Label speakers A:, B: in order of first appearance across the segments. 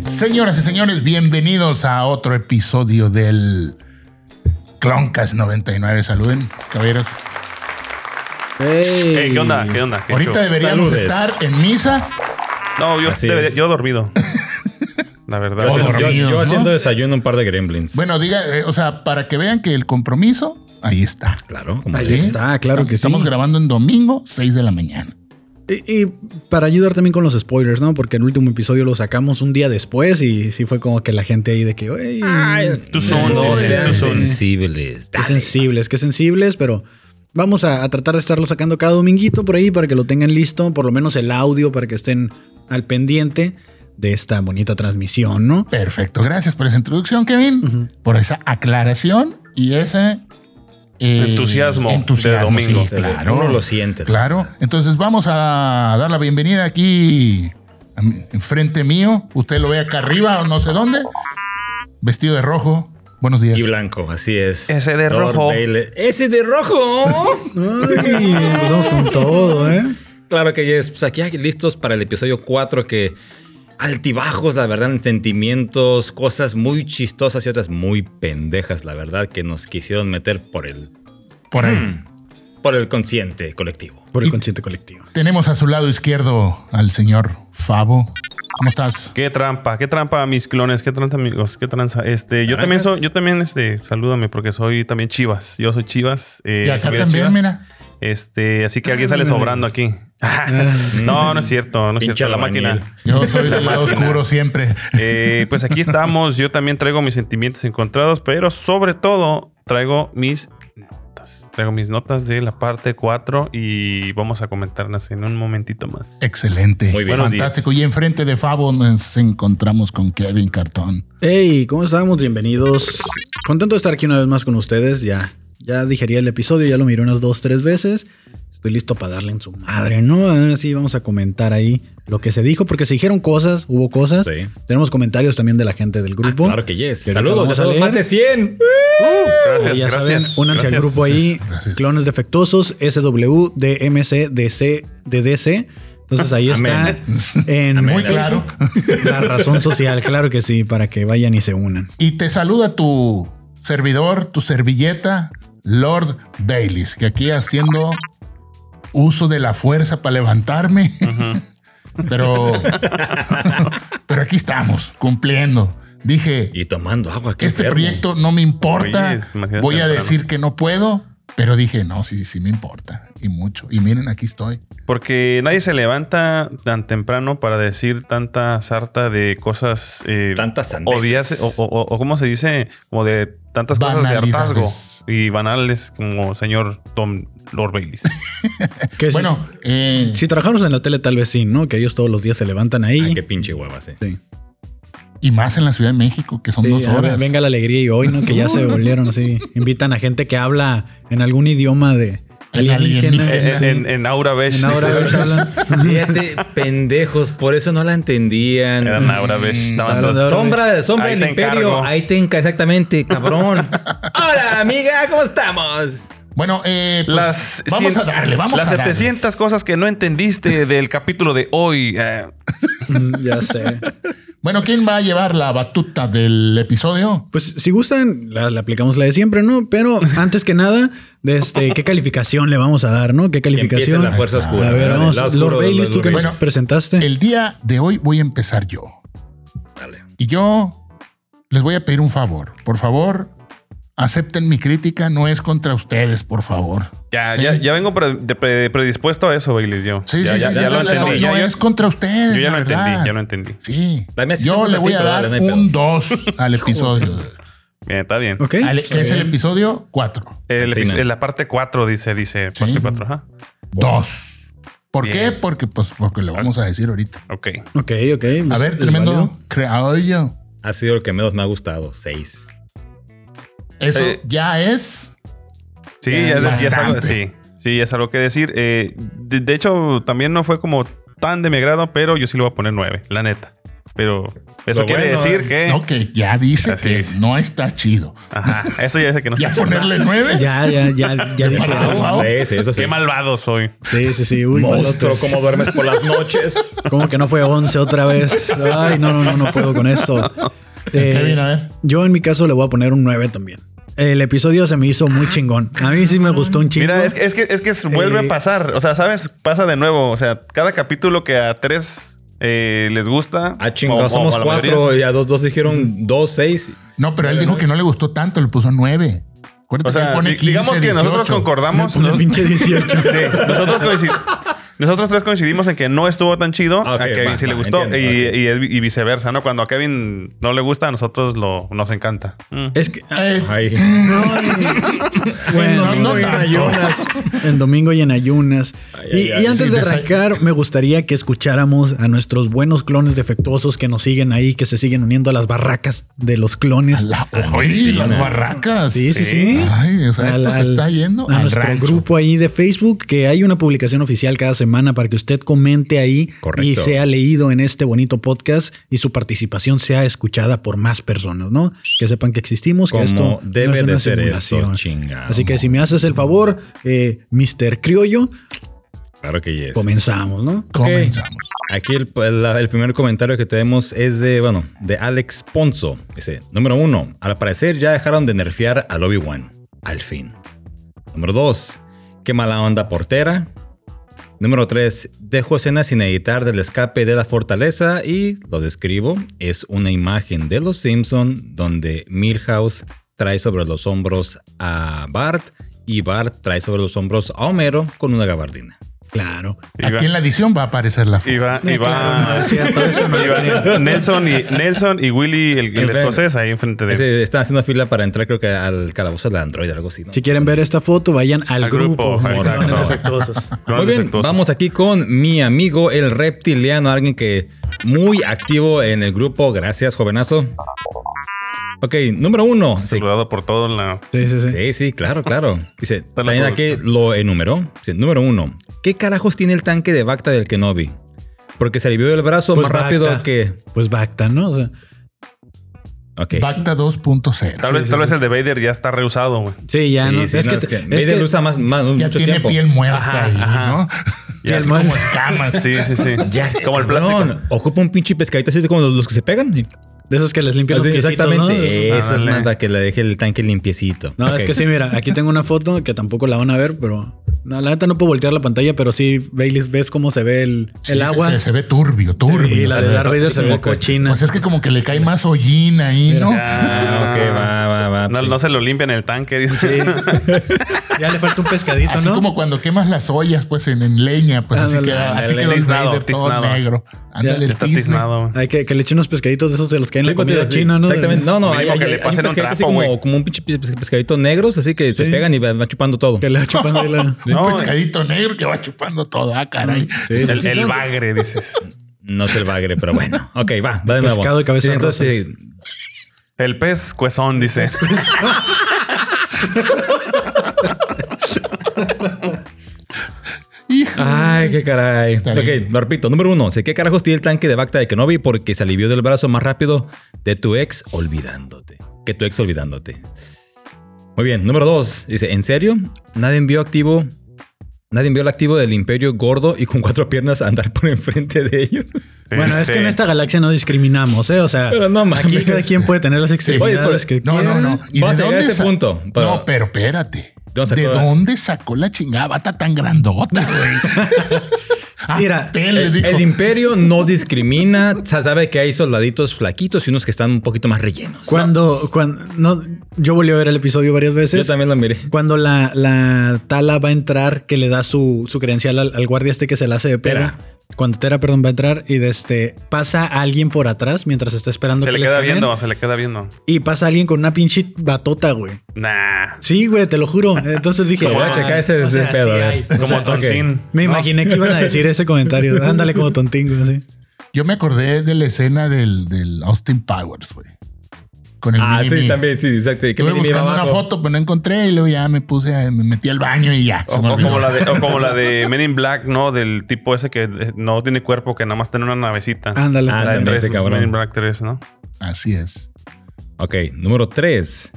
A: Señoras y señores, bienvenidos a otro episodio del Cloncast 99. Saluden, caballeros.
B: Ey.
C: Ey, Eh, ¿Qué onda? ¿Qué onda? ¿Qué
A: Ahorita
C: show?
A: deberíamos
B: Saludes.
A: estar en misa.
C: No, yo,
B: Así
C: debería-
B: es.
C: yo dormido. La verdad.
A: Yo
B: Yo,
A: dormido.
B: yo- yo
A: ¿no?
B: haciendo desayuno un par de gremlins.
A: Bueno, diga, eh, o sea, para que vean que el compromiso, ahí está.
B: claro, como
D: Ahí
B: dice.
D: está, claro que sí.
A: Estamos grabando en domingo, 6 de la mañana.
D: Y, y para ayudar también con los spoilers, ¿no? Porque el último episodio lo sacamos un día después y sí fue como que la gente ahí de que, "Ey,
C: Tú son,
D: no,
C: sí,
D: no,
C: tú son.
B: sensibles.
D: qué sensibles, qué sensibles, pero vamos a, a tratar de estarlo sacando cada dominguito por ahí para que lo tengan listo, por lo menos el audio para que estén al pendiente de esta bonita transmisión, ¿no?
A: Perfecto, gracias por esa introducción, Kevin, por esa aclaración y ese eh,
C: Entusiasmo de domingo.
A: sí, claro,
B: Uno lo siente.
A: Claro, entonces vamos a dar la bienvenida aquí a mi- enfrente mío. Usted lo ve acá arriba o no sé dónde, vestido de rojo. Buenos días.
B: Y blanco, así es.
C: Ese de
B: Lord
C: rojo.
B: Bailey. Ese de rojo.
D: Ay, empezamos Pues con todo, ¿eh?
B: claro que ya es. Pues aquí listos para el episodio 4 que altibajos, la verdad, en sentimientos, cosas muy chistosas y otras muy pendejas, la verdad, que nos quisieron meter por el,
A: Por ahí.
C: Mm.
B: por el consciente colectivo.
D: Por el
A: Y-
D: consciente colectivo.
A: Tenemos a su lado izquierdo al señor Favo. ¿Cómo estás?
C: Qué trampa, qué trampa, mis clones, qué tranza, amigos, qué tranza. Este, yo también soy, yo también, este, salúdame porque soy también Chivas. Yo soy Chivas. eh,
A: Y acá
C: soy de
A: también,
C: Chivas.
A: mira.
C: Este, así que alguien sale sobrando aquí. no, no es cierto, no es
B: Mm. Pinche
C: cierto. La
B: albañil.
C: máquina.
A: Yo soy del lado oscuro siempre.
C: Eh, pues aquí estamos. Yo también traigo mis sentimientos encontrados, pero sobre todo traigo mis notas. Traigo mis notas de la parte 4 y vamos a comentarlas en un momentito
D: Eh,
C: más.
A: Excelente.
B: Muy bien.
C: Buenos
A: Fantástico. Y enfrente de Favo nos encontramos con Kevin Cartón.
D: Hey, ¿cómo estamos? Bienvenidos. Contento de estar aquí una vez más con ustedes. Ya, ya digerí el episodio, ya lo miré unas dos, tres veces. Estoy listo para darle en su madre, ¿no? Ahora sí vamos a comentar ahí lo que se dijo, porque se dijeron cosas, hubo cosas.
B: Sí. Ah,
D: Tenemos comentarios también de la gente del grupo.
B: Claro que yes.
D: ahorita
B: Saludos,
D: vamos
B: ya
D: a
B: saludos
D: leer.
B: más de 100.
C: Gracias,
D: ya saben,
C: gracias.
D: únanse al
C: gracias.
D: grupo ahí.
A: Gracias.
D: Clones defectuosos, SW, DMC, DC, DDC. Entonces ahí está
B: Amén.
D: en
A: Muy claro.
D: la razón social, claro que sí, para que vayan y se unan.
A: Y te saluda tu servidor, tu servilleta, Lord Baileys, que aquí haciendo uso de la fuerza para levantarme. pero, pero aquí estamos, cumpliendo. Dije,
B: Y tomando agua. qué
A: este
B: enfermo.
A: proyecto no me importa.
C: Oye, es demasiado
A: Voy a
C: temprano.
A: decir que no puedo, pero dije, no, sí, sí me importa. Y mucho. Y miren, aquí estoy.
C: Porque nadie se levanta tan temprano para decir tanta sarta de cosas. eh,
B: Tantas sandeces.
C: odias- o, o, o- o cómo se dice, como de tantas cosas de
A: Banalidades.
C: hartazgo y banales como señor Tom Lord Baileys.
D: Que si-
A: Bueno, eh,
D: Si trabajamos en la tele, tal vez sí, ¿no? Que ellos todos los días se levantan ahí.
B: Ay, qué pinche hueva, sí.
D: Sí.
A: y más en la Ciudad de México, que son
D: Sí,
A: dos
D: a ver,
A: horas.
D: Venga la alegría y hoy, ¿no? Que ya se volvieron así. Invitan a gente que habla en algún idioma de
A: En
D: alienígena.
A: alienígena.
C: en, en- en Aura Besh.
D: En ahora
C: dice.
D: ves, hablan.
B: Fíjate, pendejos, por eso no la entendían.
C: Era Naura Besh. Estaban
D: Naura
C: todos-
D: Besh.
B: Sombra, sombra
C: Ahí
B: del
C: te
B: imperio.
C: encargo.
B: Ahí te enca, exactamente, cabrón. Hola, amiga, ¿cómo estamos?
A: Bueno, eh, pues,
C: Las
A: vamos
C: cien-
A: a darle, vamos
C: las
A: a darle.
C: 700 cosas que no entendiste del capítulo de hoy. eh,
D: Mm, ya sé.
A: Bueno, ¿quién va a llevar la batuta del episodio?
D: Pues si gustan, la, la aplicamos la de siempre, ¿no? Pero antes que nada, de este, ¿qué calificación le vamos a dar, no? ¿Qué calificación?
B: la fuerza oscura.
D: A ver,
B: Dale,
D: vamos.
B: la oscura,
D: Lord Bailey,
B: Lord
D: tú que
B: Bailey.
D: nos presentaste.
A: El día de hoy voy a empezar yo.
B: Dale.
A: Y yo les voy a pedir un favor. Por favor, acepten mi crítica. No es contra ustedes, por favor.
C: ya,
A: Sí.
C: ya, ya vengo pre- de- pre- predispuesto a eso, Baileys. Yo
A: Sí,
C: ya,
A: sí,
C: ya-
A: sí.
C: ya
A: no,
C: lo entendí.
A: No,
C: ya- ya-
A: es contra ustedes.
C: yo ya
A: la
C: lo entendí,
A: verdad.
C: ya lo entendí.
A: Sí.
B: Dame
A: Yo
B: 60
A: le voy a
B: tantito,
A: dar
B: dale, no hay
A: un
B: pedo.
A: 2 al episodio.
C: Bien, está bien.
D: Ok.
A: Al- es el episodio 4.
C: El
B: Sí,
C: episo-
B: no.
C: la parte 4 dice, dice,
A: Sí.
C: parte 4, ajá.
A: 2. ¿Por
C: Bien.
A: qué? Porque, pues, porque lo vamos a decir ahorita.
C: Ok.
D: Ok, ok.
A: A
D: pues,
A: ver,
D: es
A: tremendo
D: válido.
A: creador.
B: Ha sido lo que menos me ha gustado. Seis.
A: Eso
C: Eh,
A: ya es.
C: Sí,
A: Bien,
C: ya, ya es algo,
A: bastante.
C: sí, sí, ya es algo que decir. Eh, de, de hecho, también no fue como tan de mi agrado, pero yo sí le voy a poner 9, la neta. Pero eso
B: Lo
C: quiere
B: bueno,
C: decir que.
A: eh, No, que ya dice
C: Eh. Así
A: que
C: es.
A: no está chido.
C: Ajá, eso ya dice que no
A: Ya
C: está chido.
A: ponerle nueve.
D: Ya, ya, ya, ya dije.
A: Por favor.
B: Sí, sí, eso sí.
C: Qué malvado soy.
D: Sí, sí, sí. Uy,
B: Monstruo,
D: malotes.
B: cómo duermes por las noches.
D: ¿Cómo que no fue 11 otra vez? Ay, no, no, no, no puedo con esto. Eh,
A: Kevin, a ver.
D: Yo en mi caso le voy a poner un 9 también. El episodio se me hizo muy chingón. A mí sí me gustó un chingo.
C: Mira, es que, es que, es que vuelve
D: Eh,
C: a pasar. O sea, ¿sabes? Pasa de nuevo. O sea, cada capítulo que a tres eh, les gusta.
B: Ah,
C: o-
B: chingado,
C: o
B: somos
C: a la
B: cuatro eh.
C: mayoría.
B: y a dos, dos dijeron dos, seis.
A: No, pero él dijo que no le gustó tanto, le puso nueve. Acuérdate
C: O
A: que él
C: sea,
A: pone
C: di-
A: 15,
C: digamos que nosotros
A: 18.
C: concordamos.
D: Una
C: nos-
D: pinche 18.
C: Sí, nosotros coinci- Nosotros tres coincidimos en que no estuvo tan chido.
B: Ah, ok,
C: a Kevin
B: va,
C: sí le
B: va,
C: gustó.
B: entiendo,
C: y,
B: ok.
C: y es- y viceversa, ¿no? Cuando a Kevin no le gusta, a nosotros lo, nos encanta. Mm.
D: Es que.
A: Eh,
B: Ay.
D: Bueno,
A: no, no
D: en
A: tanto.
D: ayunas. En domingo y en ayunas.
B: Ay,
D: Y,
B: ay, ay,
D: y antes
A: sí,
D: de
A: desa-
D: arrancar, me gustaría que escucháramos a nuestros buenos clones defectuosos que nos siguen ahí, que se siguen uniendo a las barracas de los clones.
A: la- oye, las barracas.
D: Sí, sí, sí.
A: Ay, o sea,
D: Al-
A: esto se
D: al-
A: está yendo
D: a
A: al
D: nuestro
A: rancho.
D: grupo ahí de Facebook, que hay una publicación oficial cada semana para que usted comente ahí y
B: Correcto.
D: sea leído en este bonito podcast y su participación sea escuchada por más personas, ¿no? Que sepan que existimos, que
B: Como
D: esto
B: debe
D: no es una
B: de ser esto,
D: simulación.
B: chingado.
D: Así que si me haces el favor, eh, Mr. Criollo,
B: Claro que yes.
D: comenzamos, ¿no?
A: Comenzamos.
B: Aquí el, el- el primer comentario que tenemos es de, bueno, de Alex Ponzo. Dice, número uno, al parecer ya dejaron de nerfear al Obi-Wan. Al fin. Número dos, qué mala onda portera. Número tres, dejo escenas sin editar del escape de la fortaleza y lo describo. Es una imagen de Los Simpson donde Milhouse trae sobre los hombros a Bart y Bart trae sobre los hombros a Homero con una gabardina.
D: Claro.
C: Iba-
A: Aquí en la edición va a aparecer la foto.
C: Iba,
D: No,
C: iba-
D: claro, no, es cierto, eso no lo
C: iba
D: creo.
C: Nelson y Nelson y Willy, el, el
B: Enfrente.
C: escocés, ahí enfrente de
B: Ese, están haciendo fila para entrar, creo que al calabozo de Android, algo así. ¿no?
D: Si quieren ver esta foto, vayan al,
C: Al grupo,
D: grupo. los
C: exacto.
D: clones defectuosos.
B: Ah, Muy bien, vamos aquí con mi amigo el reptiliano, alguien que muy activo en el grupo. Gracias, jovenazo. Ok, número uno. Sí,
C: Saludado por todo la.
D: Sí, sí, sí.
B: sí, sí, claro, claro. Dice,
C: la
B: también aquí
C: producción.
B: lo enumeró. Dice, número uno. ¿Qué carajos tiene el tanque de Bacta del Kenobi? Porque se le vio el brazo
D: Pues
B: más rápido
D: Bacta.
B: que...
D: Pues Bacta, ¿no? O sea,
B: Ok.
A: Bacta 2.0.
C: Tal vez, tal vez el de Vader ya está reusado, güey.
D: sí, ya
B: Sí,
D: no.
B: sí,
D: es,
B: no,
D: que,
B: es que
D: es
B: Vader
D: que-
B: lo usa más, más
A: Ya
B: mucho
A: tiene
B: tiempo.
A: piel muerta
C: Ajá,
A: ahí,
C: ajá.
A: ¿no?
C: Ya.
A: Así como escamas.
C: Sí, sí, sí.
B: Ya,
C: Como el plástico.
B: cabrón, Ocupa un pinche pescadito así como los, los que se pegan.
D: De esos que les limpian
B: Así,
D: los piecitos,
B: exactamente.
D: ¿no?
B: Eso es
C: Ándale.
B: manda que le deje el tanque limpiecito.
D: No,
B: Ok.
D: es que sí, mira, aquí tengo una foto que tampoco la van a ver, pero no, la neta no puedo voltear la pantalla, pero sí, Bailey, ves cómo se ve el,
A: Sí,
D: el
A: se-
D: agua.
A: Se, se ve turbio, turbio.
D: y la
A: Se
D: de
A: ve-
D: Darth Vader se ve
B: Como que-
D: cochina.
A: pues es que como que le cae más hollín ahí, ¿no?
B: Ah, ok, va, va, va. pues
C: No,
B: Sí.
C: no se lo limpian el tanque, dice.
D: ya le falta un pescadito,
A: Así
D: ¿no?
A: como cuando quemas las ollas, pues en, en leña, pues así
D: Ándale,
A: queda, así
C: ándale,
A: quedó el
C: tiznado,
A: Vader todo
C: tiznado.
A: negro. Ándale, el
C: Está
A: tizne.
C: tiznado, güey.
D: Hay que, que le echen unos pescaditos de esos de los que hay en la comida
B: Sí,
D: china, ¿no?
B: Exactamente. No, no,
C: Mínimo
B: hay, hay,
C: que le
B: hay un
C: pasen un
B: pescadito así
C: trapo,
B: como,
C: güey.
B: como un pinche pe- pescadito negros, así que se
D: Sí.
B: pegan y van van chupando todo.
D: Que le va chupando ahí la...
C: No, eh.
A: un pescadito negro que va chupando todo. Ah, caray.
C: el, el bagre, dices.
B: No es el bagre, pero bueno. Ok, va, va de nuevo.
D: Pescado de cabeza
B: Sí, Entonces,
C: El pez cuezón, dice.
A: Hijo.
B: Ay, qué caray.
A: Está bien.
B: Ok, lo repito. Número uno. ¿sí? ¿Qué carajos tiene el tanque de Bacta de Kenobi? Porque se alivió del brazo más rápido de tu ex olvidándote. Que tu ex olvidándote. Muy bien. Número dos. Dice, ¿en serio? Nadie envió activo... Nadie envió el activo del imperio gordo y con cuatro piernas a andar por enfrente de ellos.
C: Sí,
D: bueno, es
C: sí.
D: que en esta galaxia no discriminamos, ¿eh? O sea,
B: Pero no mames.
D: aquí cada quien puede tener las
B: Oye,
D: extremidades
B: pero-
D: que
A: No,
D: quiera.
A: no, no.
B: Vamos a llegar a ese
A: sa-
B: punto, pero-
A: No, pero espérate.
B: ¿Dónde sacó
A: ¿De
B: la-
A: dónde sacó la chingada bata tan grandota, güey? Ah,
D: Mira,
A: te le
B: El,
A: dijo.
B: el imperio no discrimina. sa- Sabe que hay soldaditos flaquitos y unos que están un poquito más rellenos.
D: Cuando, cuando, no, yo volví a ver el episodio varias
B: Yo
D: veces.
B: también lo miré.
D: Cuando la, la tala va a entrar, que le da su, su credencial al, al guardia este que se la hace de pera.
B: Tera.
D: Cuando Tera, perdón, va a entrar y de este, pasa alguien por atrás mientras está esperando
C: Se
D: que
C: le
D: la
C: queda
D: escaneen,
C: viendo, se le queda viendo.
D: Y pasa alguien con una pinche batota, güey.
C: Nah.
D: Sí, güey, te lo juro. Entonces dije,
B: Voy a
D: "Ah,
B: checar ese,
D: o
B: ese
D: sea, sí
B: pedo. a ver.
D: hay".
B: O
C: Como
B: sea, ok.
C: tontín.
D: Me
C: ¿no?
D: imaginé que iban a decir ese comentario. Ándale como tontín, güey. así.
A: Yo me acordé de la escena del, del Austin Powers, güey. con el
B: Ah,
A: mini
B: sí,
A: me.
B: también, sí, exacto. Que
A: Estuve
B: mini me va
A: buscando una
B: abajo.
A: foto, pero no encontré y luego ya me puse, a- me metí al baño y ya.
C: O,
A: se me
C: o
A: olvidó.
C: como la de, o como la de Men in Black, ¿no? Del tipo ese que eh, no tiene cuerpo, que nada más tiene una navecita.
D: Ándale.
C: La de
B: Ándale.
C: tres,
B: ese cabrón.
C: Men in Black 3, ¿no?
A: Así es.
B: Ok, número 3.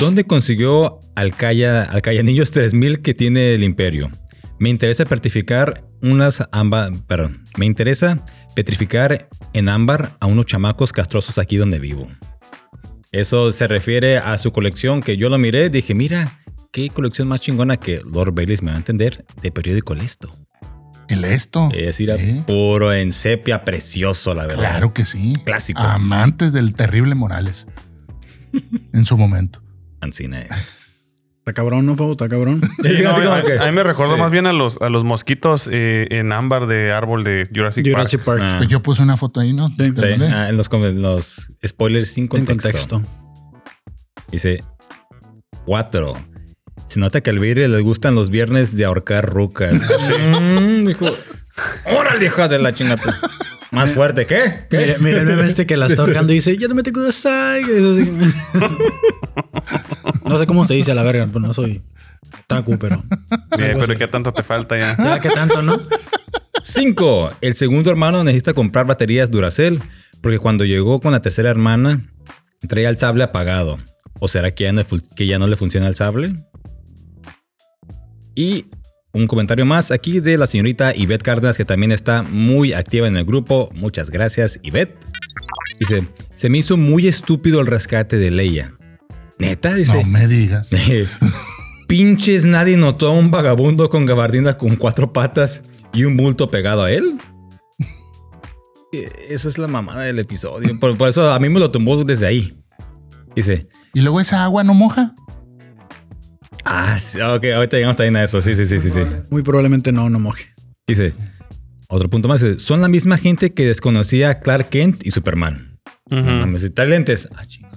B: ¿Dónde consiguió Alcaya, Alcaya Niños 3000 que tiene el imperio? Me interesa petrificar unas ambas, perdón, me interesa petrificar en ámbar a unos chamacos castrosos aquí donde vivo. Eso se refiere a su colección que yo lo miré, dije, mira, qué colección más chingona que Lord Bailey me va a entender de periódico Lesto.
A: El esto.
B: Es ir a
A: ¿eh?
B: puro en sepia precioso, la verdad.
A: Claro que sí.
B: Clásico.
A: Amantes del terrible Morales. en su momento.
B: Ancina es.
D: Está cabrón, ¿no, Fabo? Está cabrón.
B: Sí,
C: Sí, no,
B: así como
C: a,
B: que-
C: a mí me recordó
B: sí.
C: más bien a los, a los mosquitos eh, en ámbar de árbol de Jurassic,
D: Jurassic
C: Park.
D: Park.
B: Ah.
A: Pues yo puse una foto ahí, ¿no?
D: Sí.
A: Te
B: Sí,
A: mandé.
B: ah, en los, com- en los spoilers sin
D: En
B: contexto.
D: contexto.
B: Dice 4. Se nota que al Virre le gustan los viernes de ahorcar rucas. Mm, dijo, órale, hija de la chingada. Más fuerte, ¿qué? ¿Qué?
D: Mira, mira el bebé este que la está ahorcando y dice, ya no me te kudasai. que es así. No sé cómo se dice a la verga, pues no soy taku, pero.
C: Eh,
D: algo
C: pero
D: así.
C: qué tanto te falta ya.
D: Ya que tanto, ¿no?
B: 5. El segundo hermano necesita comprar baterías Duracell porque cuando llegó con la tercera hermana traía el sable apagado. ¿O será que ya no, fu- que ya no le funciona el sable? Y un comentario más aquí de la señorita Ivette Cárdenas que también está muy activa en el grupo. Muchas gracias Ivette. Dice, se me hizo muy estúpido el rescate de Leia. Neta, dice.
A: No me digas.
B: Eh, Pinches, nadie notó a un vagabundo con gabardina con cuatro patas y un bulto pegado a él. Eh, Eso es la mamada del episodio. Por, por eso a mí me lo tumbó desde ahí. Dice,
A: Y luego esa agua no moja.
B: ah, sí, ok, ahorita llegamos también a eso. Sí, sí, sí, sí, sí.
D: Muy probablemente no, no moje.
B: Dice, otro punto más. dice, Son la misma gente que desconocía a Clark Kent y Superman. No
C: Ujú.
B: mames, y trae lentes. Ah, chingado.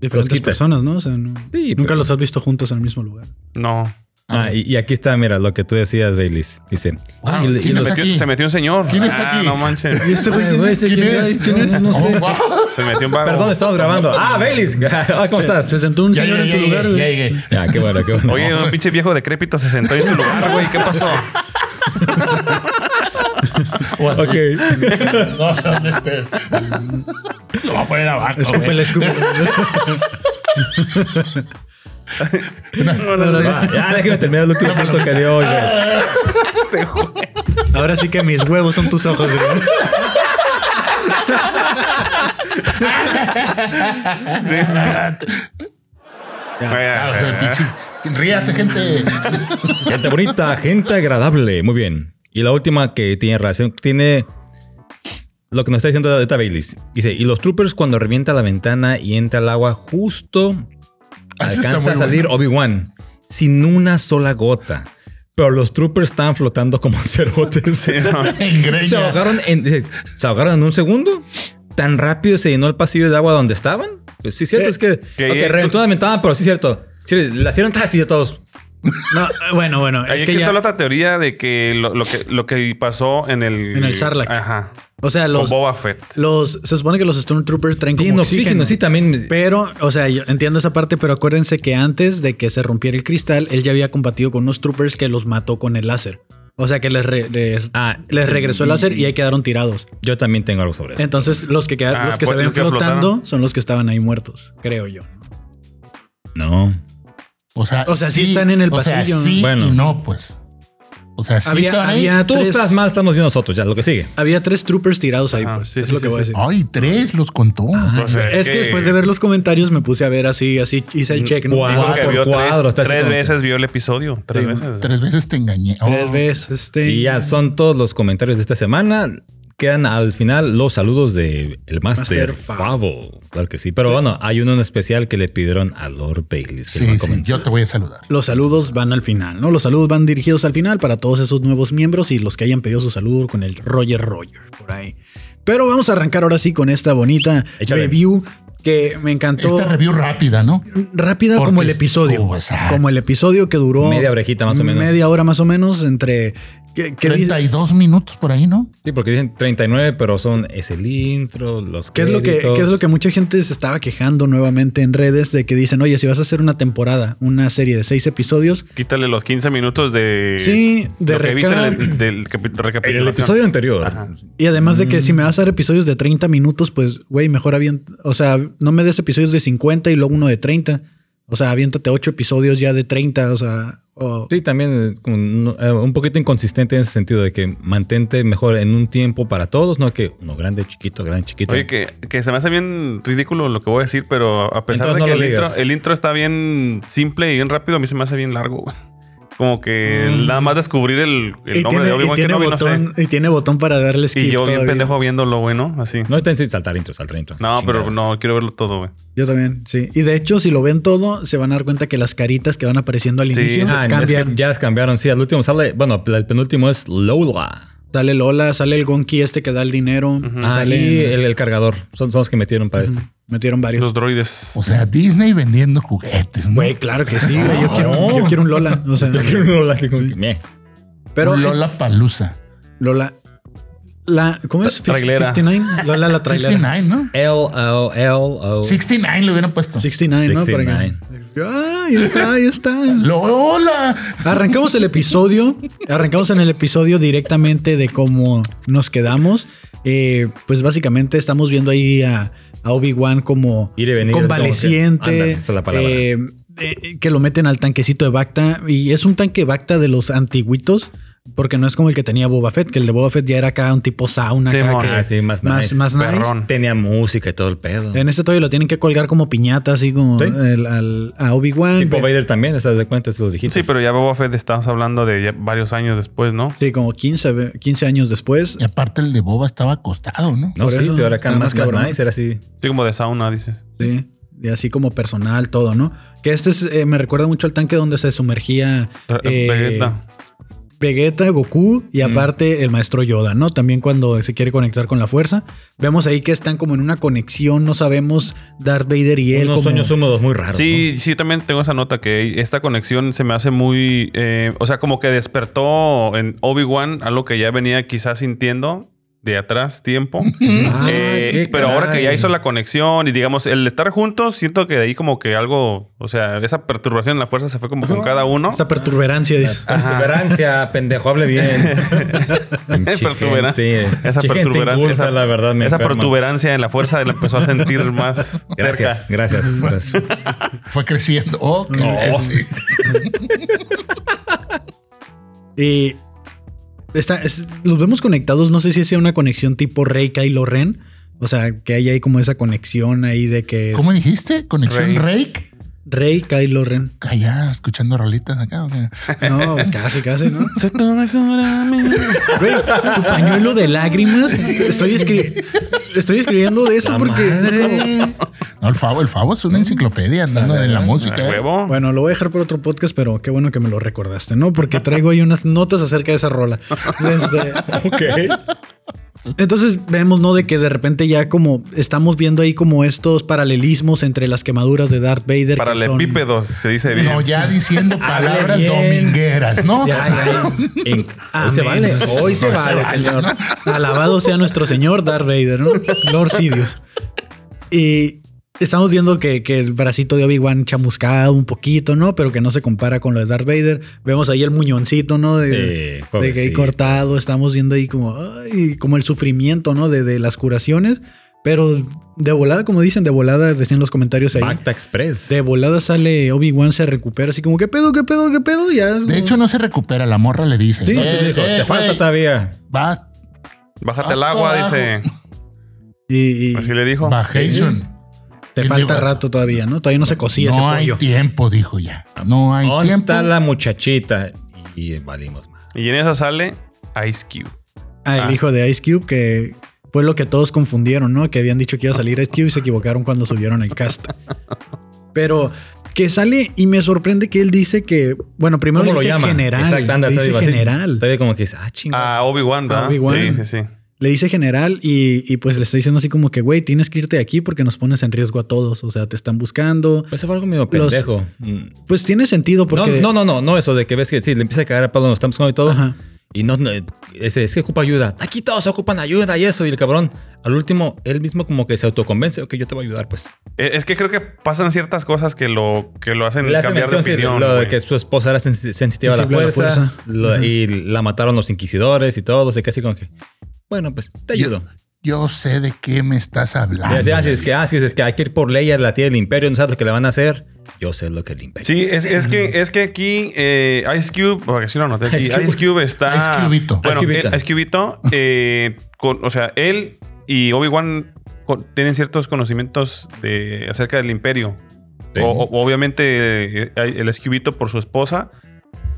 B: Los
D: Diferentes
B: quita.
D: personas, ¿no? O sea, no-
B: Sí,
D: nunca
B: pero-
D: los has visto juntos en el mismo lugar.
C: No.
B: Ah, y, y aquí está, mira, lo que tú decías, Baileys. Dice,
A: Wow,
B: ah, y- y
A: ¿quién
B: los-
A: está
C: Se metió,
A: aquí?
C: se metió un señor.
A: ¿Quién está
C: Ah,
A: aquí?
C: No manches.
B: Ay, güey, ese
A: ¿Quién
B: quién
A: es?
B: es? ¿Quién es? No sé.
A: Oh, wow.
C: Se metió un vago.
B: Perdón, estamos grabando. Ah, Belis. ¿Cómo
D: Se-
B: estás?
D: Se sentó un
A: Ya
D: señor
A: llegué,
D: en tu
A: ya
D: lugar.
A: llegué, ya
D: güey.
A: llegué.
B: Ya, qué bueno, qué bueno.
C: Oye, un pinche viejo decrépito se sentó en tu lugar, güey. ¿Qué pasó?
A: O así.
B: ok.
A: No sé dónde estés. Lo voy a poner abajo.
D: Escúpele,
A: güey.
D: escúpele.
B: Va, ya déjame terminar el último punto que dio. oye.
D: Ahora sí que mis huevos son tus ojos, güey.
A: Ah, o sea, pinche- Ríase, gente.
B: Gente bonita, gente agradable. Muy bien. Y la última que tiene relación, tiene lo que nos está diciendo ahorita Baileys. Dice, y los troopers cuando revienta la ventana y entra al agua justo
A: Ah, Eso está muy
B: alcanza a salir
A: bueno.
B: Obi-Wan sin una sola gota. Pero los troopers estaban flotando como cerotes.
A: En
B: Se
A: greña.
B: ahogaron, en, eh, se ahogaron en un segundo. Tan rápido se llenó el pasillo de agua donde estaban. Pues sí,
D: Eh,
B: cierto, es que.
C: que-
B: ok, reventó una ventana, pero sí, cierto. Sí, la hicieron tras y de todos.
D: No, bueno, bueno.
C: Ahí
D: Es que
C: aquí
D: ya,
C: está la otra teoría de que lo, lo que lo que pasó en el.
D: En el Sarlacc.
C: Ajá.
D: o sea,
C: Con
D: los,
C: Boba Fett.
D: los. Se supone que los Stormtroopers traen
B: Tienen
D: como
B: oxígeno,
D: oxígeno.
B: sí, también. me-
D: Pero, o sea, yo entiendo esa parte, pero acuérdense que antes de que se rompiera el cristal, él ya había combatido con unos troopers que los mató con el láser. O sea, que les, re- les,
B: Ah,
D: les regresó el láser y ahí quedaron tirados.
B: Yo también tengo algo sobre eso.
D: Entonces, los que, quedaron,
C: Ah,
D: los que
C: pues,
D: se ven
C: los que
D: flotando
C: flotaron.
D: son los que estaban ahí muertos, creo yo.
B: No.
A: O sea,
D: O sea, sí están en el
A: o sea,
D: pasillo, ¿no?
A: sí
B: Bueno.
A: y no, pues. O sea, sí
D: Había-
A: están ahí.
D: había-
B: Tú
D: tres.
B: estás mal, estamos bien nosotros, ya, lo que sigue.
D: Había tres troopers tirados ahí,
C: Ajá,
D: pues.
C: sí,
D: es
C: sí,
D: lo que
C: sí,
D: voy a
C: sí. Ah,
D: decir.
A: Ay, tres los contó.
C: Entonces,
D: es que, después de ver los comentarios me puse a ver así, así hice el check. ¿no?
B: Cuatro,
D: Digo,
C: Porque vio
B: cuadro, está
C: tres, tres
B: así como que-
C: veces este, vio el episodio. Tres
D: Sí,
C: veces.
A: Tres veces te engañé. Oh,
D: tres veces. Este,
B: Y ya son todos los comentarios de esta semana. Quedan al final los saludos de el Master
D: Master Favo.
B: Favo. Claro que sí. Pero bueno, hay uno en especial que le pidieron a Lord Bailey.
A: Sí, sí, yo te voy a saludar.
D: Los saludos van al final, ¿no? Los saludos van dirigidos al final para todos esos nuevos miembros y los que hayan pedido su saludo con el Roger Roger por ahí. Pero vamos a arrancar ahora sí con esta bonita
B: Échale.
D: review que me encantó.
A: Esta review rápida, ¿no?
D: rápida
A: Porque
D: como el
A: es-
D: episodio.
A: oh, exacto.
D: como el episodio que duró
B: Media orejita más o menos.
D: Media hora más o menos entre ¿Qué, qué dice-
A: 32 minutos por ahí, ¿no?
B: Sí, porque dicen 39, pero son es el intro, los
D: ¿Qué es, lo que,
B: créditos.
D: qué es lo que mucha gente se estaba quejando nuevamente en redes de que dicen, oye, si vas a hacer una temporada, una serie de seis episodios,
C: Quítale los 15 minutos de.
D: Sí, de
C: lo que viste
D: reca-
C: en el- del capi-
B: En
C: recapitulación.
B: el episodio anterior.
D: y además de que si me vas a dar episodios de 30 minutos, pues, güey, mejor avienta, o sea, no me des episodios de 50 y luego uno de 30. O sea, aviéntate ocho episodios ya de 30, o sea, o-
B: Sí, también eh, como no- eh, un poquito inconsistente en ese sentido de que mantente mejor en un tiempo para todos, no que uno grande, chiquito, grande, chiquito.
C: Oye, que, que se me hace bien ridículo lo que voy a decir, pero a pesar
B: Entonces
C: de
B: no
C: que
B: lo
C: el intro,
B: digas.
C: el intro está bien simple y bien rápido, a mí se me hace bien largo. güey. Como que nada más descubrir el, el
D: Mm. y
C: nombre
D: tiene,
C: de
D: y
C: Obi-Wan
D: tiene
C: Kenobi, no sé.
D: botón, y tiene botón para darle skip.
C: Y yo bien
D: todavía.
C: pendejo viéndolo, güey, ¿no? Así.
B: No está en sí, saltar intro, saltar intro.
C: No, pero
B: Chingada.
C: no, quiero verlo todo, güey.
D: Yo también, sí. Y de hecho, si lo ven todo, se van a dar cuenta que las caritas que van apareciendo al
C: Sí. este-
D: inicio
B: Ah, es que
D: cambian.
B: ya las cambiaron, sí. Al último sale, bueno, el penúltimo es Lola.
D: Sale Lola, sale el Gonki este que da el dinero.
B: Ah,
D: sale-
B: y el, el cargador. Son, son los que metieron para este.
D: Metieron varios.
C: Los droides.
A: O sea, Disney vendiendo juguetes, ¿no?
D: Güey, claro que sí, güey. Yo, quiero, yo quiero un Lola. O sea, pero eh,
A: Un
D: Lola.
A: Lola Palusa.
D: Lola la, ¿Cómo es?
C: Tra- trailera.
D: 59. Lola la trailera.
A: 69, ¿no?
B: L O L
D: Oh.
B: O.
A: 69 le hubieran puesto.
D: 69, ¿no? Para que- Ah, ahí está, ahí está.
A: Lola.
D: Arrancamos el episodio. Arrancamos en el episodio directamente de cómo nos quedamos. Eh, pues básicamente estamos viendo ahí a, a Obi-Wan como
B: Ir y venir, como que-
D: convaleciente.
B: ándale, esa es la palabra.
D: eh, eh, que lo meten al tanquecito de Bacta. Y es un tanque Bacta de los antiguitos. Porque no es como el que tenía Boba Fett, que el de Boba Fett ya era acá un tipo sauna.
C: Sí,
D: acá
C: mon.
D: que-
B: Ah, sí, más
D: más,
B: nice.
D: más nice.
C: Perrón.
B: Tenía música y todo el pedo.
D: En este todavía lo tienen que colgar como piñata, así como
B: Sí.
D: el- al- a Obi-Wan.
B: Tipo
D: Ve-
B: Vader también, ¿estás de cuenta? Eso lo dijiste.
C: Sí, pero ya Boba Fett estamos hablando de ya varios años después, ¿no?
D: Sí, como 15, ve- 15 años después.
A: Y aparte el de Boba estaba acostado, ¿no?
B: No,
D: por
B: sí,
D: eso,
B: te acá
D: nada más
B: más, más
D: cabrón.
B: nice, era así.
C: Sí, como de sauna, dices.
D: Sí, y así como personal, todo, ¿no? Que este es, eh, me recuerda mucho al tanque donde se sumergía
C: Re-
D: eh,
C: Vegeta.
D: Vegeta, Goku y
B: Mm.
D: aparte el maestro Yoda, ¿no? También cuando se quiere conectar con la fuerza. Vemos ahí que están como en una conexión, no sabemos Darth Vader y él.
B: Unos
D: como-
B: sueños húmedos muy raros.
C: Sí, sí, también tengo esa nota que esta conexión se me hace muy. eh, o sea, como que despertó en Obi-Wan algo que ya venía quizás sintiendo de atrás tiempo. Eh,
B: Ah, qué
C: pero ahora que ya
B: caray.
C: hizo la conexión y digamos, el estar juntos, siento que de ahí como que algo. O sea, esa perturbación en la fuerza se fue como con cada uno.
D: Esta perturberancia, dice.
B: ¿no? Pertuberancia, pendejo, hable bien. Pinche
C: Pertubera-
B: gente,
C: Esa
B: pinche gente
C: pertuberancia,
B: inculta,
C: esa,
B: la verdad, me
C: esa
B: enferma.
C: protuberancia en la fuerza la empezó a sentir más
B: Gracias,
C: cerca.
B: gracias. gracias.
A: Fue creciendo. Oh, qué
C: No.
A: ese.
D: Y Eh, está, es- los vemos conectados, no sé si sea una conexión tipo Rey, Kylo Ren. O sea, que hay ahí como esa conexión ahí de que es
A: ¿Cómo dijiste? ¿Conexión
C: Rake.
A: Rake?
D: Rey, Kylo Ren.
A: Allá, escuchando rolitas acá. ¿o qué?
D: No, pues casi, casi, ¿no?
C: Se te mejor amigo.
D: Güey, tu pañuelo de lágrimas. Estoy, escri- estoy escribiendo de eso
B: La
D: porque.
B: madre.
A: No, el Favo, el Favo es una enciclopedia andando en la música.
C: Ah,
A: eh.
C: huevo.
D: Bueno, lo voy a dejar por otro podcast, pero qué bueno que me lo recordaste, ¿no? Porque traigo ahí unas notas acerca de esa rola. Este, Entonces vemos, ¿no? De que de repente ya como estamos viendo ahí como estos paralelismos entre las quemaduras de Darth Vader. que son-
C: Paralepípedos, se dice bien.
A: No, ya diciendo
B: Hable
A: palabras
B: bien.
A: domingueras, ¿no?
D: Ya, ya.
B: Inc. Hoy
D: Amén.
B: se vale, hoy se vale, señor.
D: Alabado sea nuestro señor Darth Vader, ¿no? Lord Sidious. Y estamos viendo que, que el bracito de Obi-Wan chamuscado un poquito, ¿no? Pero que no se compara con lo de Darth Vader. Vemos ahí el muñoncito, ¿no? De,
B: Eh,
D: de que ahí
B: pobrecito.
D: cortado. Estamos viendo ahí como, ay, como el sufrimiento, ¿no? De, de las curaciones. Pero de volada, como dicen, de volada, decían los comentarios ahí.
B: Pacta Express.
D: De volada sale Obi-Wan, se recupera así como, ¿qué pedo, qué pedo, qué pedo? Ya
A: De
D: es como-
A: hecho, no se recupera. La morra le dice.
B: Sí,
A: "Eh,
B: sí, dijo,
A: eh,
B: te falta
A: güey,
B: todavía.
A: Va,
C: Bájate
A: Ah,
C: al agua,
A: abajo.
C: dice.
D: y- y-
C: Así le dijo.
A: vacation.
D: Te
A: ¿Quién
D: falta
A: levanta?
D: rato todavía, ¿no? Todavía no se cocía
A: No
D: ese
A: hay
D: pollo.
A: tiempo, dijo ya. No hay
B: ¿Dónde
A: tiempo.
B: está la muchachita? Y valimos más.
C: Y en esa sale Ice Cube.
D: Ah, el
C: Ah.
D: hijo de Ice Cube, que fue lo que todos confundieron, ¿no? Que habían dicho que iba a salir Ice Cube y se equivocaron cuando subieron el cast. Pero que sale y me sorprende que él dice que, bueno, primero le dice general.
B: Exacto, anda,
D: le
B: sabe,
D: dice
B: así.
D: general.
B: Todavía como que dice, ah, chingada.
C: A Obi-Wan, ¿verdad?
D: Obi-Wan.
C: Sí, sí, sí.
D: Le dice general y, y pues le está diciendo así como que, güey, tienes que irte de aquí porque nos pones en riesgo a todos. O sea, te están buscando.
B: Eso fue algo medio
D: Los-
B: pendejo. Mm.
D: Pues tiene sentido porque...
B: No, no, no, no, no, eso de que ves que sí, le empieza a cagar a Pablo, nos estamos buscando y todo.
D: Ajá.
B: Y no, no, es, es que ocupa ayuda. Aquí todos ocupan ayuda y eso. Y el cabrón, al último, él mismo como que se autoconvence, ok, yo te voy a ayudar, pues.
C: Eh, Es que creo que pasan ciertas cosas que lo, que lo hacen
B: Le hace
C: cambiar de
B: mención, sí,
C: opinión.
B: lo de
C: güey.
B: que su esposa era sen- sensitiva a la
D: Sensible a la
B: fuerza,
D: fuerza.
B: lo- y la mataron los inquisidores y todo, así que así como que, bueno, pues te ayudo.
A: Yo sé de qué me estás hablando.
B: Ya, ya, si es que, ah, si es que hay que ir por ley a la tía del imperio, no sabes lo que le van a hacer, yo sé lo que es el imperio.
C: Sí, es, es que, es que aquí eh, Ice Cube, porque sí lo anoté aquí,
B: Ice Cube.
C: Ice Cube está.
A: Ice Cubito.
C: Bueno,
B: Ice Cubita.
C: él- Ice Cubito, eh, con- o sea, él y Obi-Wan con- tienen ciertos conocimientos de, acerca del imperio.
B: Sí.
C: O- o- obviamente, eh, el Ice Cubito por su esposa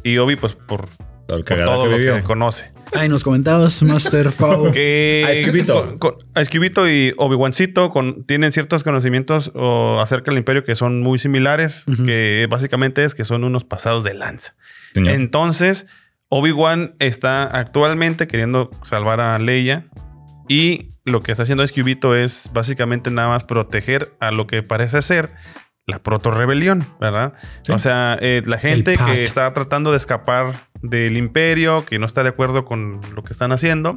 C: y Obi, pues por,
B: Todo
C: por
B: el cagado
C: todo
B: que
C: lo
B: vivió.
C: que conoce.
D: Ay, nos comentabas, Master Pau.
C: Que
B: Ice Cubito.
C: con- con- Ice Cubito y Obi-Wancito con- tienen ciertos conocimientos o, acerca del imperio que son muy similares, que básicamente es que son unos pasados de lanza.
B: Señor.
C: Entonces, Obi-Wan está actualmente queriendo salvar a Leia. Y lo que está haciendo Ice Cubito es básicamente nada más proteger a lo que parece ser la proto-rebelión, ¿verdad?
B: Sí.
C: O sea, eh, la gente
D: Pact.
C: que está tratando de escapar del imperio, que no está de acuerdo con lo que están haciendo,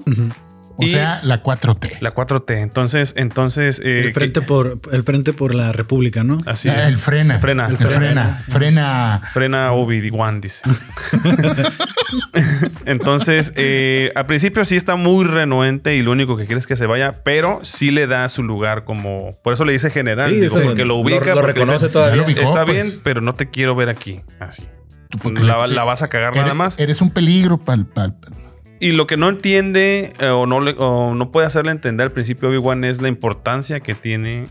A: O
C: y-
A: sea, la 4T.
C: la 4T. Entonces, entonces... eh,
D: el, frente
C: que-
D: por, el frente por la República, ¿no?
C: así
A: Ah, el
C: es.
A: frena.
C: Frena.
A: El frena. Frena.
C: Frena Obi-Wan, dice. Entonces, eh, al principio sí está muy renuente y lo único que quiere es que se vaya, pero sí le da su lugar como. Por eso le dice general,
B: Sí,
C: digo,
B: sí.
C: porque lo ubica.
B: Lo, lo
C: porque
B: reconoce
C: dice,
A: Ya lo
B: todavía.
A: vi. ubicó,
C: Está
A: pues.
C: bien, pero no te quiero ver aquí. Así.
A: Tú, porque
C: La,
A: le-
C: la vas a cagar
A: eres,
C: nada más.
A: Eres un peligro para
C: Y lo que no entiende eh, o, no le- o no puede hacerle entender al principio Obi-Wan es la importancia que tiene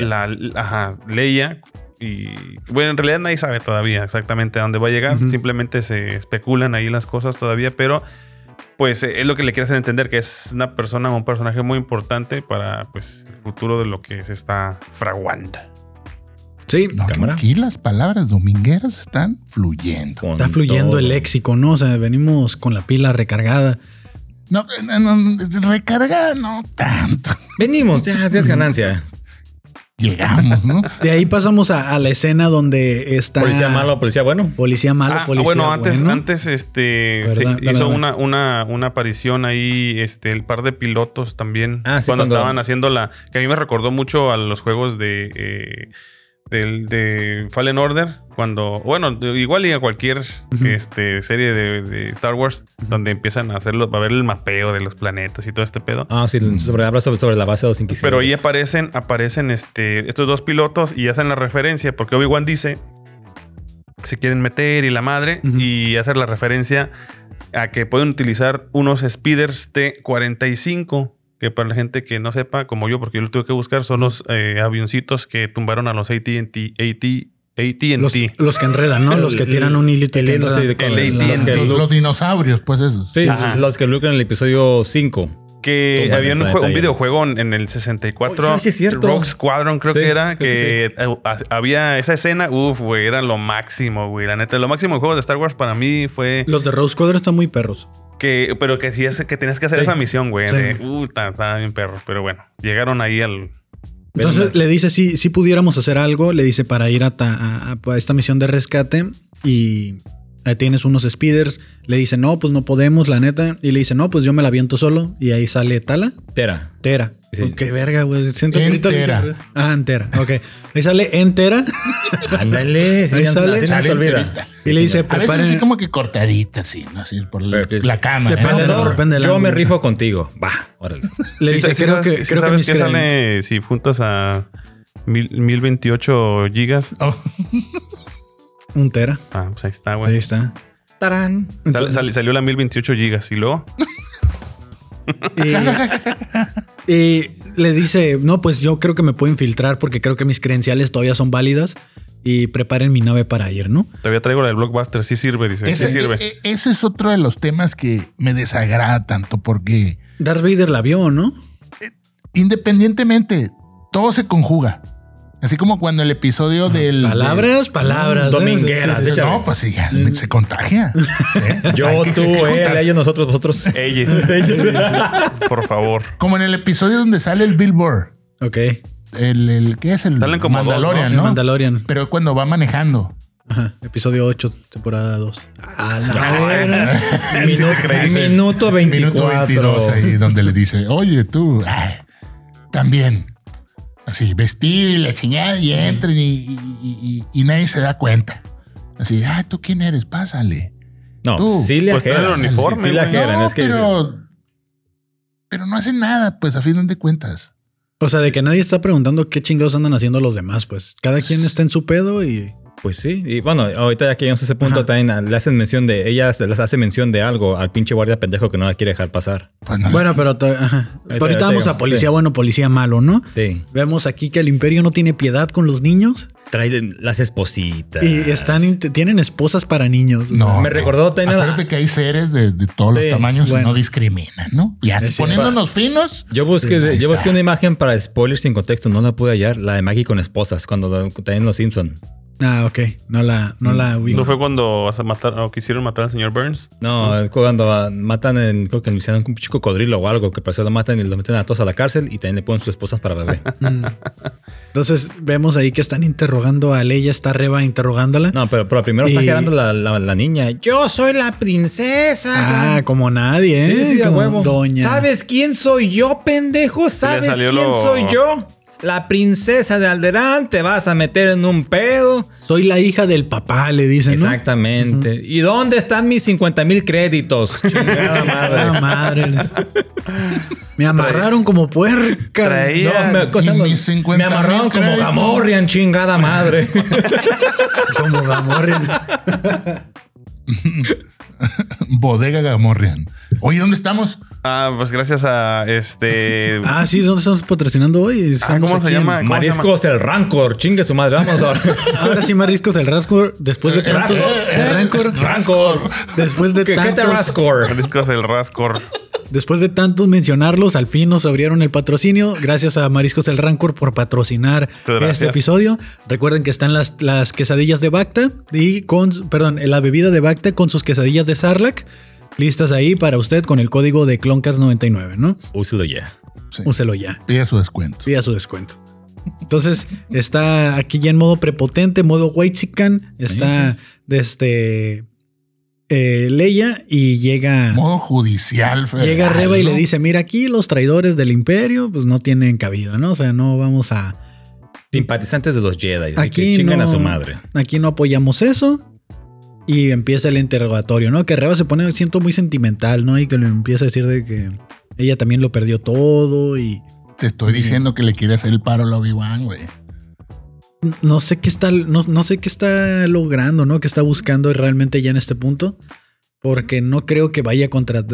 C: la ajá, Leia y bueno, en realidad nadie sabe todavía exactamente a dónde va a llegar, simplemente se especulan ahí las cosas todavía, pero pues eh, es lo que le quiere hacer entender que es una persona, un personaje muy importante para pues el futuro de lo que se está fraguando.
D: Sí.
A: No, que
B: Cámara.
A: aquí las palabras domingueras están fluyendo.
B: Con
D: Está fluyendo
B: todo.
D: el léxico, ¿no? O sea, venimos con la pila recargada.
A: No, no, no, recarga no tanto.
B: Venimos, ya, ya es ganancia.
A: Llegamos, ¿no?
D: De ahí pasamos a, a la escena donde está.
B: Policía malo, policía bueno.
D: Policía malo,
C: Ah,
D: policía
C: bueno, antes,
D: bueno.
C: antes este
D: ¿Verdad?
C: se
D: Dale,
C: hizo
D: dale.
C: Una, una, una aparición ahí, este, el par de pilotos también.
B: Ah, sí,
C: cuando,
B: cuando-
C: estaban haciendo la. Que a mí me recordó mucho a los juegos de. eh, del, de Fallen Order. Cuando. Bueno, de- igual y a cualquier este, serie de, de Star Wars. Donde empiezan a hacerlo. Va a ver el mapeo de los planetas y todo este pedo.
B: Ah, sí, sobre, habla sobre, sobre la base de los inquisidores.
C: Pero ahí aparecen, aparecen este, estos dos pilotos y hacen la referencia, porque Obi-Wan dice que se quieren meter y la madre, y hacer la referencia a que pueden utilizar unos speeders T-45, que para la gente que no sepa, como yo, porque yo lo tuve que buscar, son los eh, avioncitos que tumbaron a los AT&T, AT, AT&T.
D: Los, los que enredan, ¿no? Los que tiran un hilito y
B: El
D: que
B: hilo,
D: enredan.
B: sí, de- con
C: El
B: los que
A: los,
B: Luke-
A: los dinosaurios, pues esos.
B: Sí,
C: Ajá.
B: los que lucran en el episodio 5.
C: Que
B: Tumban
C: había
B: el
C: un,
B: planeta
C: jue- un
B: ya.
C: videojuego en, en el 64.
B: Oye, sí, sí es cierto.
C: Rock Squadron, creo
B: Sí,
C: que era.
B: creo
C: Que,
B: que
C: eh, ha- había esa escena. Uf, güey, era lo máximo, güey. La neta, lo máximo de juegos de Star Wars para mí fue
D: Los de Rose Cuadro están muy perros.
C: que. Pero que sí, es, que tenías que hacer
B: Sí.
C: esa misión, güey.
D: Sí.
C: de, uh, ta- estaba bien perro. Pero bueno, llegaron ahí al.
D: Entonces le dice si, si pudiéramos hacer algo, le dice para ir a, ta- a- pues, a esta misión de rescate y ahí tienes unos speeders, le dice no, pues no podemos, la neta, y le dice no, pues yo me la aviento solo y ahí sale Tala,
B: Tera.
D: Tera.
B: Sí.
D: Oh, Qué verga, güey. Siento que ahorita-
A: Entera.
D: Ah, entera. Ok. Ahí sale entera
B: Ándale, sí,
D: Ahí
B: ya-
D: sale.
B: así no
A: Sale
B: te olvida.
A: enterita.
D: y le dice,
A: A veces
D: "Preparen-
A: así como que cortadita, sí, ¿no? Así por la,
B: Pero, pues,
A: la cámara.
D: depende
A: ¿no?
D: del
A: Por-
D: orden. depende del
B: Yo me
D: ángulo.
B: rifo contigo. Va, órale.
D: le
C: Sí,
D: dice,
C: sí,
D: creo
C: sabes-
D: que,
C: sí
D: creo que
C: sabes
D: mis
C: que
D: creen".
C: sale si juntas a mil, 1028 gigas.
A: Oh,
D: un tera.
C: Ah, pues ahí está,
D: Ahí
C: güey.
D: está.
B: Tarán.
C: Sal- sal- salió la 1028 gigas y luego.
D: Y, y Eh, le dice, no, pues yo creo que me puedo infiltrar porque creo que mis credenciales todavía son válidas y preparen mi nave para ir, ¿no?
C: Todavía traigo la del blockbuster. Sí sirve, dice.
A: ese,
C: sí sirve.
A: e- e- ese es otro de los temas que me desagrada tanto porque
D: Darth Vader la vio, ¿no?
A: independientemente todo se conjuga. Así como cuando el episodio del...
D: Palabras, palabras.
B: Domingueras,
A: del-
D: ¿eh?
B: échale. Mm.
A: no, pues sí, ya, se contagia. ¿eh? Hay
B: Yo,
A: que-
B: tú,
A: hay que
B: él,
A: juntarse.
B: ellos, nosotros, vosotros.
C: Ellos. Por favor.
A: Como en el episodio donde sale el Billboard.
D: Ok.
A: El, el- ¿Qué es el
C: Salen como dos,
A: Mandalorian,
D: ¿no?
A: no?
D: El Mandalorian.
A: Pero cuando va manejando.
D: Ajá, episodio 8, temporada 2. A la
C: verga.
B: Minuto, minuto 24.
A: Minuto 22 ahí donde le dice, oye tú, ay, también. Así, vestir, la chingada
B: Mm.
A: y entren y, y- y- y nadie se da cuenta. Así, ah, ¿tú quién eres? Pásale.
B: No,
A: Tú.
B: sí le
C: Pues trae el
B: ajeran.
C: uniforme,
B: sí le
C: güey.
B: ajeran.
A: No,
B: es que
A: pero, pero no hacen nada, pues a fin de cuentas.
D: O sea, de que nadie está preguntando qué chingados andan haciendo los demás, pues. Cada quien está en su pedo y.
B: Pues sí, y bueno, ahorita ya que llegamos a ese punto,
D: Ajá.
B: también a- le hacen mención de, ella se- les hace mención de algo al pinche guardia pendejo que no la quiere dejar pasar.
A: Pues no,
D: Bueno, pero ta- ajá.
B: Ahí está,
D: ahorita
B: ahí
D: vamos
B: está,
D: a policía
B: sí.
D: bueno, policía malo, ¿no?
B: Sí.
D: Vemos aquí que el imperio no tiene piedad con los niños
B: Trae las espositas.
D: y están int- tienen esposas para niños.
A: no,
B: me
A: ok.
B: recordó también a la-
A: Acuérdate que hay seres de, de todos
B: Sí,
A: los tamaños y
D: bueno.
A: no discriminan, ¿no? Y así
D: Es cierto.
A: poniéndonos finos.
B: Yo busqué,
A: Sí, ahí
B: yo
A: está.
B: busqué una imagen para spoilers sin contexto, no la pude hallar, la de Maggie con esposas, cuando la- también los Simpson.
D: Ah, ok. No la, no
B: Mm.
D: la ubico.
C: ¿No fue cuando vas a matar o quisieron matar al señor Burns?
B: No,
D: Mm.
B: es cuando ah, matan, en, creo que en Luisiana, un chico codrilo o algo, que por eso lo matan y lo meten a todos a la cárcel y también le ponen sus esposas para bebé.
D: Mm. Entonces vemos ahí que están interrogando a Leia, está Reba interrogándola.
B: No, pero, pero primero está
D: Y-
B: gerando la, la- la niña. Yo soy la princesa.
D: Ah, como nadie, ¿eh?
B: Sí, sí, a
D: Como
B: huevo.
D: Doña.
B: ¿Sabes quién soy yo, pendejo? ¿Sabes
C: salió
B: quién
C: lo-
B: soy yo? La princesa de Alderán, te vas a meter en un pedo.
D: Soy la hija del papá, le dicen, ¿no?
B: Exactamente. ¿Y dónde están mis 50 mil créditos? Chingada
D: Ah,
B: madre.
D: madre. Me amarraron como puerca.
C: Traía-
B: No, me, cosa-
A: Y mis 50,000
B: me amarraron como
A: créditos.
B: Gamorrean, chingada madre.
D: Como Gamorrean.
A: Bodega Gamorrean. Oye, ¿dónde estamos?
C: Ah, pues gracias a este.
D: Ah, sí, ¿dónde estamos patrocinando hoy?
B: Ah,
D: Estamos
C: ¿cómo se
D: aquí en-
C: llama? ¿Cómo se llama?
B: Mariscos el Rancor, chingue su madre. Vamos ahora.
D: Ahora sí, Mariscos del Rascor. Después de
B: Eh,
D: tanto. el Rancor.
B: Rancor.
D: Después de
B: eh, ¿Qué, qué te
D: tantos.
B: rascor?
C: Mariscos del Rascor.
D: Después de tantos mencionarlos, al fin nos abrieron el patrocinio. Gracias a Mariscos del Rancor por patrocinar
C: Muchas gracias.
D: este episodio. Recuerden que están las, las quesadillas de Bacta y con, perdón, la bebida de Bacta con sus quesadillas de Sarlac listas ahí para usted con el código de Cloncas99, ¿no?
B: Úselo ya.
A: Sí.
D: Úselo ya.
A: Pide su descuento.
D: Pida su descuento. Entonces, está aquí ya en modo prepotente, modo white chican. Está desde eh, Leia y llega.
A: Modo judicial. federal,
D: Llega Reba y
A: ¿no?
D: le dice, mira aquí los traidores del imperio, pues no tienen cabida, ¿no? O sea, no vamos a...
B: Simpatizantes de los Jedi. así que
D: Aquí
B: chingan
D: no,
B: a su madre.
D: Aquí no apoyamos eso. Y empieza el interrogatorio, ¿no? Que Reba se pone, siento, muy sentimental, ¿no? Y que le empieza a decir de que ella también lo perdió todo y...
A: Te estoy diciendo que le quiere hacer el paro a la Obi-Wan, güey.
D: No sé qué está, no, no sé qué está logrando, ¿no? Que está buscando realmente ya en este punto. Porque no creo que vaya contra...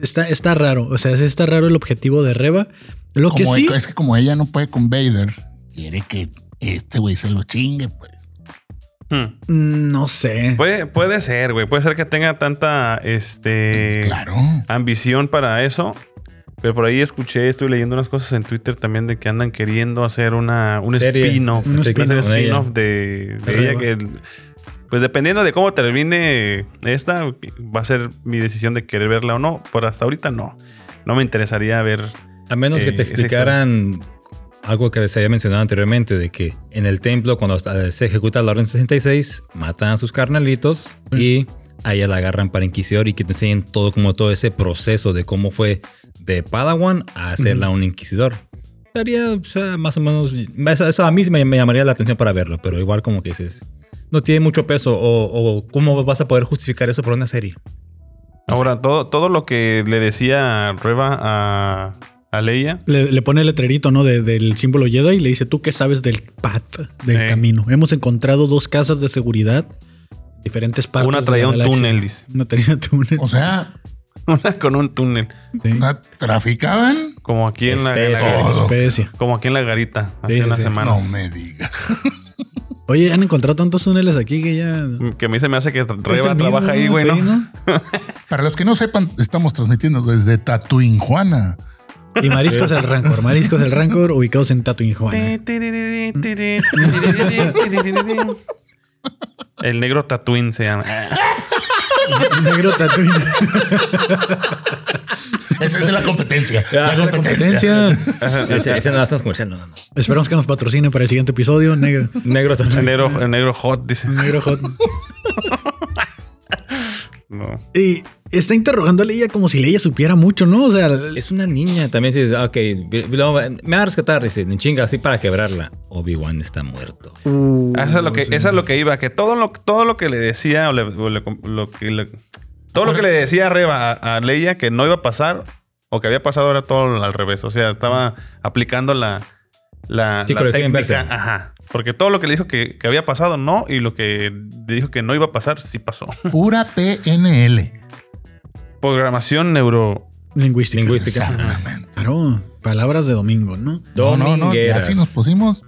D: Está, está raro, o sea, está raro el objetivo de Reba. Lo que
A: Como-
D: sí...
A: Es que como ella no puede con Vader, quiere que este güey se lo chingue, pues.
C: Hmm.
D: No sé.
C: Puede, puede ser, güey. Puede ser que tenga tanta este,
A: claro.
C: ambición para eso. Pero por ahí escuché, estuve leyendo unas cosas en Twitter también de que andan queriendo hacer una, un
B: Serie.
C: spin-off.
B: Un
C: Sí, hacer
B: spin-off de
C: spin-off de, de ella.
D: Reba.
C: que el- pues dependiendo de cómo termine esta, va a ser mi decisión de querer verla o no. Por hasta ahorita no. No me interesaría ver.
B: A menos
C: Eh,
B: que te
C: esa
B: explicaran algo que se había mencionado anteriormente, de que en el templo, cuando eh, se ejecuta la orden 66, matan a sus carnalitos
A: Mm.
B: y a ella la agarran para inquisidor y que te enseñen todo, como todo ese proceso de cómo fue de Padawan a hacerla un inquisidor. Estaría, o sea, más o menos, eso, eso a mí me, me llamaría la atención para verlo, pero igual como que dices, no tiene mucho peso o, o cómo vas a poder justificar eso por una serie.
C: Ahora, todo, todo lo que le decía Reba a, a Leia.
D: Le, le pone el letrerito, ¿no? De- del símbolo Jedi y le dice, ¿tú qué sabes del path, del
C: Sí.
D: camino? Hemos encontrado dos casas de seguridad, diferentes partes.
C: Una
D: de
C: traía
D: la
C: un
D: galaxia.
C: túnel, dice.
D: Una traía un túnel.
A: O sea,
C: Una con un túnel.
D: sí.
A: la traficaban.
C: Como aquí en la, en la
B: Espejo.
C: garita.
D: Especie.
C: Como aquí en la garita. Hace
D: Oh, Sí, sí,
C: unas
D: sí.
A: No
C: semanas.
A: me digas.
D: Oye, han encontrado tantos túneles aquí que ya...
C: Que a mí se me hace que tra-
D: Es
C: Reba
D: el mismo,
C: trabaja ahí, güey, ¿no?
D: Sí,
A: Para los que no sepan, estamos transmitiendo desde Tatuín Juana.
D: Y Mariscos del Rancor. Mariscos del Rancor ubicados en Tatuinjuana.
C: El negro Tatooine se llama.
D: El negro Tatuín.
A: Esa es la competencia. La
B: la
A: competencia.
B: Ese, ese no lo estamos comercial, no, no.
D: Esperamos que nos patrocine para el siguiente episodio. Negro,
B: Negro
C: El
B: también.
C: negro, el negro hot, dice.
D: negro hot.
C: No.
D: Y está interrogando a Leia como si Leia supiera mucho, ¿no? O sea,
B: Es una niña también. Dice, ok, vi- vi- lo- me va a rescatar. Dice, ni chinga, así para quebrarla. Obi-Wan está muerto.
D: uh,
C: Eso Ah, es lo que, eso es lo que iba, que todo lo, todo lo que le decía, o le- o le- lo que le- todo lo que le decía Reba a, a Leia que no iba a pasar, o que había pasado era todo al revés. O sea, estaba aplicando la, la,
B: Sí,
C: la
B: corrección
C: técnica.
B: inversa.
C: Ajá. Porque todo lo que le dijo que, que había pasado, no, y lo que le dijo que no iba a pasar, sí pasó.
A: Pura PNL.
C: Programación neuro.
D: lingüística.
B: Lingüística.
A: Exactamente.
D: Claro, palabras de domingo, ¿no?
A: No, no, no. Y
B: Domingueras.
A: así nos pusimos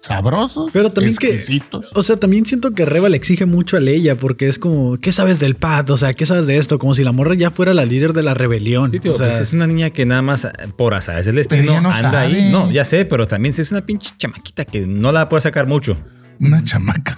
A: sabrosos,
D: Pero también que-
A: exquisitos.
D: O sea, también siento que Reba le exige mucho a Leia porque es como, ¿qué sabes del PAT? O sea, ¿qué sabes de esto? Como si la morra ya fuera la líder de la rebelión.
B: Sí, tío,
D: o sea,
B: pues es una niña que nada más eh, por azar es el
A: ya
B: destino,
A: no
B: anda
A: sabe.
B: ahí. No, ya sé, pero también sí es una pinche chamaquita que no la puede sacar mucho.
A: Una chamaca.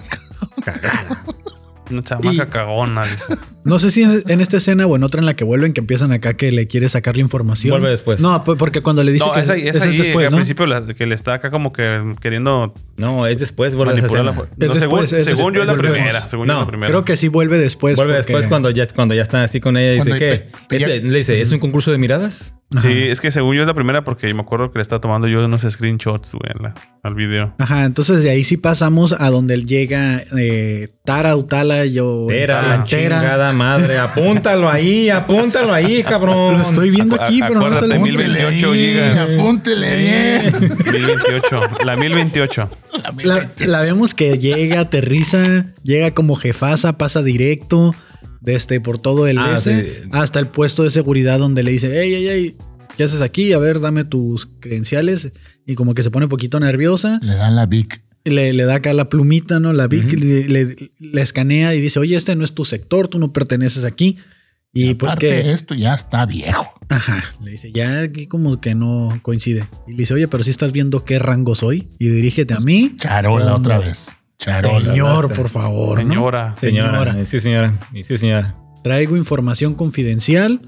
C: Una chamaca
D: Y-
C: cagona. dice.
D: No sé si en en esta escena o en otra en la que vuelven que empiezan acá que le quiere sacar la información.
B: Vuelve después.
D: No, pues, porque cuando le dice
C: No,
D: que
C: esa, esa
D: eso
C: ahí,
D: es después,
C: al
D: ¿no?
C: principio la- que le está acá como que queriendo
B: No, es después, vuelve a esa
C: manipular la
B: escena.
C: fu-
D: Es
C: No, según,
D: después, es
C: según yo es la
D: después,
C: primera.
D: volvemos.
C: Según yo es
B: No,
C: la primera.
D: Creo que sí vuelve después.
B: Vuelve
D: porque-
B: después cuando ya, cuando ya están así con ella y dice
A: Cuando
B: que
A: te- te-
B: le dice, ¿es un concurso de miradas?
C: Sí, es que según yo es la primera porque me acuerdo que le estaba tomando yo unos screenshots, güey, al, al video.
D: Ajá, entonces de ahí sí pasamos a donde él llega eh, Tara, Utala, yo.
B: Tera, la
D: Ah, Tera.
B: chingada madre. Apúntalo ahí, apúntalo ahí, cabrón.
D: Lo estoy viendo aquí,
C: Acu-
D: pero no me
C: acuérdate,
D: sale.
C: mil- 1028 gigas.
A: Apúntele bien.
C: 1028. la 1028.
D: La, la vemos que llega, aterriza, llega como jefasa, pasa directo desde por todo el
B: Ah,
D: ese
B: sí.
D: hasta el puesto de seguridad donde le dice, hey, hey, hey, ¿qué haces aquí? A ver, dame tus credenciales. Y como que se pone poquito nerviosa,
A: Le dan la Vic.
D: y le, le da acá la plumita, ¿no? La Vic, le, le- le escanea y dice, oye, este no es tu sector, tú no perteneces aquí. Y pues
A: Aparte, ¿eh?
D: que...
A: esto ya está viejo.
D: Ajá, le dice, ya aquí como que no coincide. Y le dice, oye, pero si estás viendo qué rango soy y dirígete a mí.
A: Charola
D: Hombre.
A: otra vez. Charola.
D: Señor, por favor. ¿no?
C: Señora.
B: Señora.
D: Señora.
B: Sí, señora. Y Sí, señora.
D: Traigo información confidencial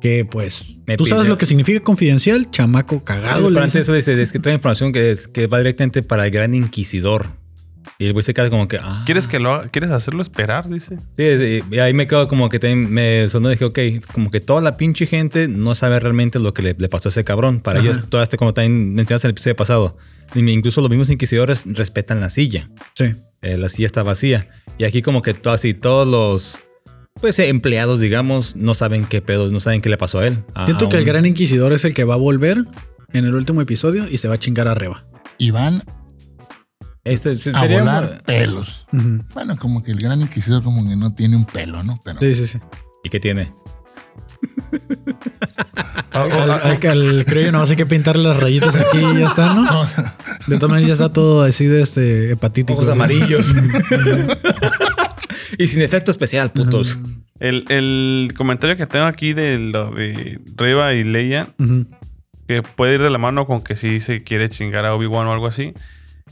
D: que pues...
B: Me
D: ¿Tú sabes
B: pidió-
D: lo que significa confidencial? Chamaco
B: Algo
D: cagado.
B: pero
D: le
B: antes
D: dice.
B: de eso dice, es que trae información que, es- que va directamente para el gran inquisidor. Y el güey se queda como que, ah.
C: ¿Quieres, que lo, haga- ¿Quieres hacerlo esperar? Dice.
B: Sí, sí, y ahí me quedo como que también me sonó y dije, ok, como que toda la pinche gente no sabe realmente lo que le, le pasó a ese cabrón. Para
D: Ajá.
B: ellos, todo este, como también mencionaste en el episodio pasado, y me- incluso los mismos inquisidores respetan la silla.
D: Sí.
B: Eh, la silla está vacía. Y aquí como que todo, así todos los pues eh, empleados, digamos, no saben qué pedo, no saben qué le pasó a él. A-
D: Siento
B: a
D: que el
B: Ah, un-
D: gran inquisidor es el que va a volver en el último episodio y se va a chingar a Reba.
A: Y van
B: Este, se-
A: a
B: sería-
A: volar pelos.
D: Ujú.
A: Bueno, como que el gran inquisidor como que no tiene un pelo, ¿no? Pero
D: Sí, sí, sí.
B: ¿Y qué tiene? Ah,
D: Al, al- al creo yo no sé qué pintarle las rayitas aquí y ya está, ¿no?
A: No,
D: De todas maneras ya está todo así de este hepatítico.
B: Ojos
D: así.
B: amarillos. y sin efecto especial, putos.
C: El, el comentario que tengo aquí de lo de Reba y Leia,
D: Ujú.
C: que puede ir de la mano con que si se quiere chingar a Obi-Wan o algo así,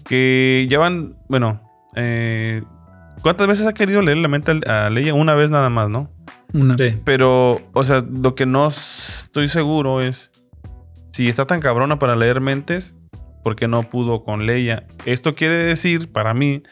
C: que ya van, bueno, eh, ¿cuántas veces ha querido leer la mente a a Leia? Una vez nada más, ¿no?
D: Una.
B: Sí.
C: Pero, o sea, lo que no estoy seguro es si está tan cabrona para leer mentes, ¿por qué no pudo con Leia? Esto quiere decir, para mí,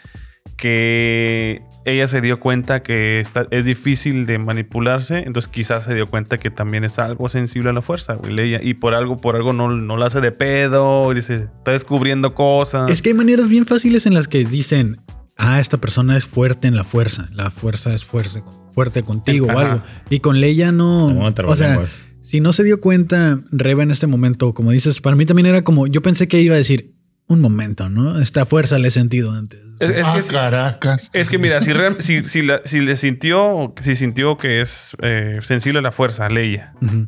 C: que ella se dio cuenta que está- es difícil de manipularse, entonces quizás se dio cuenta que también es algo sensible a la fuerza, güey, Leia, y por algo, por algo no, no la hace de pedo, y dice, está descubriendo cosas.
D: Es que hay maneras bien fáciles en las que dicen, ah, esta persona es fuerte en la fuerza, la fuerza es fuerte, fuerte contigo o
C: Ajá.
D: algo. Y con Leia no...
B: No,
D: o sea,
B: trabalenguas.
D: si no se dio cuenta Reba en este momento, como dices, para mí también era como, yo pensé que iba a decir, un momento, ¿no? Esta fuerza le he sentido antes.
C: Es- es
A: ah,
C: que sí.
A: Caracas.
C: Es que mira, si, real- si, si la- si le sintió, si sintió que es eh, sensible a la fuerza, a Leia,
D: Ujú.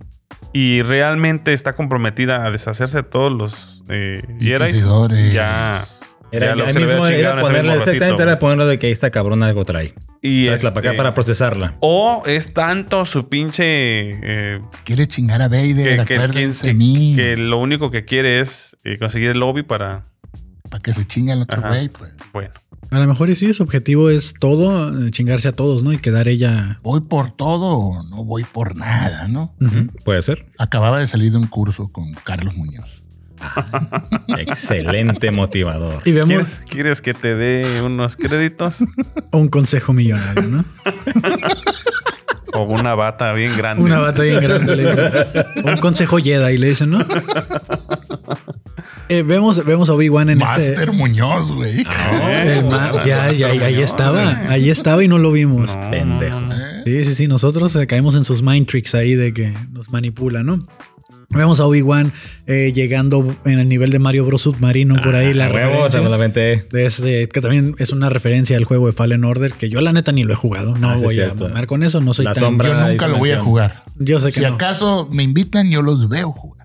C: y realmente está comprometida a deshacerse de todos los eh, Jedi,
A: Inquisidores.
C: ya,
B: Era,
C: ya lo
B: ahí
C: observé
B: mismo
C: a chingar en
B: era
C: ese
B: ponerle,
C: mismo ratito,
B: exactamente,
C: güey.
B: era ponerle de que esta cabrona algo trae.
C: Y
B: Tráetela para acá
C: este,
B: para procesarla.
C: O es tanto su pinche eh,
A: Quiere chingar a
C: que,
A: Vader,
C: que-
A: acuérdense
C: que-
A: de mí.
C: que lo único que quiere es eh, conseguir el lobby para,
A: para que se chingue al otro
C: Ajá.
A: güey, pues.
C: bueno,
D: A lo mejor y sí, su objetivo es todo, eh, chingarse a todos, ¿no? Y quedar ella.
A: ¿Voy por todo o no voy por nada, no?
B: ¿Puede ser?
A: Acababa de salir de un curso con Carlos Muñoz.
B: Excelente motivador.
D: Y vemos
C: ¿Quieres, quieres que te dé unos créditos?
D: un consejo millonario, ¿no?
C: o una bata bien grande.
D: Una bata bien grande. le dicen. Un consejo Jedi, le dicen, ¿no? Eh, vemos, vemos a Obi-Wan en este.
A: Master Muñoz, güey.
B: Ah,
D: El
B: Oh,
D: ma- ya, ya, ya, ahí estaba. Ahí estaba y no lo vimos.
B: Pendejos.
D: Sí, sí, sí. Nosotros eh, caemos en sus mind tricks ahí de que nos manipula, ¿no? Vemos a Obi-Wan eh, llegando en el nivel de Mario Bros. Submarino por ahí. La
B: A Ah, huevo,
D: referencia.
B: seguramente.
D: De este, que también es una referencia al juego de Fallen Order, que yo la neta ni lo he jugado. No
B: Ah, sí,
D: voy a
B: cierto.
D: mamar con eso, no soy
B: La
D: tan...
B: sombra.
A: Yo nunca
B: hizo
A: lo voy a
B: mención.
A: jugar.
D: Yo sé que
A: Si
D: no.
A: acaso me invitan, yo los veo jugar.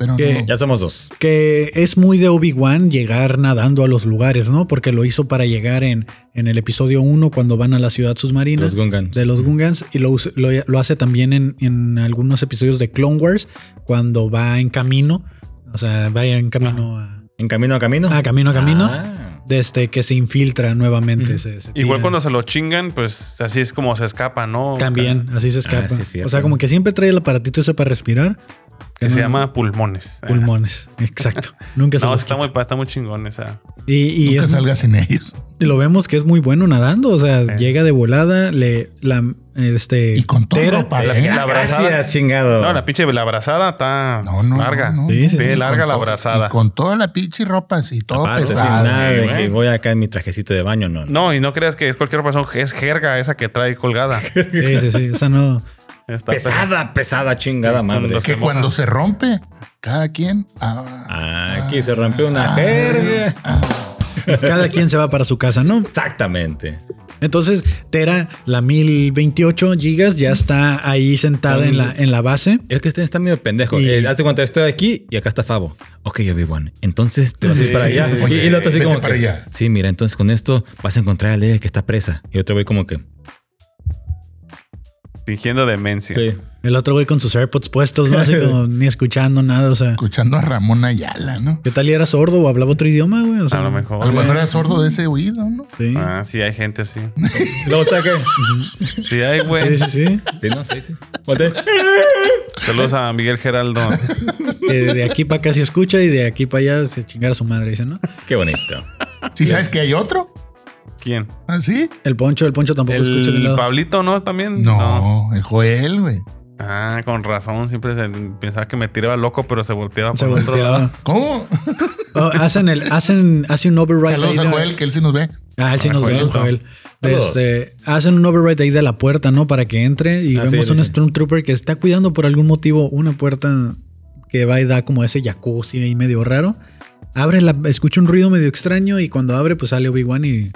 A: Pero
D: ¿Qué?
A: no.
B: Ya somos dos.
D: Que es muy de Obi-Wan llegar nadando a los lugares, ¿no? Porque lo hizo para llegar en, en el episodio 1 cuando van a la ciudad submarina.
B: Los Gungans.
D: De los Gungans. Y lo, us- lo- lo hace también en, en algunos episodios de Clone Wars cuando va en camino. O sea, va en camino a...
B: En camino a camino.
D: Ah, camino a camino.
B: Ah.
D: Desde que se infiltra nuevamente. se- se
C: Igual
D: tira.
C: cuando se lo chingan, pues así es como se escapa, ¿no?
D: También, así se escapa.
B: Ah, sí, es cierto.
D: o sea, como que siempre trae el aparatito ese para respirar.
C: Que
D: no-
C: se llama pulmones. Eh.
D: Pulmones, exacto. Nunca se
C: No,
D: los
C: está
D: quita.
C: muy, pa- está muy chingón esa.
D: Y, y
A: nunca
D: es-
A: salgas en ellos.
D: y lo vemos que es muy bueno nadando. O sea, llega de volada, le la este
A: Y con todo
D: tera-
A: ropa, la-
B: Eh,
A: la
C: abrazada.
B: Gracias, chingado.
C: No, la pinche la abrazada está
A: No, no.
C: larga.
A: no, no.
D: Sí, sí,
C: Sí,
D: sí,
A: Con
C: larga la
A: todo-
C: abrazada.
A: Y con toda la pinche ropa así, todo
B: Aparte, sin
A: pesado.
B: nada de
A: güey.
B: que voy acá en mi trajecito de baño, no. no.
C: No, y no creas que es cualquier persona, es jerga esa que trae colgada.
D: Sí, sí, sí. O sea, no.
C: Está
B: Pesada, pesada, chingada madre.
C: Los-
A: Que cuando se rompe, cada quien. ah,
B: Ah, Aquí se rompió una jerga.
D: Cada quien se va para su casa, ¿no?
B: Exactamente.
D: Entonces, Tera, la 1028 gigas, ya está ahí sentada en la, en la base.
B: Es que este está medio pendejo.
D: Y-
B: Eh, hazte cuenta, estoy aquí y acá está Favo. Ok, Obi-Wan. Entonces te vas a ir
C: Sí,
B: para
C: sí,
B: allá.
C: sí,
B: y, y el otro así
A: vete
B: como.
A: para
B: que,
A: allá.
B: Sí, mira, entonces con esto vas a encontrar a Leia que está presa. Y otro güey como que.
C: fingiendo demencia.
B: Sí.
D: El otro güey con sus AirPods puestos, ¿no? Así como ni escuchando nada. O sea,
A: Escuchando a Ramón Ayala, ¿no?
D: ¿qué tal y era sordo o hablaba otro idioma, güey? O sea,
C: A lo
A: A lo
C: mejor.
A: mejor era sordo de ese oído, ¿no?
D: Sí.
C: Ah, sí, hay gente así.
B: ¿Lo otra que?
C: Sí, hay,
D: Sí,
C: güey.
D: sí, sí.
B: Sí, no, sí, sí. Voltea.
C: Saludos a Miguel Geraldo.
D: Que de aquí para acá se escucha y de aquí para allá se chingara su madre, dice, ¿no?
B: Qué bonito.
A: Si sabes que hay otro. ¿Ah,
C: ¿Quién?
A: ¿Así?
D: El poncho, el poncho tampoco escucha de un
C: ¿El
D: lado.
C: Pablito, no? ¿También?
A: No, el Joel, güey.
C: Ah, con razón. Siempre se- pensaba que me tiraba loco, pero se volteaba
D: Se
C: por otro
D: volteaba.
C: lado.
A: ¿Cómo?
D: Oh, hacen el, hacen, hace un override
A: Saludos
D: ahí
A: a
D: de-
A: Joel, que él sí nos ve.
D: Ah, él sí
C: A
D: nos ve,
C: Joel,
D: Joel.
B: no. Saludos.
D: Este, hacen un override ahí de la puerta, ¿no? Para que entre y
B: Ah, sí,
D: vemos
B: sí,
D: un
B: sí.
D: Stormtrooper que está cuidando por algún motivo una puerta que va y da como ese jacuzzi ahí medio raro. Abre la, escucha un ruido medio extraño y cuando abre, pues sale Obi-Wan y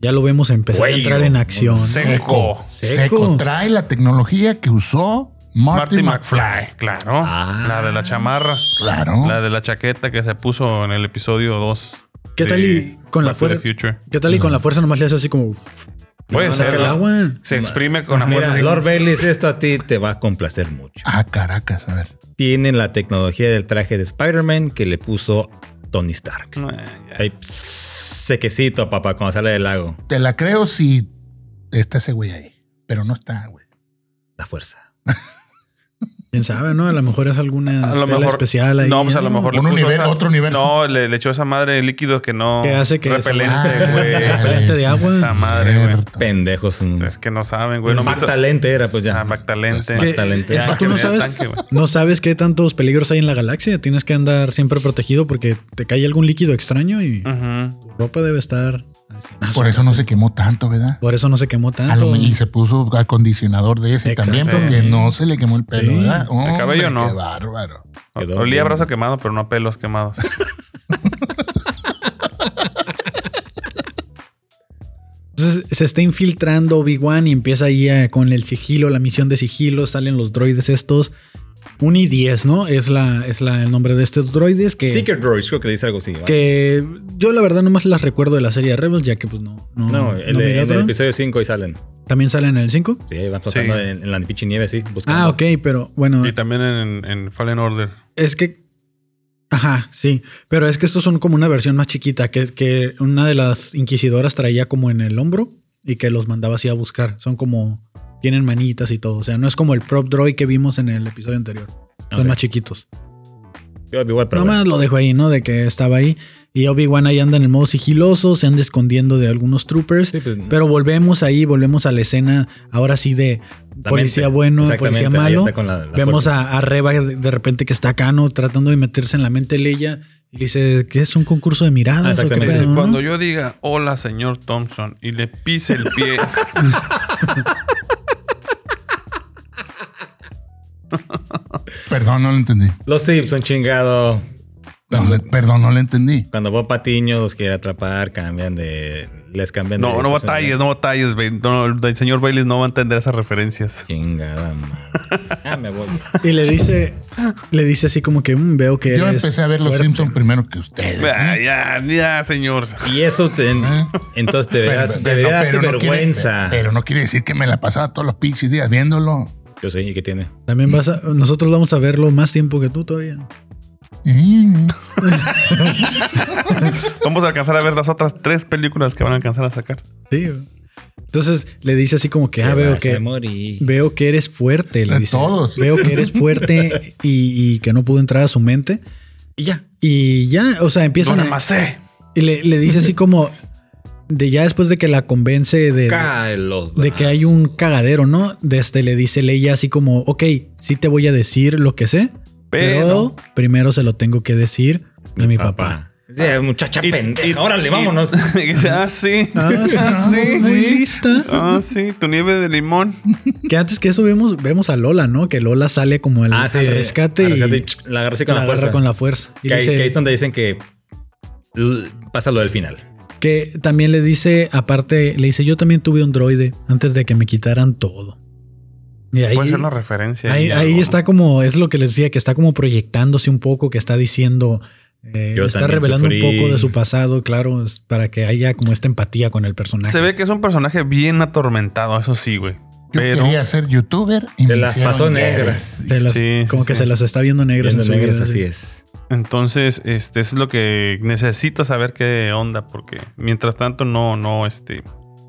D: ya lo vemos empezar a
B: Güey,
D: entrar en acción. ¿no?
C: Seco.
A: Seco.
D: Seco.
A: Trae la tecnología que usó
C: Marty
A: Marty, McFly.
C: McFly, claro.
B: Ah.
C: La de la chamarra.
A: Claro.
C: La de la chaqueta que se puso en el episodio 2.
D: ¿Qué
C: de
D: tal y con la
C: Back to the
D: fuerza?
C: Future.
D: ¿Qué tal y con la fuerza nomás le hace así como uf,
C: Puede
D: van a
C: ser.
D: sacar
C: ¿no?
D: el agua?
C: Se exprime con la fuerza.
B: Mira, Lord Bailey, esto a ti te va a complacer mucho.
A: Ah, caracas, a ver.
B: Tienen la tecnología del traje de Spider-Man que le puso Tony Stark.
C: Ah,
B: Ahí, pss, sequecito, papá, cuando sale del lago.
A: Te la creo si está ese güey ahí. Pero no está, güey.
B: La fuerza.
D: quién sabe, ¿no? A lo mejor es alguna
C: A lo
D: Ah, tela
C: mejor.
D: especial ahí.
C: no, pues a lo mejor. le
A: Un
C: puso
A: univer-
C: esa-
A: otro universo.
C: No, le, le echó esa madre de líquido que no.
D: Que hace que se-
C: Repelente,
A: Ah,
C: güey.
D: Repelente de
A: sí,
D: agua.
A: cierto.
C: madre, güey.
B: Pendejos. Un...
C: Es que no saben, güey. No
B: Mac
C: me-
B: Talente era, pues
C: Ah,
B: ya.
C: Mac Talente.
B: Mac Talente.
D: Es
C: Ya,
D: que tú
C: que
D: no
C: sea
D: sabes,
C: tanque, güey.
D: no sabes qué tantos peligros hay en la galaxia. Tienes que andar siempre protegido porque te cae algún líquido extraño y
C: Ujú.
D: tu ropa debe estar. al cienazo.
A: Por eso no se quemó tanto, ¿verdad?
D: Por eso no se quemó
A: A lo
D: Ah, tanto.
A: me- y se puso acondicionador de ese
D: Exacto.
A: también porque no se le quemó el pelo,
D: Sí.
A: ¿verdad?
C: El cabello no.
A: Qué bárbaro.
B: Quedó
C: Olía
B: bien.
C: a brazo quemado, pero no a pelos quemados.
D: Entonces se está infiltrando Obi-Wan y empieza ahí eh, con el sigilo, la misión de sigilo. Salen los droides estos. Un I-10, ¿no? Es, la, es la, el nombre de estos droides que.
B: Secret Droids, creo que le dice algo así. ¿va?
D: que yo la verdad nomás las recuerdo de la serie de Rebels, ya que pues no. No,
B: No, el,
D: no
B: de-
D: miré
B: en el
D: otro.
B: episodio 5 y salen.
D: También salen en el 5.
B: Sí, ahí van flotando
C: Sí.
B: en, en la pinche nieve, sí. Buscando.
D: Ah, ok, pero bueno.
C: y también en, en Fallen Order.
D: Es que Ajá, sí. Pero es que estos son como una versión más chiquita que, que una de las inquisidoras traía como en el hombro y que los mandaba así a buscar. Son como. Tienen manitas y todo. O sea, no es como el prop droid que vimos en el episodio anterior. Son
B: Ok.
D: más chiquitos.
B: Yo igual, pero
D: Nomás lo dejo ahí, ¿no? De que estaba ahí. Y Obi-Wan ahí anda en el modo sigiloso, se anda escondiendo de algunos troopers.
B: Sí, pues,
D: pero volvemos ahí, volvemos a la escena ahora sí de
B: La
D: policía
B: mente.
D: bueno,
B: Exactamente,
D: policía
B: ahí
D: malo.
B: está con la- la
D: Vemos
B: fuerza.
D: a, a Reba de, de repente que está acá, ¿no? Tratando de meterse en la mente de Leia. Y dice, ¿qué es un concurso de miradas?
B: Ah,
D: o qué
B: exactamente.
D: pedo,
C: Dice,
D: no?
C: cuando yo diga hola, señor Thompson, y le pise el pie.
A: Perdón, no lo entendí.
B: Los Simpson chingado.
A: No, le- perdón, no lo entendí.
B: Cuando Bob Patiño los quiere atrapar, cambian de. Les cambian de.
C: No, no
B: dirección.
C: batalles, no batalles. Bail- no, el señor Bailey no va a entender esas referencias.
B: Chingada madre. Ah, me voy.
D: Y le dice, le dice así como que "Mm, veo que
A: Yo
D: eres
A: empecé a ver Los
D: fuerte".
A: Simpson primero que ustedes.
C: Ah, ya, ya, señor.
B: Y eso te-
D: Ah.
B: entonces te debería, debería
A: no-
B: darte
A: no quiere-
B: vergüenza.
A: pero no quiere decir que me la pasaba todos los pinches días viéndolo.
B: Yo sé, ¿y qué tiene?
D: También vas a- nosotros vamos a verlo más tiempo que tú todavía.
A: Mm.
C: Vamos a alcanzar a ver las otras tres películas que van a alcanzar a sacar.
D: Sí. güey. Entonces le dice así como que, ah,
B: Te
D: veo
B: vas
D: que...
B: a morir.
D: Veo que eres fuerte, le
A: De
D: dice.
A: todos.
D: Veo que eres fuerte y, y que no pudo entrar a su mente.
B: Y ya.
D: Y ya, o sea, empiezan
C: Dona
D: a-
C: Macé.
D: y le, le dice así como de ya después de que la convence de,
B: Cae los
D: de que hay un cagadero, ¿no? Desde le dice Leia así como, ok, sí te voy a decir lo que sé, pero,
C: Pero-
D: primero se lo tengo que decir a mi papá.
B: papá. Sí, muchacha pendeja. Órale,
C: Y-
B: vámonos.
C: y dice, ah, sí.
D: Ah, sí, muy lista.
C: Ah, sí, tu nieve de limón.
D: Que antes que eso vemos, vemos a Lola, ¿no? Que Lola sale como el,
B: Ah, sí,
D: al rescate,
B: al rescate
D: y,
B: y la agarra así con la
D: agarra
B: fuerza.
D: con la fuerza. Y
B: Que, ahí-
D: dice-
B: que ahí es donde dicen que l- pasa lo del final.
D: Que también le dice, aparte, le dice, yo también tuve un droide antes de que me quitaran todo. Y ahí,
C: Puede ser la referencia.
D: ahí,
C: y
D: ahí
C: algo, ¿no?
D: está como, es lo que les decía, que está como proyectándose un poco, que está diciendo, eh,
B: Yo
D: está
B: también
D: revelando un
B: sufrí.
D: poco de su pasado, claro, es para que haya como esta empatía con el personaje.
C: Se ve que es un personaje bien atormentado, eso sí, güey.
A: Yo
C: Pero
A: quería ser youtuber y
B: Te
A: me
B: las
A: hicieron
B: pasó
A: llegar.
B: negras.
D: Se las-
C: Sí, sí,
D: como que
C: sí.
D: se las está viendo negras
B: Viendo
D: en su
B: negras,
D: vida,
B: así
D: sí.
B: es.
C: entonces este es lo que necesito saber qué onda porque mientras tanto no no este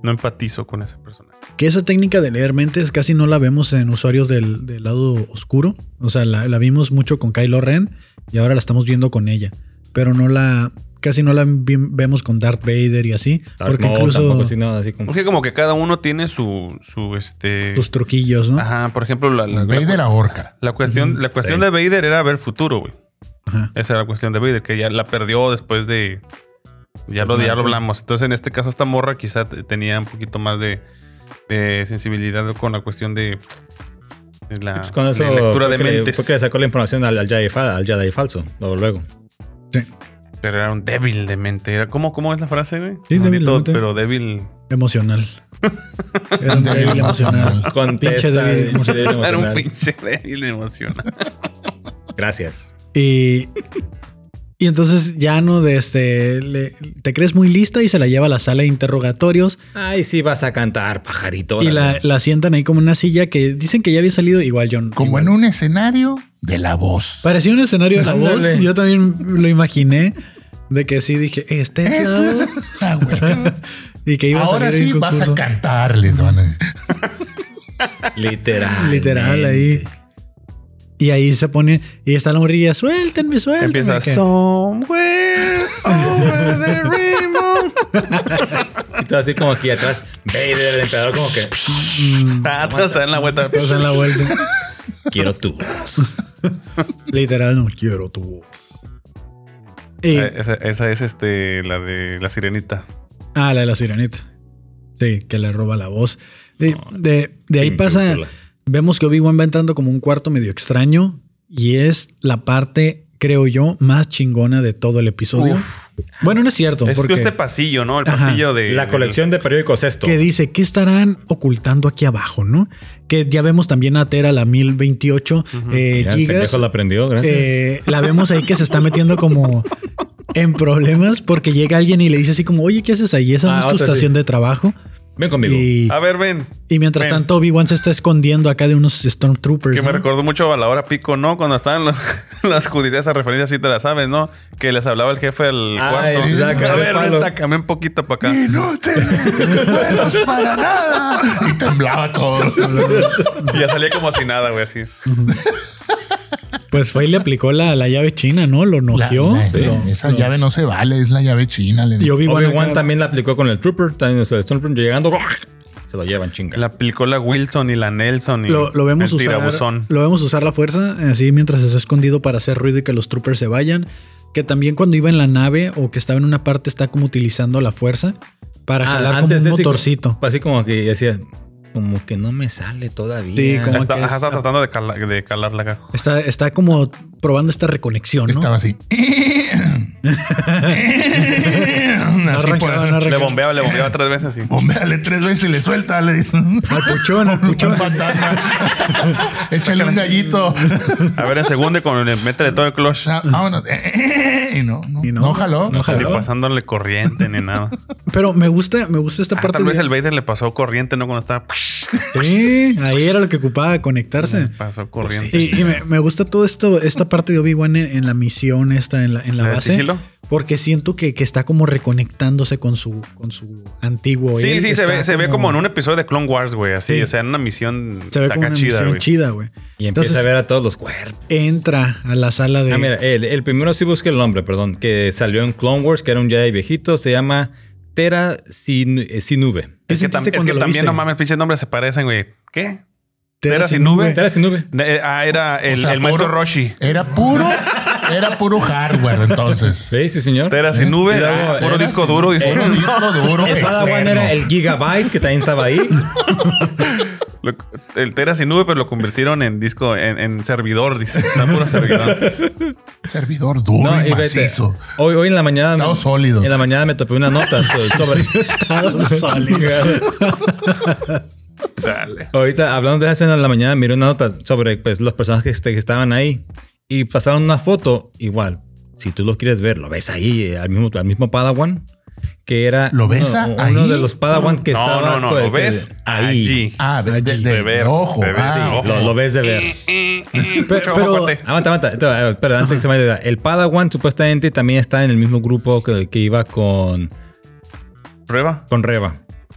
C: no empatizo con ese personaje.
D: Que esa técnica de leer mentes casi no la vemos en usuarios del, del lado oscuro. O sea, la, la vimos mucho con Kylo Ren y ahora la estamos viendo con ella. Pero no la. Casi no la vi- vemos con Darth Vader y así.
B: Dark
D: porque
B: Maul
D: incluso
B: tampoco, así, no, así como.
C: Es que como que cada uno tiene su su este
D: sus truquillos, ¿no?
C: ajá, por ejemplo, la, la,
A: Vader ahorca.
C: la cuestión la cuestión
B: Sí.
C: de Vader era ver futuro, güey.
D: Ajá.
C: Esa era la cuestión de Vader que ya la perdió después de ya lo,
B: Pues,
C: ya lo
B: sí.
C: hablamos. Entonces, en este caso, esta morra quizá te- tenía un poquito más de, de sensibilidad con la cuestión de, de la,
B: Pues con eso
C: de lectura
B: fue
C: de
B: que le-
C: mentes.
B: fue que le sacó la información al, al Jedi, fa- al Jedi falso, luego, luego.
C: Pero era un débil de mente. Era, ¿cómo, ¿Cómo es la frase, güey?
D: Sí, débil de
C: Bonito,
D: mente.
C: Pero débil.
D: Emocional. Era un débil emocional.
B: Contesta,
D: débil
B: pinche débil
C: Era un
B: emocional.
C: pinche débil emocional.
B: Gracias.
D: Y. Y entonces ya no de este. le- te crees muy lista y se la lleva a la sala de interrogatorios.
B: Ay, sí vas a cantar, pajarito.
D: Y la,
B: órale.
D: la sientan ahí como en una silla que dicen que ya había salido. Igual yo
A: Como en un escenario de la voz.
D: Parecía un escenario de la voz.
B: Ándale.
D: Yo también lo imaginé de que sí dije, este es la voz".
A: Ah, güey.
D: y que iba a
A: Ahora
D: salir
A: sí
D: el
A: vas a
D: concurso.
A: cantar, les van a decir.
B: Literal.
D: Literal ahí. Y ahí se pone y está la morrilla, suéltenme, suéltenme.
C: Empieza
D: que-
C: Somewhere over the rainbow.
B: Y todo así como aquí atrás. Vader, el emperador, como que
C: Ah, te vas a dar la vuelta.
D: todos dan la vuelta.
B: quiero tú.
D: Literal, no quiero tu voz. Y-
C: Eh, Esa, esa es este, la de la sirenita.
D: ah, la de la sirenita. Sí, que le roba la voz. Y de, de ahí
B: Pinche
D: pasa.
B: Úrsula.
D: Vemos que Obi-Wan va entrando como un cuarto medio extraño y es la parte, creo yo, más chingona de todo el episodio. Bueno, no es cierto,
C: Es
D: porque
C: este pasillo, ¿no? El
D: Ajá.
C: pasillo de.
B: La
C: del-
B: colección de periódicos esto.
D: que dice, ¿qué estarán ocultando aquí abajo, no? Que ya vemos también a Tera, la 1028 eh,
B: Mira, el
D: gigas.
B: pendejo la aprendió, gracias.
D: Eh, la vemos ahí que se está metiendo como en problemas porque llega alguien y le dice así como, oye, ¿qué haces ahí? Esa
B: Ah,
D: no es tu
B: otra,
D: estación de trabajo.
B: Ven conmigo.
D: Y,
C: A ver, ven.
D: y mientras
C: Ven.
D: tanto, Obi-Wan se está escondiendo acá de unos Stormtroopers.
C: Que me
D: ¿no?
C: recordó mucho a la hora pico, ¿no? Cuando estaban los- las judías, esa referencia sí te la sabes, ¿no? Que les hablaba el jefe del
B: Ah,
C: cuarto.
B: sí,
A: exacto,
C: a
B: de
C: ver,
B: palo.
C: vente, cambié un poquito para acá.
A: Inútiles, buenos para nada. Y temblaba todo.
C: Y ya salía como si nada, güey, así.
D: Pues fue y le aplicó la, la llave china, ¿no? Lo
A: La-
D: noqueó.
A: la-
D: pero-
A: esa llave no se vale, es la llave china. le
D: Y
A: digo.
D: Obi-Wan
B: Obi-Wan
D: acá-
B: también la aplicó con el Trooper, también o sea, el Stormtrooper llegando, se lo llevan chinga.
C: La aplicó la Wilson y la Nelson y
D: lo, lo vemos
C: el
D: usar
C: tirabuzón.
D: lo vemos usar la fuerza así mientras está escondido para hacer ruido y que los troopers se vayan que también cuando iba en la nave o que estaba en una parte está como utilizando la fuerza para
B: Ah,
D: jalar como
B: antes
D: un
B: de-
D: motorcito
B: Así como que decía, como que no me sale todavía.
D: Sí, como-
C: Está,
D: que
C: ajá,
D: es- ah.
C: está tratando de, cala- de calarla acá.
D: está está como probando esta reconexión ¿no?
A: Estaba así. así
D: arranca,
A: por-
D: no
C: Le
D: arranca.
C: bombeaba, le bombeaba tres veces así.
A: Bombeale tres veces y le suelta, le dicen.
D: al puchón al puchón
A: Un fantasma. Échale un gallito.
C: A ver, en segundo y con el mete de todo el clutch.
A: Ah, Vámonos. Y no, no,
D: Y no,
A: no jaló.
D: no
C: Ni
D: jaló.
C: pasándole corriente ni nada.
D: pero me gusta me gusta esta
C: Ah,
D: parte
C: tal vez
D: de-
C: el Vader le pasó corriente, ¿no? Cuando estaba...
D: Sí, ahí era lo que ocupaba conectarse
C: Pasó corriente.
D: Y, y me, me gusta todo esto, esta parte de Obi-Wan en, en la misión, esta, en la, en la
C: ¿La de
D: base.
C: sigilo?
D: Porque siento que, que está como reconectándose con su, con su antiguo.
C: Sí,
D: él,
C: sí, se
D: está
C: ve, se ve como en un episodio de Clone Wars, güey. Así,
D: Sí.
C: o sea, en una misión
D: Se ve
C: acá
D: como una
C: chida,
D: misión
C: güey.
D: chida, güey.
B: Y empieza
D: Entonces,
B: a ver a todos los cuerpos.
D: Entra a la sala de.
B: Ah, mira, el, el primero sí busqué el nombre, perdón, que salió en Clone Wars, que era un Jedi viejito, se llama Tera Sin, eh, Sinube.
D: ¿Qué
C: Es que,
D: sentiste
C: tam- es
D: cuando
C: que
D: lo
C: también,
D: viste?
C: no mames, pinches nombres se parecen, güey. ¿Qué? ¿Era sin nube?
B: Tera Sinube.
C: Eh, Ah, era el,
A: O sea,
C: el maestro
A: puro-
C: Roshi.
A: Era puro, era puro hardware entonces.
B: Sí, sí, señor.
C: Era
D: ¿Eh?
C: sin nube,
B: Y luego,
C: ah, puro
B: era
C: disco
B: sin-
C: duro. dice.
A: Puro disco duro.
B: El Padawan
A: externo.
B: era el Gigabyte, que también estaba ahí.
C: Lo- el Tera sin nube, pero lo convirtieron en disco, en, en servidor, dice. Está puro servidor.
A: servidor duro
B: No,
A: y
B: y vete,
A: macizo.
B: hoy, hoy en la mañana.
A: Estado
B: me-
A: sólido.
B: En la mañana me topé una nota so- sobre.
C: Sale.
B: Ahorita, hablando de esa escena en la mañana, miré una nota sobre pues, los personajes que, este- que estaban ahí y pasaron una foto igual. Si tú lo quieres ver, lo ves ahí, eh, al mismo, al mismo Padawan, que era
A: ¿Lo ves
B: uno,
A: a-
B: uno
A: ahí?
B: de los Padawan que
C: no,
B: estaba.
C: no, no,
B: co-
C: lo
B: que-
C: ves
B: ahí.
C: allí.
A: Ah, de, de- de-
C: De ver,
A: ojo.
C: de ver,
A: ah,
C: sí, ojo.
B: Lo, lo ves de ver.
D: Pero-
C: Mucho
D: pero-
C: ojo, cuate.
B: Aguanta, aguanta. Espera, eh, Pero antes que se me vaya, el Padawan supuestamente también está en el mismo grupo que, que iba con,
C: Prueba.
B: con Reva.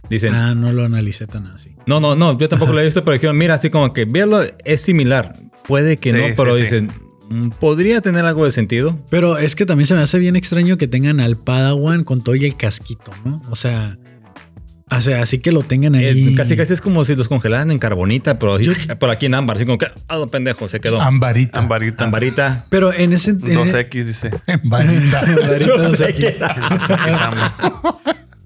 B: Dicen,
D: Ah, no lo analicé tan así.
B: No, no, no, yo tampoco lo he visto, pero dijeron, mira, así como que verlo es similar. Puede que
C: Sí,
B: no,
C: sí,
B: pero
C: sí.
B: dicen, "Mm, podría tener algo de sentido.
D: Pero es que también se me hace bien extraño que tengan al Padawan con todo y el casquito, ¿no? O sea. O sea, así que lo tengan
B: Eh,
D: ahí.
B: casi casi es como si los congelaran en carbonita, pero así- eh, por aquí en ámbar, así como que, ah, lo pendejo, se quedó.
A: Ambarita.
C: Ambarita.
B: Ambarita.
D: Pero en ese. en- e-,
C: 2X, dice.
A: Ambarita.
D: Ahorita no sé qué.
C: Es ámbar.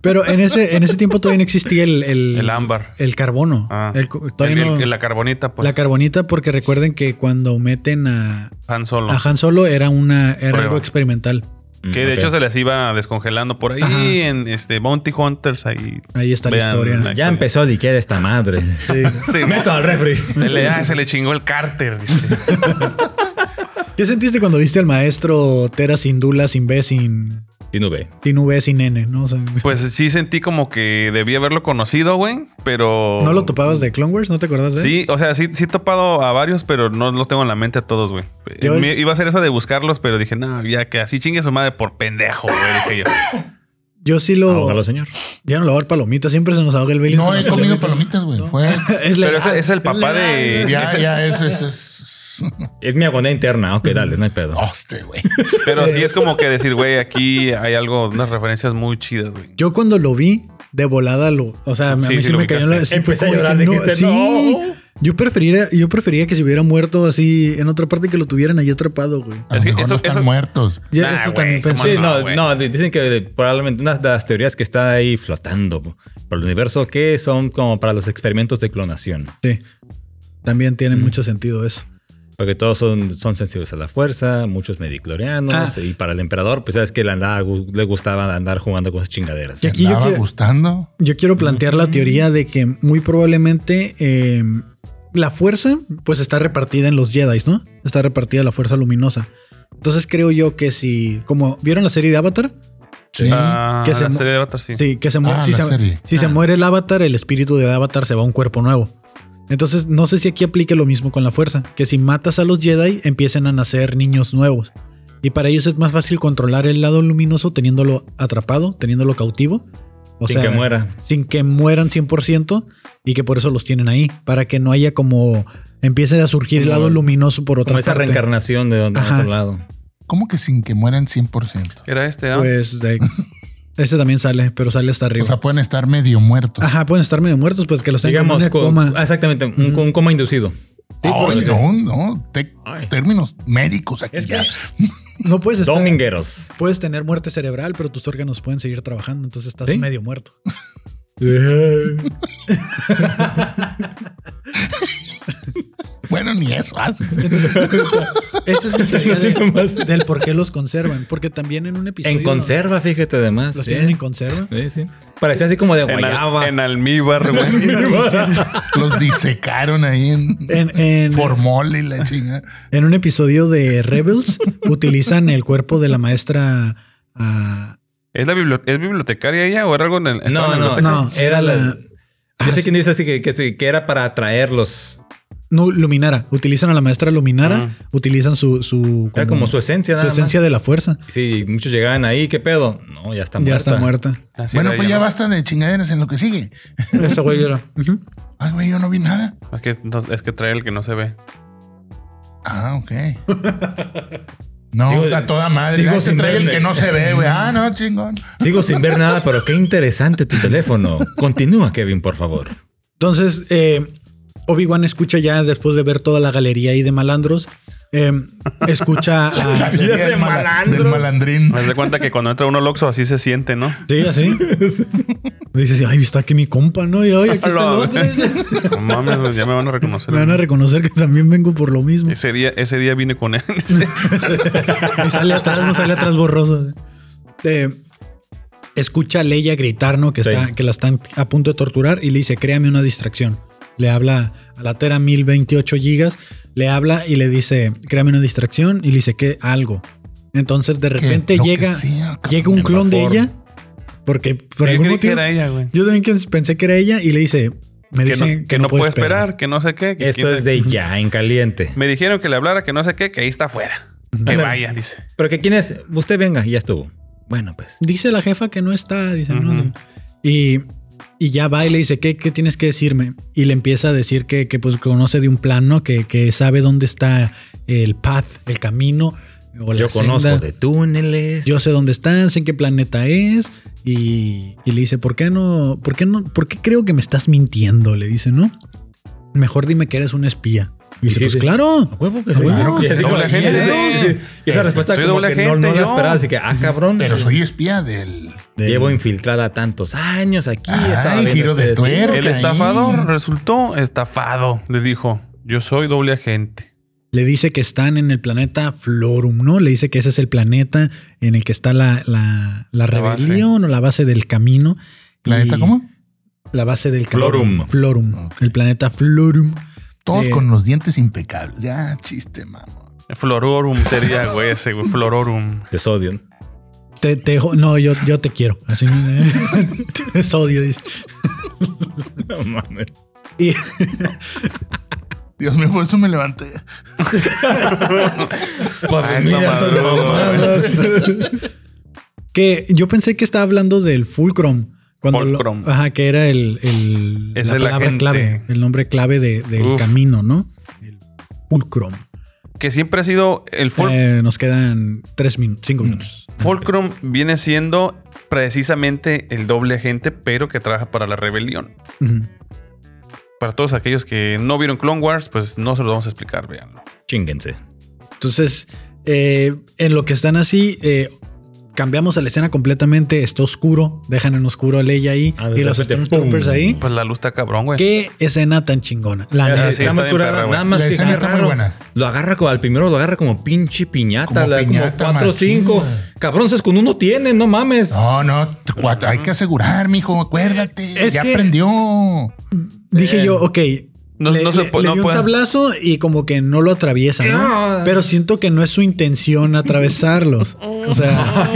D: Pero en ese, en ese tiempo todavía no existía el, el,
C: El ámbar.
D: El carbono.
C: Ah.
D: El co- todavía
C: El- el-
D: no-
C: la carbonita, pues.
D: la carbonita, porque recuerden que cuando meten a,
C: Han Solo.
D: a Han Solo era una era
C: Prueba.
D: algo experimental.
B: Mm,
C: Que de
B: ok.
C: hecho se les iba descongelando por ahí
D: Ajá.
C: en este Bounty Hunters ahí.
D: Ahí está la
C: Vean
D: historia.
C: la
B: Ya empezó a liquear esta madre.
C: Sí,
B: Meto al refri.
C: se le- ah, se le chingó el cárter, dice.
D: ¿Qué sentiste cuando viste al maestro Tera sin Dula, sin B, sin,
B: Y no ve.
D: sin V, sin N? ¿no? O sea,
C: Pues sí sentí como que debía haberlo conocido, güey, pero...
D: ¿no lo topabas de Clone Wars? ¿No te acordás de él?
C: Sí, o sea, sí, sí he topado a varios, pero no los tengo en la mente a todos, güey.
D: Yo-
C: Me- Iba a hacer eso de buscarlos, pero dije, no, ya que así chingue su madre por pendejo, güey, dije yo.
D: Yo sí
C: Ah,
D: lo.
B: Ahógalo, señor.
D: Ya no lo hago palomitas, siempre se nos ahoga el Bailey.
A: No
D: con
A: he
D: las
A: comido palomitas, güey. Fue.
D: Es
C: Pero
D: legal.
C: ese es el papá de...
A: Ya, ya, eso es. es-
B: Es mi agonía interna. Ok, dale, no hay pedo.
A: Hostia, güey.
C: Pero sí es como que decir, güey, aquí hay algo, unas referencias muy chidas, güey.
D: Yo cuando lo vi, de volada lo. O sea, a mí
C: Sí,
D: sí,
C: sí lo
D: me cayó en la.
C: ubicaste.
D: sí fue
B: Empecé a
D: como
B: llorar,
D: que no,
B: dijiste,
D: sí.
B: "No".
D: Yo prefería, yo prefería que se hubiera muerto así en otra parte que lo tuvieran ahí atrapado, güey.
A: A lo
C: Es que
A: mejor
C: eso-
A: no están
C: eso-
A: muertos.
D: Ya
C: Nah,
D: eso
C: güey,
D: también
C: come
D: pensé.
B: Sí,
C: No,
B: no,
C: güey.
B: no, dicen que probablemente una de las teorías que está ahí flotando po, por el universo que son como para los experimentos de clonación.
D: Sí. También tiene mucho sentido eso.
B: Porque todos son, son sensibles a la fuerza, muchos mediclorianos,
D: Ah.
B: y para el emperador, pues sabes que le, andaba gu- le gustaba andar jugando con esas chingaderas.
D: Y aquí yo
A: Andaba
D: quiero,
A: gustando.
D: yo quiero plantear la teoría de que muy probablemente eh, la fuerza, pues está repartida en los Jedi, ¿no? Está repartida la fuerza luminosa. Entonces creo yo que si, como vieron la serie de Avatar, Sí.
C: Ah,
D: que se
C: la
D: mu-
C: serie de Avatar, sí.
D: Sí, que se muere.
A: Ah,
D: si
A: la
D: se,
A: serie.
D: si se muere el avatar, el espíritu del avatar se va a un cuerpo nuevo. Entonces, no sé si aquí aplique lo mismo con la fuerza, que si matas a los Jedi, empiecen a nacer niños nuevos. Y para ellos es más fácil controlar el lado luminoso teniéndolo atrapado, teniéndolo cautivo. O
B: Sin que muera.
D: Sin que mueran 100% y que por eso los tienen ahí, para que no haya como empiece a surgir el
B: Como-
D: lado luminoso por otra
B: Como esa
D: parte.
B: reencarnación de, de
D: Ajá.
B: otro lado.
A: ¿Cómo que sin que mueran 100%?
C: Era este, ¿ah?
D: Pues de- ese también sale, pero sale hasta arriba.
A: O sea, pueden estar medio muertos.
C: Ah,
D: Ajá, pueden estar medio muertos, pues que los tengan en
B: Digamos,
D: una
B: co-
D: coma.
B: ah, exactamente, un, un coma inducido.
A: Ay,
B: decir.
A: no, no. te-
B: Ay.
A: Términos médicos aquí
D: Es que-
A: ya.
D: No puedes estar.
B: Domingueros.
D: Puedes tener muerte cerebral, pero tus órganos pueden seguir trabajando, entonces estás
B: ¿Sí?
D: medio muerto.
A: Bueno, ni eso haces.
D: Esa es mi teoría
B: No sé
D: de-
B: qué más.
D: del por qué los conservan, porque también en un episodio
B: En conserva, fíjate además.
D: los
B: sí.
D: tienen en conserva.
B: Sí, sí. Parecía así como de
C: En, al-
B: guayaba.
C: en almíbar, güey.
A: Los disecaron ahí en,
D: En, en-
A: formol y la chinga.
D: en un episodio de Rebels utilizan el cuerpo de la maestra ah,
C: ¿Es, la bibli- ¿Es bibliotecaria ella o era algo en el. estaba
B: No,
C: en la
B: no,
C: biblioteca?
D: biblioteca?
B: no. Era la.
D: Ah,
B: Yo sé
D: sí.
B: quién dice así que, que, que era para atraerlos.
D: no, Luminara, utilizan a la maestra Luminara, utilizan su su
B: Ah. Era como su esencia, nada
D: su esencia de la fuerza.
B: más. Sí, muchos llegaban ahí, ¿qué pedo? No, ya está
D: ya
B: muerta.
D: está muerta.
C: Así
A: bueno,
C: era
A: pues
C: ella,
A: ya
C: ¿no?
A: basta de chingaderas en lo que sigue.
D: Esa güey era. Ujú.
A: Ay, güey, yo no vi nada.
C: Es que, entonces, es que trae el que no se ve.
A: Ah, ok. No,
B: Sigo-
A: a toda madre.
B: sigo
A: Ay, te
B: sin
A: trae el
B: verle.
A: que no se ve, güey. Ah, no, chingón.
B: Sigo sin ver nada, pero qué interesante tu teléfono. Continúa, Kevin, por favor.
D: Entonces, eh, Obi-Wan escucha ya, después de ver toda la galería ahí de malandros, eh, escucha a...
A: Galería
B: de
A: del, mala-
B: malandro.
A: del malandrín.
C: Me das cuenta que cuando entra uno al Oxxo así se siente, ¿no?
D: Sí, así. Dices, ay, está aquí mi compa, ¿no? Y ay, aquí está el otro.
C: No mames, güey, ya me van a reconocer.
D: Me van a reconocer que también vengo por lo mismo.
C: ese día, ese día vine con él.
D: y sale atrás, no sale atrás borroso. Eh, escucha a Leia gritar, ¿no? Que, está,
B: Sí.
D: que la están a punto de torturar y le dice, créame una distracción. Le habla a la Tera 1028 gigas, le habla y le dice, créame una distracción y le dice que algo. Entonces de repente
A: Lo que
D: llega,
A: sea, cabrón.
D: llega un
B: El
D: clon de
B: vapor.
D: ella, porque por
C: Yo
D: algún
C: creí que
D: motivo...
C: era ella, güey.
D: Yo también que pensé que era ella y le dice, me
C: Que no,
D: dicen
C: que no puede esperar, que no sé qué. que quién
B: Esto
C: sabe
B: es de ya, en caliente.
C: Me dijeron que le hablara, que no sé qué, que ahí está afuera. Que
B: Ándale.
C: vaya, dice.
B: Pero que quién es, usted venga, y ya estuvo. Bueno, pues.
D: Dice la jefa que no está, dice, no sé. Y, y ya va y le dice, ¿qué, qué tienes que decirme? Y le empieza a decir que, que, pues conoce de un plano, Que, que sabe dónde está el path, el camino. O la
B: Yo conozco
D: senda.
B: de túneles.
D: Yo sé dónde están, sé en qué planeta es. Y, y le dice, ¿por qué no? ¿Por qué no? ¿Por qué creo que me estás mintiendo? Le dice, ¿no? Mejor dime que eres un espía. Y dice,
B: sí,
D: pues
B: sí.
D: claro.
B: A huevo que
D: A
B: sí.
D: huevo.
B: Claro que
C: Y
B: sí.
C: así como la
B: Y esa-
C: gente,
B: y- y esa respuesta
C: soy
B: como
C: doble
B: que no,
C: agente,
B: no la
C: yo.
B: esperaba, así que, ah, cabrón.
A: Pero soy espía del.
D: De-
B: Llevo infiltrada tantos años aquí.
A: Ay,
B: estaba viendo este
A: giro de
B: ustedes.
A: tuerca.
C: El
A: ahí.
C: estafador resultó estafado, le dijo. Yo soy doble agente.
D: Le dice que están en el planeta Florum, ¿no? Le dice que ese es el planeta en el que está la, la- la
C: base.
D: rebelión o la base del camino.
A: ¿Planeta
D: Y-
A: cómo?
D: La base del
B: Florum.
D: camino. Florum. El planeta Florum.
A: Todos
D: Eh.
A: con los dientes impecables. Ya, chiste, mamo.
C: Flororum sería, güey, ese, güey. Flororum.
B: De sodio.
D: Te, te- no, yo, yo te quiero. Así es odio. dice.
B: No mames.
D: Y
A: Dios mío, por eso me levanté.
C: Ay, mira, no, no, no,
D: que yo pensé que estaba hablando del Fulcrum. Cuando lo-
C: Fulcrum.
D: ajá, que era el, el-
C: Es
D: la
C: el
D: palabra
C: agente.
D: clave, el nombre clave de- del
C: Uf.
D: camino, ¿no? El Fulcrum.
C: Que siempre ha sido el fol-
D: Eh, nos quedan tres minutos, cinco
C: Mm.
D: minutos.
C: Fulcrum viene siendo precisamente el doble agente, pero que trabaja para la rebelión.
D: Ujú.
C: Para todos aquellos que no vieron Clone Wars, pues no se lo vamos a explicar, veanlo.
B: Chinguense.
D: Entonces, eh, en lo que están así, eh, cambiamos a la escena completamente. Está oscuro, dejan en oscuro a Leia ahí
B: Ah,
D: y
B: de
D: los
B: repente,
D: Stormtroopers
B: ¡pum!
D: ahí.
C: Pues la luz está cabrón, güey.
D: Qué escena tan chingona. La
B: Ya,
D: neta.
C: Ah, sí, está
B: está muy
C: bien
B: curada.
C: perra, güey.
B: Nada más
A: La
B: que
A: escena
B: está
A: está muy
B: raro.
A: buena.
B: Lo agarra como al primero, lo agarra como pinche piñata.
A: Como
B: la- Como,
A: piñata,
B: 4
A: machín.
B: o
A: Ah,
B: 5. Cabrón, eso es con uno tiene, no mames.
A: No, no, t- cuatro, hay que asegurar, mijo. Acuérdate.
D: Es
A: ya
D: que-
A: aprendió.
D: Dije yo, ok.
C: Eh, No-
D: le,
C: no se
D: le-
C: po-
D: le
C: no
D: dio un
C: pueden.
D: sablazo y como que no lo atraviesa, ¿no?
B: Ah.
D: Pero siento que no es su intención atravesarlos. O sea,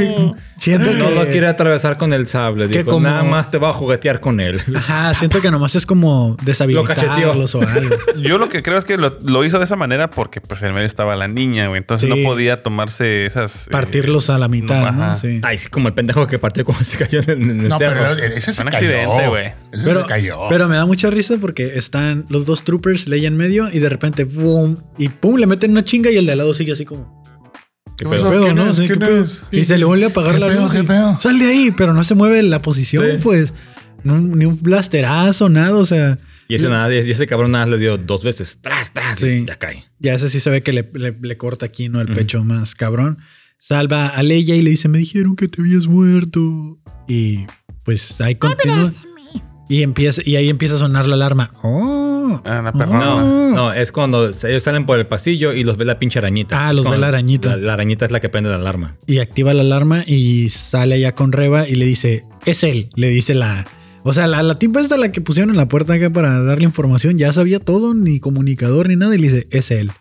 D: Siento
B: No
D: que-
B: lo quiere atravesar con el sable.
D: que
B: Dijo,
D: como-
B: nada más te va a juguetear con él.
D: Ajá, siento que nomás es como deshabilitarlos o algo.
C: Yo lo que creo es que lo, lo hizo de esa manera porque pues en medio estaba la niña, güey. Entonces
D: Sí.
C: no podía tomarse esas... eh,
D: Partirlos a la mitad, ¿no?
C: ajá.
D: Sí.
B: Ay, sí, como el pendejo que partió cuando se cayó en el, en el
A: No,
B: cerro.
A: pero ese se
C: Un
A: cayó.
C: accidente, güey.
A: Ese
D: Pero,
A: se cayó.
D: pero me da mucha risa porque están los dos troopers, ley en medio, y de repente, boom, y pum, le meten una chinga y el de al lado sigue así como. "Pues,
B: ¿Qué
A: ¿Qué
B: pedo?
D: ¿Qué
A: pasó?
D: pedo,
A: ¿Quién
D: no?
A: es?
D: Sí, ¿qué
A: ¿Quién
D: pedo?
A: es?
D: Y se le vuelve a apagar
A: ¿Qué
D: la
A: pedo?
D: luz.
A: ¿Qué
D: y,
A: pedo?
D: Sal de ahí, pero no se mueve la posición,
B: Sí.
D: pues. Ni un, ni un blasterazo, nada, o sea.
B: Y ese, nada, y ese cabrón nada le dio dos veces. Tras, tras.
D: Sí.
B: y Ya cae.
D: Ya ese sí se ve que le, le- le corta aquí, ¿no? El pecho más cabrón. Salva a Leia y le dice, me dijeron que te habías muerto. Y pues ahí continúa. Y, empieza, y ahí empieza a sonar la alarma. ¡Oh!
C: Ah, la
B: No,
C: perrona.
B: no, es cuando se- ellos salen por el pasillo y los ve la pinche arañita.
D: Ah,
B: Es
D: los ve
B: cuando
D: la arañita.
B: La, la arañita es la que prende la alarma.
D: Y activa la alarma y sale allá con Reba y le dice, es él, le dice la... O sea, la, la tipa esta la que pusieron en la puerta acá para darle información, ya sabía todo, ni comunicador ni nada, y le dice, es él.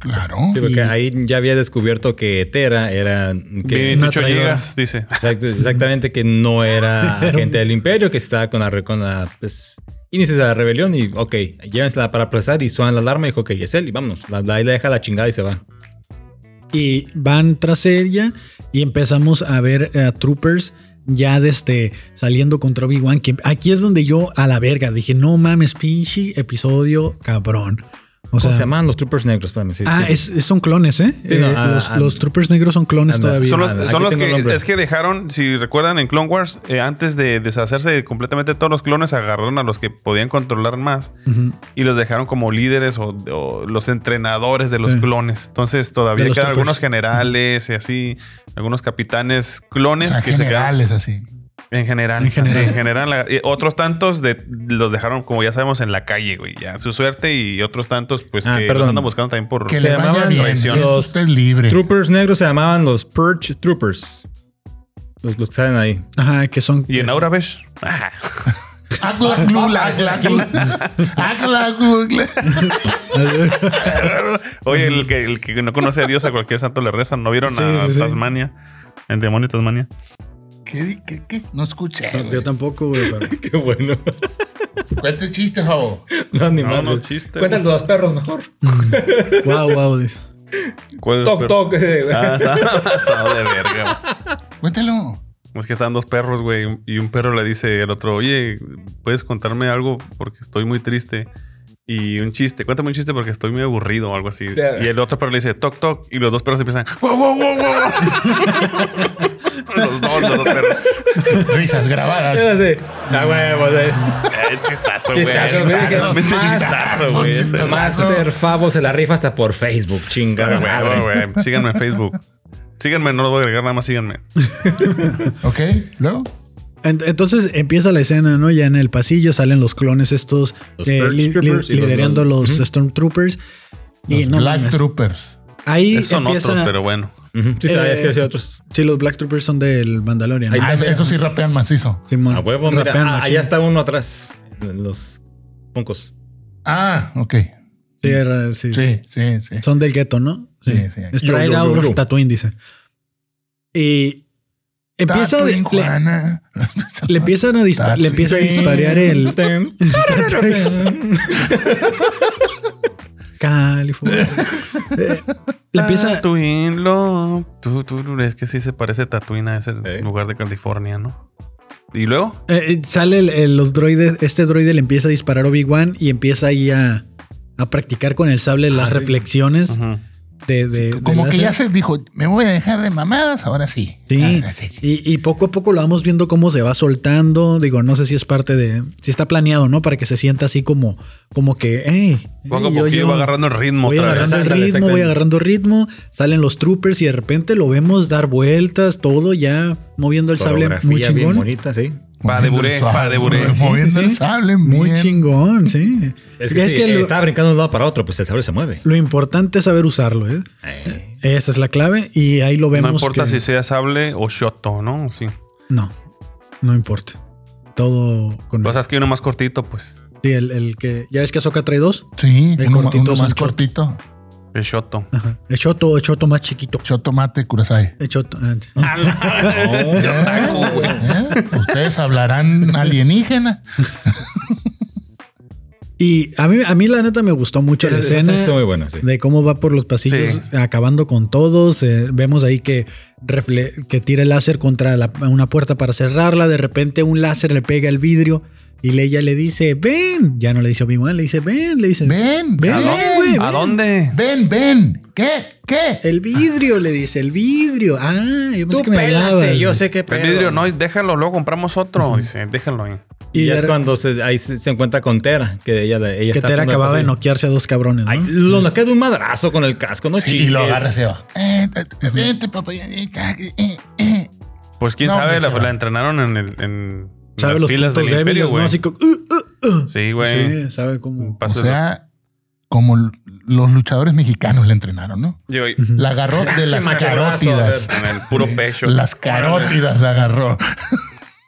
A: Claro.
B: Sí, porque ahí ya había descubierto que Tera era...
C: Bien,
B: Que,
D: Una
C: Chucho
D: traidora.
C: llegas, dice.
B: exact- exactamente, que no era gente del imperio, que estaba con la... re- Con la pues, inicios de la rebelión y, ok, llévensela para procesar y suenan la alarma y dijo, ok, es él y vámonos. La, la- ahí la deja la chingada y se va.
D: Y van tras ella y empezamos a ver a Troopers ya desde saliendo contra Obi-Wan. que Aquí es donde yo a la verga dije, no mames, pinche episodio cabrón. O
B: ¿Cómo
D: sea,
B: se llaman los troopers negros? Espérame, sí,
D: Ah,
B: sí.
D: es- es- son clones, ¿eh?
B: Sí, no,
D: Eh,
B: ah,
D: los,
B: ah,
D: los Troopers negros son clones
B: ah,
D: todavía.
C: Son
B: Ah,
C: los,
B: aquí
C: son los
B: tengo el
C: que
B: nombre.
C: es que dejaron, si recuerdan en Clone Wars, eh, antes de deshacerse de completamente todos los clones, agarraron a los que podían controlar más
D: Ujú.
C: y los dejaron como líderes o, o los entrenadores de los
D: Sí.
C: clones. Entonces todavía
D: De los
C: quedan
D: troopers.
C: algunos generales y así, algunos capitanes
A: O
C: clones
A: sea,
C: que se quedaron
A: generales así.
C: en general.
D: En general.
C: Sí, en general. la- y otros tantos de, los dejaron, como ya sabemos, en la calle, güey. Ya su suerte y otros tantos, pues
B: Ah,
C: que
B: perdón.
C: los andan buscando también por.
A: Que
B: Se
A: le vaya
B: llamaban
A: bien. Es
C: traición.
A: usted libre.
B: Troopers negros se llamaban los Purge Troopers. Los, los que salen ahí.
D: Ajá, que son.
C: Y en Aura ves.
A: Agla, glula, agla, glula. Agla, glula.
C: Oye, el que, el que no conoce a Dios a cualquier santo le rezan. ¿No vieron a
D: Sí, sí, sí.
C: Tasmania? El demonio de Tasmania.
A: ¿Qué, qué, qué? No escuché.
D: Yo tampoco, güey. pero-
B: Qué bueno.
A: Cuente chistes, favor.
B: No, ni
C: No,
B: madres.
C: no chiste,
B: Cuéntale los perros mejor.
D: Wow, wow. dice.
C: ¿Cuál es el
B: Toc,
C: perro?
B: toc.
C: Ah, está pasado de verga. güey.
A: Cuéntalo.
C: Es que están dos perros, güey. Y un perro le dice al otro, oye, ¿puedes contarme algo? Porque estoy muy triste. Y un chiste, cuéntame un chiste porque estoy muy aburrido o algo así.
B: Ya.
C: Y el otro perro le dice, toc, toc. Y los dos perros empiezan, wow, wow, wow, wow. los dos, los dos perros.
A: Risas grabadas.
B: Era así. A huevo, sí.
C: Eh, chistazo, güey.
B: Chistazo, güey, que-
C: Pinche
B: más-
C: Chistazo, güey. este.
A: chistazo.
C: Ese-
B: Master Favo se la rifa hasta por Facebook. Chingada
C: Claro, güey,
B: madre.
C: güey, güey. Síganme en Facebook. Síganme, no lo voy a agregar, nada más síganme.
A: Ok, luego.
D: Ent- Entonces empieza la escena, ¿no? Ya en el pasillo salen los clones estos
B: Los
D: eh,
B: Purge
D: li-
B: Troopers
D: li-
B: y los-
D: liderando los, Stormtroopers. Y
A: Los
D: no
A: Black
D: mames.
A: Troopers.
D: Ahí
C: Esos son
D: empieza,
C: otros, pero bueno.
B: Ujú. Sí, sabes
D: Eh,
B: que hay otros.
D: Sí, los Black Troopers son del Mandalorian.
B: Ahí
D: ¿no?
A: Ah,
B: está, mira.
A: esos sí rapean macizo.
D: Simón.
B: A huevo, mira.
D: Rapean
B: Ah,
D: machín.
B: allá está uno atrás. Los puncos.
A: Ah, ok.
D: Sí, era- sí, sí.
A: Sí, sí, sí.
D: Son del gueto, ¿no?
A: Sí, sí.
D: Straight
B: Yo, yo,
D: out
B: yo,
D: of
B: yo.
D: Tatooine, dice. Y empieza de-
A: Tatuín,
D: le,
A: Juana.
D: le empiezan a dispa- le empieza a disparar el California. Eh, le empieza
C: Tatooine, lo. tu, tu, tu. es que sí se parece Tatooine a ese lugar de California, ¿no? Y luego,
D: eh, eh, sale el- el- los droides, este droide le empieza a disparar Obi-Wan y empieza ahí a, a practicar con el sable
B: Ah,
D: las reflexiones
C: Ujú.
D: de, de- de
A: Como que
D: láser.
A: ya se dijo, me voy a dejar de mamadas, ahora sí.
D: Sí,
A: Ah, sí, sí.
D: Y, y poco a poco lo vamos viendo cómo se va soltando. Digo, no sé si es parte de. Si está planeado, ¿no? Para que se sienta así como, como que, hey,
C: poco a poquito va agarrando el ritmo
D: voy
C: otra vez.
D: agarrando el
B: Ándale,
D: ritmo, voy
B: exactamente.
D: agarrando ritmo. Salen los troopers y de repente lo vemos dar vueltas, todo ya moviendo el sable muy
B: Coreografía bien
D: chingón.
B: bonita, sí.
C: Pa de
A: Moviendo
C: buré,
A: el sable,
C: pa de buré.
A: Moviendo
D: Sí,
A: el
D: sí.
A: sable,
D: Muy
A: bien.
D: chingón, sí.
B: Es que, sí,
D: lo,
B: estaba brincando de un lado para otro, pues el sable se mueve.
D: lo importante es saber usarlo, ¿eh?
B: Eh,
D: Esa es la clave y ahí lo vemos.
C: No importa
D: que-
C: si sea sable o shoto, ¿no? Sí.
D: No, no importa. Todo con.
C: O sea, es que uno más cortito, pues.
D: Sí, el, el que. Ya ves que Azoka trae dos.
A: Sí,
D: El
A: uno, ma-
D: cortito
A: uno
D: es
A: más
D: un short.
A: cortito.
C: El shoto.
D: El choto, el choto más chiquito.
A: Choto mate, curasai.
D: El choto. ah,
B: Ah,
A: ¿Eh? ¿Eh? Ustedes hablarán alienígena.
D: Y a mí, a mí la neta me gustó mucho la
B: Esa- esa
D: escena
B: está muy buena, sí.
D: de cómo va por los pasillos
C: Sí.
D: acabando con todos. Eh, vemos ahí que, refle- que tira el láser contra la- una puerta para cerrarla. De repente un láser le pega el vidrio y Leia le dice, ven. Ya no le dice Obi-Wan, le dice, ven. Le dice,
A: Ven,
D: Ven,
C: ¿A dónde?
D: güey, ven.
C: ¿A dónde?
A: Ven, ven. ¿Qué? ¿Qué?
D: El vidrio, le dice, el vidrio. Ah, yo pensé que me hablabas.
B: yo sé que
C: El vidrio, no, déjalo, luego compramos otro. Dice, déjalo ahí.
B: Y,
D: Y
B: ya
D: de-
B: es cuando se, ahí se, se encuentra con Tera, que ella, ella
D: Que
B: está
D: Tera
B: haciendo
D: acababa de
B: cosas.
D: noquearse a dos cabrones. ¿no?
B: Ay, lo noquea de un madrazo con el casco, no
A: Sí,
B: chingues.
A: y lo agarra se va. Eh, eh, Vente, papá. eh, eh, eh.
C: Pues quién
A: No,
C: sabe, la,
A: hombre,
C: la entrenaron en, el, en
D: sabe
C: las
D: los
C: filas
D: puntos
C: del
D: débiles,
C: imperio,
D: ¿no?
C: güey.
D: Así como, "Uh, uh, uh".
C: Sí, güey.
D: Sí, sabe
B: Mm.
D: cómo.
A: O
C: Paso de-
A: sea, como l- los luchadores mexicanos le entrenaron, ¿no?
C: Llegó y-
A: La agarró de las
B: machacazo,
A: carótidas.
C: en el puro pecho.
A: Las carótidas la agarró.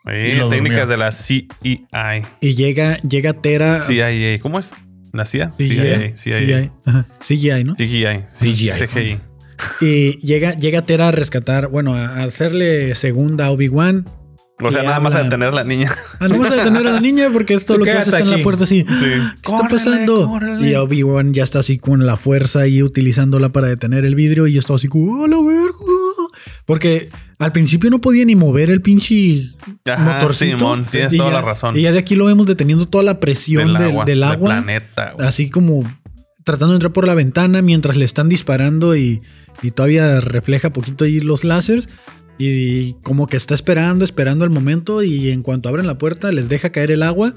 C: Sí,
A: Y lo
C: técnicas
A: durmió.
C: de la E CEI.
D: Y llega, llega Tera.
C: CIA. ¿Cómo es? ¿La CIA?
D: CGI.
C: CIA. CIA.
D: Ajá, CGI, ¿no?
C: CGI.
B: CGI.
C: CGI.
D: Y llega, llega Tera a rescatar, bueno, a a hacerle segunda a Obi-Wan.
C: O sea,
D: Y
C: nada más a
D: hablan.
C: detener a la niña.
D: Ah, no vas a detener a la niña porque esto
B: Tú
D: lo que hace
B: quédate
D: está en la
B: aquí.
D: puerta así.
C: Sí.
D: ¿Qué está pasando? Y Obi-Wan ya está así con la fuerza y utilizándola para detener el vidrio. Y yo estaba así, como, ¡oh, la verga! Porque al principio no podía ni mover el pinche
C: Ajá,
D: motorcito.
C: Simón, tienes
D: Y
C: toda
D: ya-
C: la razón.
D: Y ya de aquí lo vemos deteniendo toda la presión
C: Del
D: del del
C: agua.
D: agua.
C: Del planeta. güey.
D: así como tratando de entrar por la ventana mientras le están disparando y, y todavía refleja poquito ahí los láseres. Y como que está esperando, esperando el momento y en cuanto abren la puerta les deja caer el agua,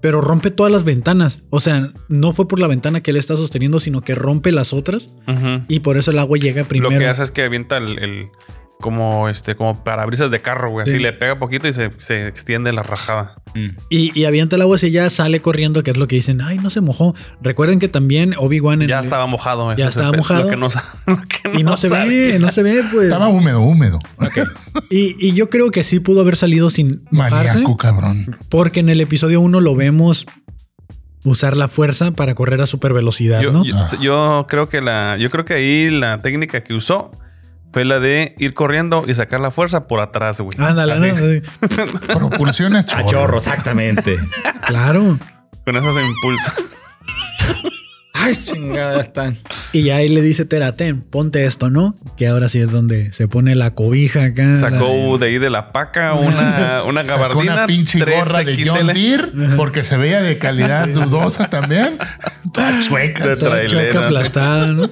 D: pero rompe todas las ventanas. O sea, no fue por la ventana que él está sosteniendo, sino que rompe las otras
C: Ujú.
D: y por eso el agua llega Ah, primero.
C: Lo que hace es que avienta el, el- como este, como parabrisas de carro, güey.
D: Sí.
C: Así le pega poquito y se, se extiende la rajada.
B: Mm.
D: y, y avienta el agua y ya sale corriendo, que es lo que dicen, ay, no se mojó. Recuerden que también Obi-Wan... en
C: Ya
D: el-
C: estaba mojado. eso
D: Ya
C: es
D: estaba
C: espe-
D: mojado.
C: Lo que no, sa- lo que
D: Y no, se ve, no se ve, pues.
A: Estaba húmedo, húmedo.
D: Y, y yo creo que sí pudo haber salido sin mojarse,
A: Maníaco, cabrón.
D: porque en el episodio 1 lo vemos usar la fuerza para correr a super velocidad,
C: Yo,
D: ¿no?
C: yo- yo creo que la, yo creo que ahí la técnica que usó fue la de ir corriendo y sacar la fuerza por atrás, güey.
D: Ándale,
C: Así.
D: ¿no? Sí.
A: Propulsión a chorro.
B: A chorro, exactamente.
D: claro.
C: Con eso se impulsa.
B: Ay, chingada, están.
D: Y ya ahí le dice Teraten, ponte esto, ¿no? Que ahora sí es donde se pone la cobija acá.
C: Sacó de ahí de la paca una, una
A: Sacó
C: gabardina.
A: una pinche gorra de
C: 3XL.
A: John Deere porque se veía de calidad dudosa también. Toda
C: De
A: chueca.
D: la, toda
C: trailera,
D: choca
C: sí.
D: aplastada, ¿no?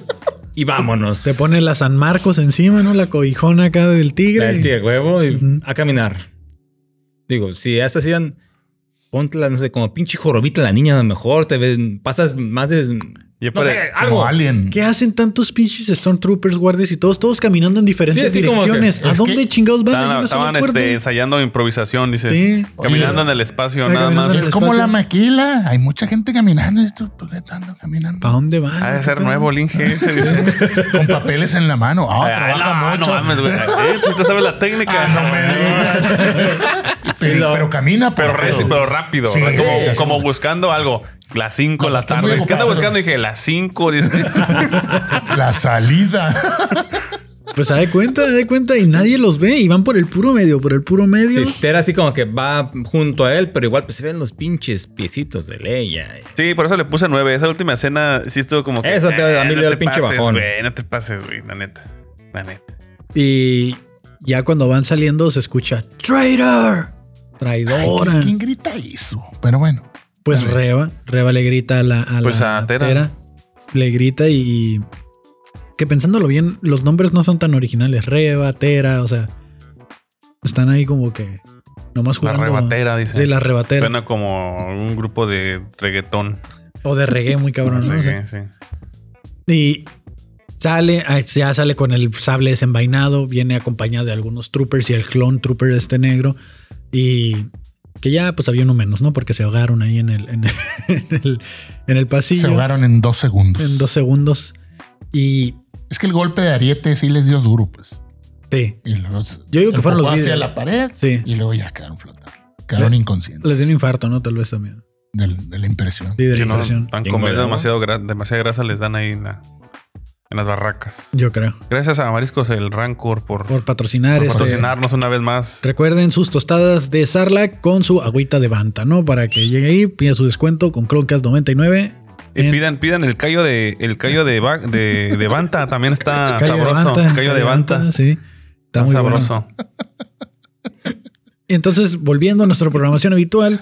B: Y vámonos.
D: Se pone la San Marcos encima, ¿no? La cobijona acá del tigre.
B: Trae el tía huevo y a caminar. Digo, si ya se hacían, ponte la, no sé, como pinche jorobita la niña, a lo mejor te ven, pasas más de.
C: Yo
B: no
C: pare-
B: sé,
A: Algo.
B: algo.
A: alien.
D: ¿Qué hacen tantos pinches Stormtroopers, guardias y todos, todos caminando en diferentes
B: Sí, así como que-
D: direcciones? ¿A
A: es
D: dónde
A: que-
D: chingados van? Yo
C: Estaban,
D: no se me
C: estaban,
D: acuerdo.
C: este, ensayando improvisación, dices.
D: Sí.
A: Oye.
C: Caminando en el espacio,
D: Ah,
C: nada
D: caminando
C: más.
D: en el
A: Es como
D: espacio.
A: la maquila. Hay mucha gente caminando. y esto, ¿Por qué tanto
D: ¿Para
A: caminando?
D: dónde van?
C: Ha de
D: ¿Qué
C: ser
D: pedo?
C: nuevo el Inge. ese, dice.
A: Con papeles en la mano. Ah,
C: Ay,
A: trabaja
C: no,
A: mucho.
C: no mames, güey. Eh, Tú te sabes la técnica.
A: Ah, no me digas. pero, pero camina.
C: Pero,
A: por
C: re-
A: favor.
C: pero rápido.
A: Sí,
C: ¿no?
A: sí,
C: como,
A: sí, sí.
C: como buscando algo. Las 5 de la
A: está muy
C: tarde. ¿Qué anda
A: ocupado.
C: buscando? Dije, las 5. Dice.
A: La salida.
D: Pues da cuenta, da cuenta y nadie los ve y van por el puro medio, por el puro medio.
B: Sí, Tera así como que va junto a él, pero igual pues, se ven los pinches piecitos de Leia.
C: Sí, por eso le puse 9. Esa última escena sí estuvo como que. "Eh,
B: Eso te- a mí le dio
C: te
B: el pinche
C: pases,
B: bajón.
C: güey, no te pases, güey. La neta. La neta.
D: Y ya cuando van saliendo se escucha traitor,
A: Ay,
D: traidora.
A: ¿quién- ¿Quién grita eso? Pero bueno.
D: Pues Reba, Reba le grita a la, a
C: Pues
D: la
C: a Tera.
D: Le grita y que pensándolo bien, los nombres no son tan originales. Reba, Tera, o sea, están ahí como que nomás
C: La
D: jugando.
C: rebatera, dice.
D: Sí, la rebatera.
C: Suena como un grupo de reggaetón.
D: O de reggae muy cabrón. Ah, ¿no? O sea,
C: Reggae, sí.
D: Y sale, ah, ya sale con el sable desenvainado, viene acompañado de algunos troopers y el clon trooper este negro. Y que ya pues había uno menos, ¿no? Porque se ahogaron ahí en el, en el, en el, en el
A: Se
D: pasillo
A: ahogaron en dos segundos.
D: en dos segundos. Y
A: Es que el golpe de ariete sí les dio duro, pues.
D: sí,
A: Y los
D: Yo digo que fueron los
A: empujó hacia
D: vidrios.
A: la pared
D: Sí.
A: y luego ya quedaron flotando. Quedaron
D: Le-
A: inconscientes
D: les dio un infarto, ¿no? Tal vez también.
A: del- de la impresión.
D: Sí, de la
C: Que no
D: impresión.
C: están
B: Chingo de
C: comiendo
B: agua.
C: demasiado gra- demasiada grasa, les dan ahí la. en las barracas.
D: Yo creo.
C: Gracias a Mariscos el Rancor por,
D: Por patrocinar
C: por
D: este-
C: patrocinarnos una vez más.
D: Recuerden sus tostadas de Sarlac con su agüita de banta, ¿no? Para que llegue ahí, pida su descuento con Croncast 99.
C: Y pidan, pidan el callo de el callo de, va- de, de Banta, también está
D: Cayo
C: Ah, sabroso.
D: Banta,
C: callo de Banta.
D: Sí. Está
C: está
D: muy
C: sabroso.
D: bueno. Entonces, volviendo a nuestra programación habitual,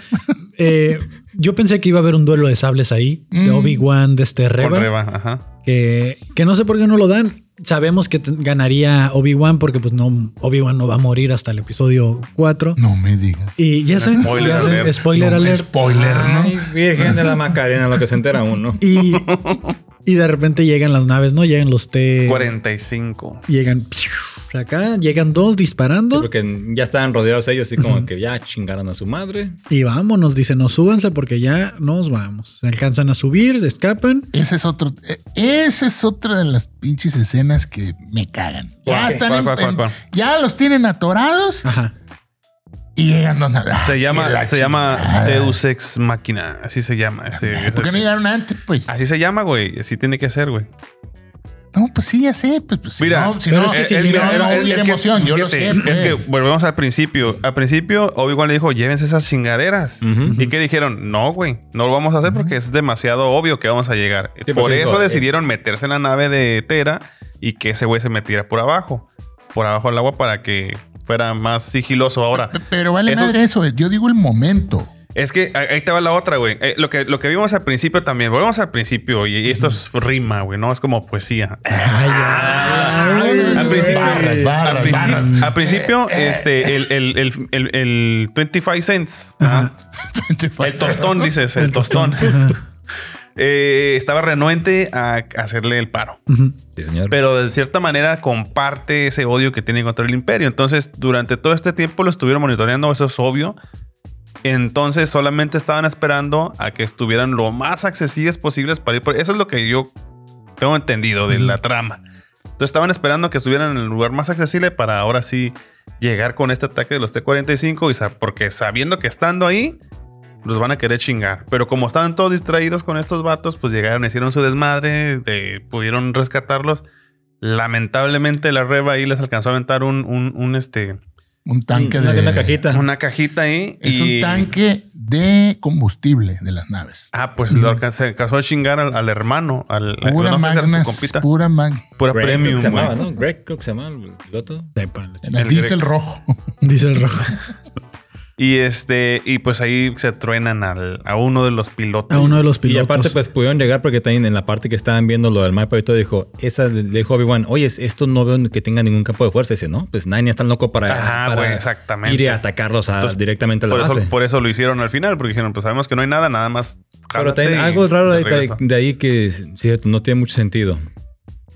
D: eh, yo pensé que iba a haber un duelo de sables ahí, de Obi-Wan, de este
C: Con
D: Reba,
C: reba, ajá.
D: Que, que no sé por qué no lo dan. Sabemos que te- ganaría Obi-Wan porque pues no, Obi-Wan no va a morir hasta el episodio 4.
A: No me digas.
D: Y ya saben,
C: spoiler
D: ya saben,
C: alert.
D: spoiler
A: No,
D: alert.
A: spoiler,
B: Ay,
A: ¿no?
B: Virgen de la Macarena, lo que se entera uno.
D: Y, y de repente llegan las naves, ¿no? Llegan los T.
C: 45.
D: Llegan piu, acá, llegan dos disparando
B: Porque ya estaban rodeados ellos, así como que ya chingaron a su madre.
D: y vámonos. Dicen, no súbanse porque ya nos vamos. Se alcanzan a subir, se escapan.
A: Ese es otro, eh, esa es otra de las pinches escenas que me cagan. Ya
C: ¿Cuál?
A: están
C: ¿Cuál,
A: en-
C: cuál, cuál,
A: en-
C: cuál?
A: ya los tienen atorados
D: Ajá.
A: y llegan donde
C: Se llama, se llama Deus Ex Máquina. Así se llama. ese-
A: ¿Por qué no llegaron antes, pues?
C: así se llama, güey. Así tiene que ser, güey.
A: No, pues sí, ya sé. Pues, pues, si
C: Mira,
A: no, si
D: pero
A: no,
D: es que
A: si
D: sí,
A: no,
D: mira,
A: no
D: era-
C: Ah, es-
A: hubiera
C: es que-
A: emoción. yo lo sé.
C: fíjate,
A: pues.
C: Es que volvemos al principio. Al principio, Obi-Wan le dijo, llévense esas chingaderas. ¿Y que dijeron? No, güey, no lo vamos a hacer porque es demasiado obvio que vamos a llegar.
B: Sí,
C: por
B: pues,
C: eso
B: dijo, eh.
C: decidieron meterse en la nave de Tera y que ese güey se metiera por abajo. Por abajo del agua para que fuera más sigiloso ahora.
A: Pero vale
C: Eso- eh,
A: madre eso. Yo digo el momento.
C: Es que ahí ahí te va la otra, güey. Eh, lo, que, lo que vimos al principio también. Volvemos al principio y, y esto es rima, güey. No es como poesía.
B: Ah,
C: Al principio,
A: Barras,
C: al
A: barras,
C: principio-
A: barras.
C: al principio, este, el, el, el, el, el 25 cents, el tostón, dices, el tostón, eh, estaba renuente a hacerle el paro.
B: Sí, señor.
C: Pero de cierta manera comparte ese odio que tiene contra el imperio. Entonces, durante todo este tiempo lo estuvieron monitoreando, eso es obvio. Entonces, solamente estaban esperando a que estuvieran lo más accesibles posibles para ir por... Eso es lo que yo tengo entendido de la trama. Entonces, estaban esperando que estuvieran en el lugar más accesible para ahora sí llegar con este ataque de los T-45 y sa- porque sabiendo que estando ahí los van a querer chingar. Pero como estaban todos distraídos con estos vatos, pues llegaron, hicieron su desmadre, de- pudieron rescatarlos. Lamentablemente la reba ahí les alcanzó a aventar un, un, un, este,
A: Un tanque
B: una,
A: de.
B: una cajita.
C: una cajita ahí.
A: Es
C: y-
A: un tanque de combustible de las naves.
C: Ah, pues lo alcanzó, alcanzó a chingar al, al hermano, al al-
A: Pura
C: no sé si era su
A: magna.
C: compita.
A: Pura magna.
C: Pura
B: Greg, creo que
C: premium,
B: se
C: güey.
B: llamaba, ¿no? Greg, creo que se llamaba el piloto.
D: Sépanle.
A: El
C: El
A: diésel
C: Greg.
A: rojo.
D: Dice el rojo.
C: Y este, y pues ahí se truenan al, a uno de los pilotos.
D: A uno de los
B: Y
D: pilotos.
B: aparte, pues pudieron llegar porque también en la parte que estaban viendo lo del mapa y todo, dijo, esa le dijo a Obi-Wan, oye, esto no veo que tenga ningún campo de fuerza. Dice, no, pues nadie es tan loco para,
C: Ajá,
B: para
C: güey, exactamente.
B: ir a atacarlos a-
C: Entonces,
A: Ah,
B: directamente a la
C: por,
B: base.
C: eso, pues, por eso lo hicieron al final, porque dijeron, pues sabemos que no hay nada, nada más.
B: Pero
C: jálate
B: también
C: y
B: algo raro
C: de
B: de, de-
C: regreso.
B: de ahí que es cierto, no tiene mucho sentido.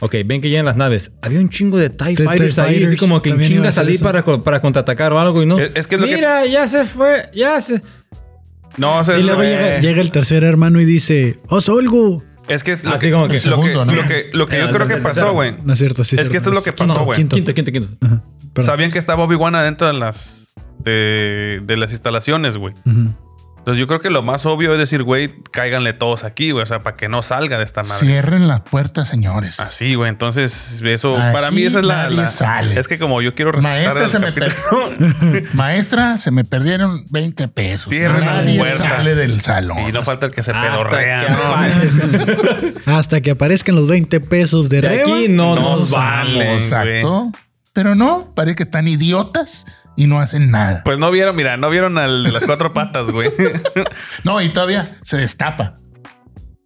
B: Ok, ven que llegan las naves. Había un chingo de TIE
D: De
B: Fighters
D: TIE
B: ahí, así
D: fighters,
B: como que en
D: también iba a
B: chinga
D: hacer
B: salí
D: eso.
B: para, co- para contraatacar o algo y no.
C: Es- es que es lo que-
B: Mira, ya se fue, ya se.
C: No, o sea,
D: Y luego
C: eh,
D: llega, llega el tercer hermano y dice, "Oh, ¡Os Olgu!
C: Es que es lo
B: Así
C: que,
B: como que-
C: lo,
A: Segundo, ¿no?
C: lo que, lo que yo
B: Eh,
C: creo que
B: tercero.
C: pasó, güey.
D: No es cierto, sí.
C: Es que esto es lo que pasó,
D: No,
C: güey.
D: Quinto.
B: Quinto, quinto, quinto.
D: Ajá, perdón.
C: Sabían que estaba Obi-Wan adentro de las, de, de las instalaciones, güey.
D: Ujú.
C: Entonces yo creo que lo más obvio es decir, güey, cáiganle todos aquí, güey. O sea, para que no salga de esta madre. Ah,
A: Cierren las puertas, señores.
C: Así, güey. Entonces, eso,
A: Aquí
C: para mí esa es la...
A: nadie
C: la-
A: sale.
C: Es que como yo quiero resaltar
A: Maestra,
C: el
A: se me
C: capítulo-
A: per- Maestra, se me perdieron 20 pesos.
C: Cierren las
A: Nadie
C: puertas.
A: sale del salón.
C: Y no falta el que se
B: Hasta
C: pedorrea.
B: que
C: ¿no?
B: aparece.
D: Hasta que aparezcan los 20 pesos de,
B: De
D: reba.
B: aquí no
C: No
B: nos
C: vale.
B: vamos.
A: Exacto. Pero no, parece que están idiotas y no hacen nada.
C: Pues no vieron, mira, no vieron al de las cuatro patas, güey. Pues-
A: No, y todavía se destapa.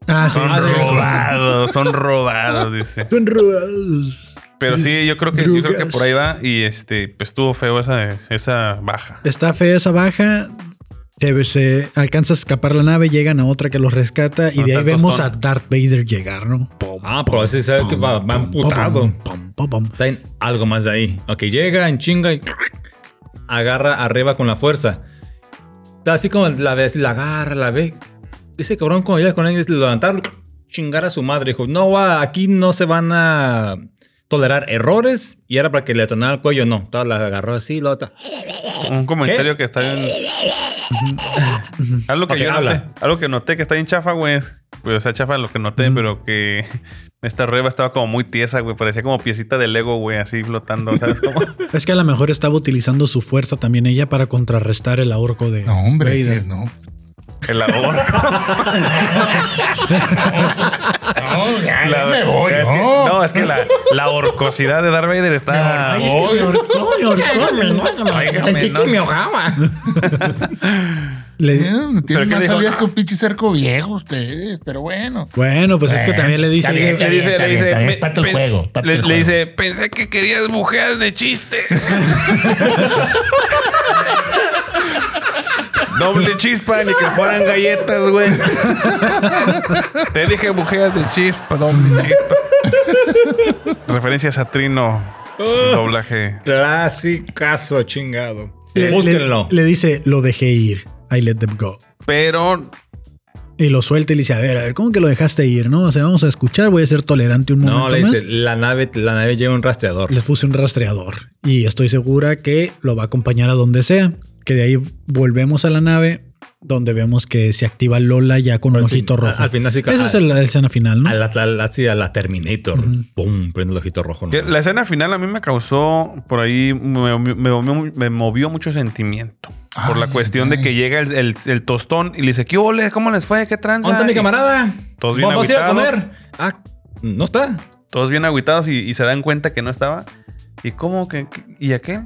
D: Ah, sí.
C: Son robados, son robados, dice.
D: Son robados.
C: Pero sí, yo creo que yo creo que por ahí va y este pues estuvo feo esa esa baja.
D: Está fea esa baja. Se, se alcanza a escapar la nave, llegan a otra que los rescata y
C: Con
D: de ahí
C: tantos
D: vemos
C: ton.
D: a Darth Vader llegar, ¿no? Pum,
B: Ah, pero así se ve que va, va
D: pum,
B: emputado.
D: pum, pum, pum, pum.
B: Está en algo más de ahí. Ok, llega en chinga y agarra arriba con la fuerza. Está así como la ve, así la agarra, la ve. Ese cabrón cuando llega con él es levantarlo, chingar a su madre. Dijo, no, va, aquí no se van a tolerar errores. Y era para que le atonara el cuello, no. Toda la agarró así, la otra.
C: Un comentario que está bien. algo que
B: Ok,
C: yo
B: habla.
C: noté, algo que noté que está bien chafa, güey, es Pues, o sea, chafa lo que noté, pero que esta rueda estaba como muy tiesa, güey. Parecía como piecita de Lego, güey, así flotando, ¿sabes cómo?
D: Es que a lo mejor estaba utilizando su fuerza también ella para contrarrestar el ahorco de
A: No, hombre,
D: Vader.
A: que no.
C: El ahorro.
A: No, ya, ya
C: La-
A: me voy.
C: es que-
A: no.
C: no, es que la, la horcosidad de Darth Vader está.
D: Ay, es que me ahorcó, me ahorcó.
C: Óigame, ¿no?
D: Le di-
A: Eh, Tiene
C: ¿Pero qué
A: más
C: dijo?
A: salidas que un
D: Ah.
A: pinche cerco viejo ustedes, pero bueno.
D: Bueno, pues es que
A: Bueno,
D: también le dice.
A: está bien, está
C: Le dice- le dice,
A: está bien,
C: "Me-
A: parte el
C: pen-
A: juego, parte
C: le-
A: el
C: le
A: juego".
C: dice, pensé que querías mujeres de chiste. Doble chispa, ni que fueran galletas, güey. Te dije mujeres de chispa, doble chispa. Referencias a Trino. Doblaje.
B: Clasicazo, chingado.
D: le-
B: Búsquenlo.
D: le- le dice, lo dejé ir. I let them go.
C: Pero
D: Y lo suelta y le dice, a ver, a ver, ¿cómo que lo dejaste ir? No, o sea, vamos a escuchar, voy a ser tolerante un
B: No,
D: momento
B: le
D: más.
B: dice, la nave, la nave lleva un rastreador.
D: Les puse un rastreador y estoy segura que lo va a acompañar a donde sea. Que de ahí volvemos a la nave donde vemos que se activa Lola ya con un
B: Pues sí,
D: ojito rojo.
B: al final sí ca-
D: Esa es el- la escena final, ¿no?
B: A la, a la- sí, a la Terminator. Pum, prende el ojito rojo.
C: que
B: nomás.
C: la escena final a mí me causó por ahí, me, me- me- me movió mucho sentimiento. Por la
A: Ay,
C: cuestión de
A: ay.
C: que llega el, el- el tostón y le dice, ¿qué ole? ¿Cómo les fue? ¿Qué tranza?
B: ¿Dónde está mi
C: Y-
B: camarada?
C: Todos bien
B: Vamos a ir a
C: agüitados.
B: comer. Ah, no está.
C: todos bien agüitados y, y se dan cuenta que no estaba. ¿Y cómo? que que- ¿Y a qué?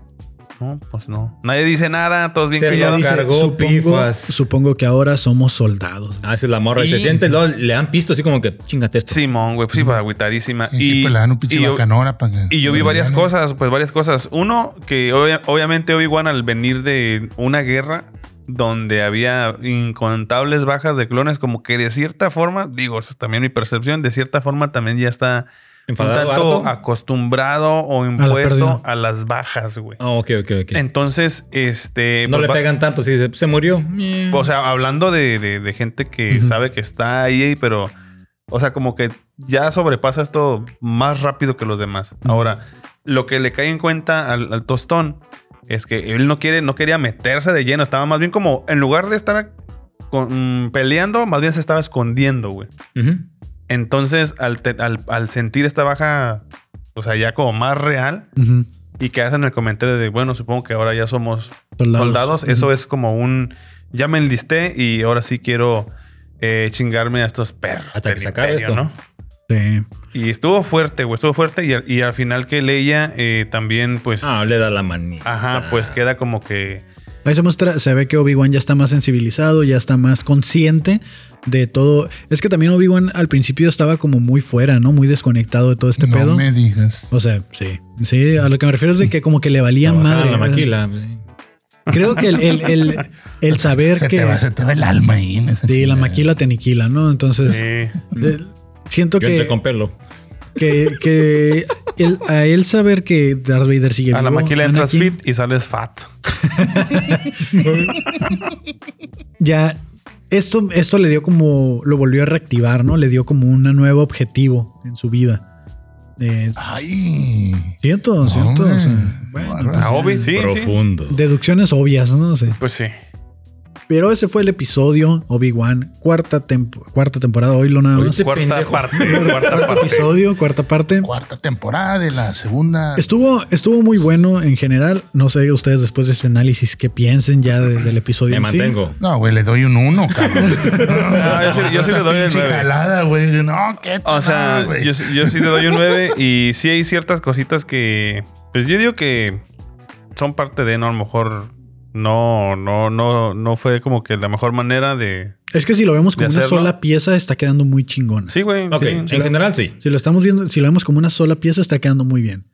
C: No, pues no. Nadie dice nada, todos bien
B: Se
D: Ella
B: lo
C: callados.
D: dice,
B: cargó
D: supongo,
B: pifas".
D: supongo que ahora somos soldados.
B: Ah, esa es la morra. Y
C: Y-
B: se siente, luego le han visto así como que chingate esto.
C: Simón, güey, pues sí, pues, agüitadísima.
A: Y, sí,
C: Y,
A: pues le dan un pinche
C: y yo,
A: bacanora para que-
C: y yo vi
A: para
C: varias
A: que-
B: ¿eh?
C: cosas, pues varias cosas. Uno, que obvia- obviamente Obi-Wan al venir de una guerra donde había incontables bajas de clones, como que de cierta forma, digo, esa es también mi percepción, de cierta forma también ya está un
B: Enfadado,
C: tanto
B: harto.
C: acostumbrado o
D: pérdida.
C: impuesto a, las bajas, güey.
B: Ah, ok, ok, ok.
C: Entonces, este.
B: no
C: pues,
B: le
C: va-
B: pegan tanto. Si se, se murió.
C: O sea, hablando de, de- de gente que sabe que está ahí, pero. O sea, como que ya sobrepasa esto más rápido que los demás. Ahora, lo que le cae en cuenta al, al tostón es que él no quiere, no quería meterse de lleno. Estaba más bien como, en lugar de estar con- peleando, más bien se estaba escondiendo, güey.
B: Ujú.
C: Entonces, al, te- al- al sentir esta baja, o sea, ya como más real,
D: Ujú.
C: y que hacen el comentario de, bueno, supongo que ahora ya somos
D: Soldados.
C: soldados. Eso es como un. Ya me enlisté y ahora sí quiero eh, chingarme a estos perros.
B: Hasta que
C: del
B: se acabe
C: imperio,
B: esto.
D: Sí.
C: Y estuvo fuerte, güey. Estuvo fuerte. Y, al- y al final que Leia eh, también, pues.
B: Ah, le Ah. da la manita.
C: Ajá, pues queda como que.
D: Ahí se muestra, se ve que Obi-Wan ya está más sensibilizado, ya está más consciente de todo. Es que también Obi-Wan al principio estaba como muy fuera, ¿no? Muy desconectado de todo este
A: no
D: pedo.
A: me digas.
D: O sea, sí. Sí, a lo que me refiero es de que como que le valía
B: Trabajaban
D: madre.
B: la maquila. pues,
D: Creo que el, el- el- el saber
A: se,
D: que.
A: te va, se te va el alma ahí en esa
D: sí, la
A: chingada.
D: maquila te aniquila, ¿no?
B: Pues,
D: Entonces,
C: eh,
D: eh, siento
B: Yo entré
D: que,
B: con pelo.
D: que, que el- a él saber que Darth Vader sigue
C: a la
D: vivo,
C: maquila entras
D: Anakin,
C: fit y sales fat.
D: ya esto, esto le dio como, lo volvió a reactivar, ¿no? Le dio como un nuevo objetivo en su vida. Eh,
A: Ay.
D: siento, siento.
A: Hombre,
D: o sea, bueno,
A: bárbaro.
C: A Obi, sí, sí.
B: Pues, Profundo.
D: deducciones obvias, ¿no? sé.
C: Pues sí.
D: Pero ese fue el episodio Obi-Wan, cuarta, tempo- cuarta temporada, hoy lo nada más.
B: Este
C: cuarta
B: pendejo.
C: parte. Cuarta
D: Cuarto
C: parte.
D: episodio, cuarta parte.
A: Cuarta temporada de la segunda.
D: Estuvo, estuvo muy bueno en general. No sé ustedes después de este análisis qué piensen ya de- del episodio.
B: Me
D: en sí.
B: mantengo.
A: No, güey, le doy un uno, cabrón.
C: No, yo sí, yo sí le doy el
A: Pinche
C: 9.
A: jalada, güey. No, qué
C: O sea,
B: Ah,
A: tal, güey.
C: yo, yo sí le doy un 9 y sí hay ciertas cositas que, pues yo digo que son parte de, no, a lo mejor no, no, no, no fue como que la mejor manera de...
D: Es que si lo vemos como
C: De
D: una
C: hacerlo.
D: sola pieza, está quedando muy chingona.
C: Sí, güey.
B: Ok,
C: sí.
B: en general sí.
D: Si lo estamos viendo, si lo vemos como una sola pieza, está quedando muy bien.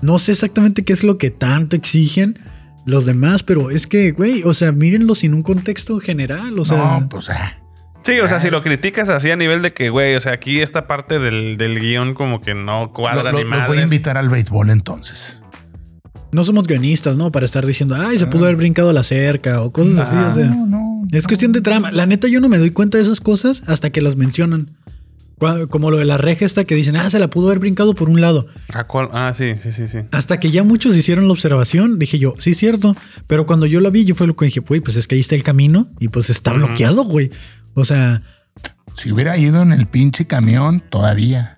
D: No sé exactamente qué es lo que tanto exigen los demás, pero es que, güey, o sea, mírenlo sin un contexto general. O sea,
A: no, pues, ah,
C: Sí, o sea, si lo criticas así a nivel de que, güey, o sea, aquí esta parte del, del guión como que no
A: lo,
C: cuadra
A: lo-
C: ni
A: lo voy a
C: madres.
A: invitar al béisbol entonces.
D: no somos guionistas, ¿no? Para estar diciendo, ay, se pudo haber brincado la cerca o cosas así. O sea,
A: no.
D: Es cuestión de trama. La neta, yo no me doy cuenta de esas cosas hasta que las mencionan. Cua- Como lo de la reja esta que dicen, ah, se la pudo haber brincado por un lado.
C: Ah, ¿cuál? Ah, sí, sí, sí, sí.
D: Hasta que ya muchos hicieron la observación, dije yo, sí, cierto. Pero cuando yo la vi, yo fue lo que dije, güey, pues es que ahí está el camino y pues está bloqueado, güey. O sea,
A: Si hubiera ido en el pinche camión, todavía.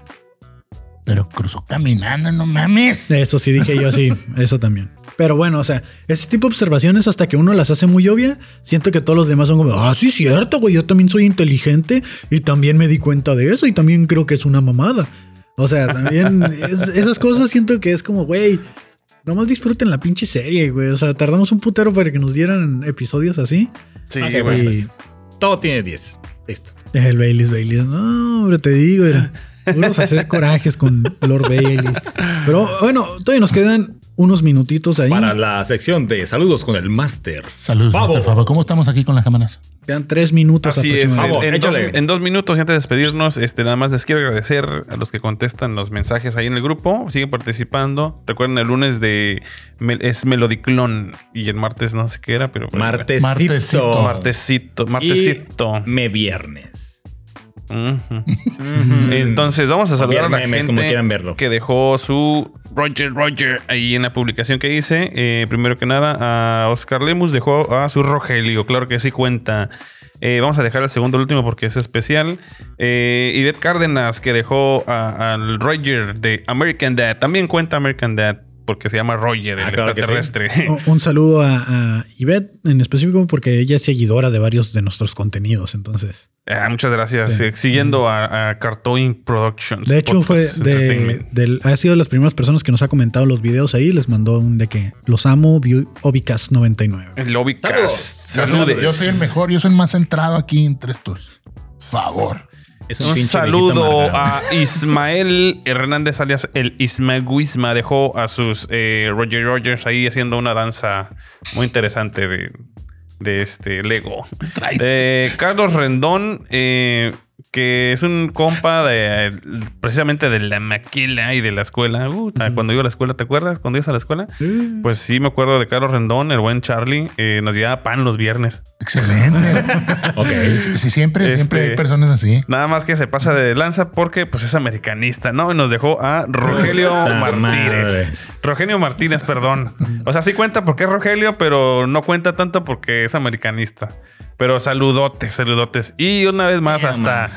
A: Pero cruzó caminando, no mames.
D: Eso sí dije yo, sí, eso también. Pero bueno, o sea, ese tipo de observaciones hasta que uno las hace muy obvia, siento que todos los demás son como, ah, sí, cierto, güey, yo también soy inteligente y también me di cuenta de eso y también creo que es una mamada. O sea, también es- esas cosas siento que es como, güey, nomás disfruten la pinche serie, güey. O sea, tardamos un putero para que nos dieran episodios así.
C: Sí,
B: Ok,
C: güey.
B: bueno,
D: Y-
B: pues, todo tiene 10. Listo.
D: Eh, El Baileys, Baileys. No, hombre, te digo, era puros hacer corajes con Lord Baileys. Pero bueno, todavía nos quedan unos minutitos ahí.
B: Para la sección de saludos con el máster.
A: Saludos,
B: Pavo.
A: Mr. Favo. ¿Cómo estamos aquí con las cámaras?
D: Quedan tres minutos
C: Así es.
D: aproximadamente.
B: Vamos,
C: En, en dos,
B: échale.
C: en dos minutos y antes de despedirnos, este, nada más les quiero agradecer a los que contestan los mensajes ahí en el grupo. Siguen participando. Recuerden, el lunes de mel- es Melodiclón y el martes no sé qué era, pero.
B: Martesito.
A: Martesito.
C: Martesito. Martesito.
B: Y me viernes.
C: Ujú. Entonces vamos a saludar a la
B: memes,
C: gente
B: como quieran verlo.
C: que dejó su Roger Roger ahí en la publicación que hice. Eh, primero que nada, a Oscar Lemus dejó a su Rogelio, claro que sí cuenta. Eh, vamos a dejar el segundo al último porque es especial. Eh, Ivette Cárdenas que dejó a- al Roger de American Dad. También cuenta American Dad porque se llama Roger, el
B: Ah, claro que sí.
C: extraterrestre.
D: Un- Un saludo a, a Ivette en específico porque ella es seguidora de varios de nuestros contenidos. Entonces,
C: Ah, muchas gracias.
D: Sí.
C: Eh, Siguiendo a, a Cartoon Productions.
D: de hecho, fue
C: Podcast
D: de,
C: Entertainment.
D: del- ha sido de las primeras personas que nos ha comentado los videos ahí. Les mandó un de que los amo, View- Obicast 99.
C: El Lobbycast.
B: Saludos.
C: Saludes.
A: Yo soy el mejor, yo soy el más centrado aquí entre estos. Favor.
B: Es
C: Un
B: pinche
C: saludo
B: viejito
C: a
B: amargado.
C: Ismael Hernández, alias el Ismael Guisma. Dejó a sus eh, Roger Rogers ahí haciendo una danza muy interesante de, de este Lego.
A: traes?
C: Eh, Carlos Rendón, eh, que es un compa de precisamente de la maquila y de la escuela. Uh, Cuando iba a la escuela, ¿te acuerdas? Cuando ibas a la escuela. Pues sí, me acuerdo de Carlos Rendón, el buen Charlie. eh, nos llevaba pan los viernes.
A: Excelente.
B: Ok.
A: Sí, sí, siempre, siempre
C: Este-
A: hay personas así.
C: Nada más que se pasa de lanza porque pues es americanista, ¿no? Y nos dejó a Rogelio
B: Puta madre.
C: Martínez. Rogelio Martínez, perdón. O sea, sí cuenta porque es Rogelio, pero no cuenta tanto porque es americanista. Pero saludotes, saludotes. Y una vez más hasta a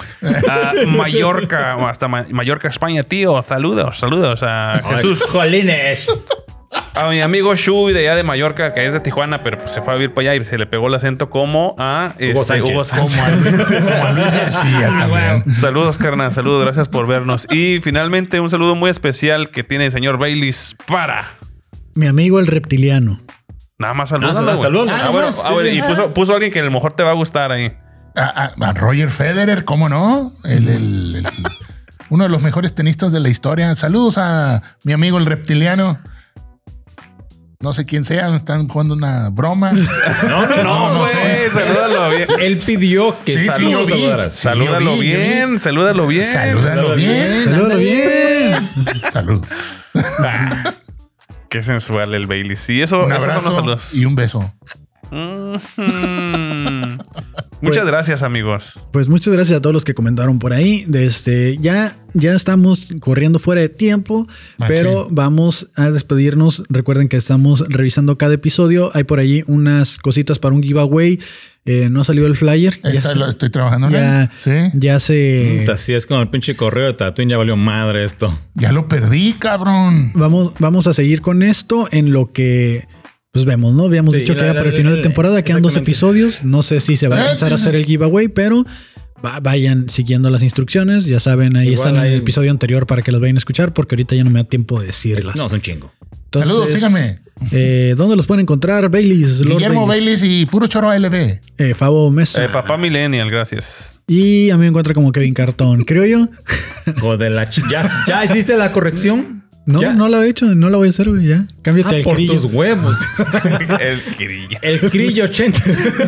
C: Mallorca, o hasta Ma- Mallorca, España, tío. Saludos, saludos a Jesús.
B: jolines.
C: A mi amigo Shui de allá de Mallorca, que es de Tijuana, pero pues, se fue a vivir para allá y se le pegó el acento como a este,
B: Sánchez.
C: Hugo Sánchez.
A: Como a Luis- como a Luis
C: Ah,
A: García también.
C: Saludos, carnal. Saludos, gracias por vernos. Y finalmente, un saludo muy especial que tiene el señor Baileys para.
D: Mi amigo el reptiliano.
C: Nada más saludos.
B: Nada más
C: güey.
B: saludos.
C: Ah,
A: Nada
C: bueno,
A: más,
C: a ver,
A: sí.
C: y puso, puso alguien que a lo mejor te va a gustar ahí.
A: A, a- a Ah, Roger Federer, ¿cómo no? El- el- el- uno de los mejores tenistas de la historia. Saludos a mi amigo el reptiliano. No sé quién sea, me están jugando una broma.
B: No, no, no, no. sé.
C: Salúdalo bien.
B: Él pidió que
A: Sí, sí,
B: saludos
A: yo vi.
B: saludaras.
A: Sí,
C: Salúdalo
A: yo vi, yo vi.
C: bien, salúdalo bien.
A: Salúdalo
B: Salúdalo
A: bien.
B: bien.
D: Saludos bien.
A: Salud.
C: Qué sensual el Baileys. Y eso,
A: Un
C: esos son los
A: abrazo
C: saludos.
A: y un beso.
C: Mm.
A: Pues
C: Muchas gracias, amigos.
D: Pues muchas gracias a todos los que comentaron por ahí. Desde ya, ya estamos corriendo fuera de tiempo,
A: Machín.
D: pero vamos a despedirnos. Recuerden que estamos revisando cada episodio. Hay por ahí unas cositas para un giveaway. Eh, no ha salido el flyer. Ya
A: Esta
D: se-
A: lo estoy trabajando. Ya,
D: ya,
A: sí. Mm,
D: ya se.
B: Puta, Así es con el pinche correo de Tatooine ya valió madre esto.
A: ya lo perdí, cabrón.
D: Vamos, vamos a seguir con esto en lo que. Pues vemos, ¿no? Habíamos
B: Sí,
D: dicho que
B: la-
D: era
B: la-
D: para el
B: la-
D: final de
B: la-
D: temporada, quedan dos
B: exactamente.
D: episodios. No sé si se va a
A: Ah,
D: alcanzar
A: sí,
D: a
A: sí.
D: hacer el giveaway, pero va- vayan siguiendo las instrucciones. Ya saben, ahí
B: Igual
D: están en el
B: ahí-
D: episodio anterior para que las vayan a escuchar, porque ahorita ya no me da tiempo de decirlas.
B: No, es un chingo.
D: Entonces,
A: Saludos, síganme.
D: eh, ¿Dónde los pueden encontrar? Baileys, Lord
A: Guillermo
D: Baileys,
A: Bailey y puro choro LB.
D: eh, Fabo Mesa.
C: Eh, papá Millennial, gracias.
D: y a mí me encuentra como Kevin Cartón, creo yo.
B: Joder, la ch- ¿Ya, ¿Ya hiciste la corrección?
D: No,
B: ¿Ya?
D: no lo he hecho, no lo voy a hacer, güey, ya. Cámbiate
B: Ah,
D: al
B: por
D: grillo.
B: tus huevos.
C: El querillo.
B: El crillo 80.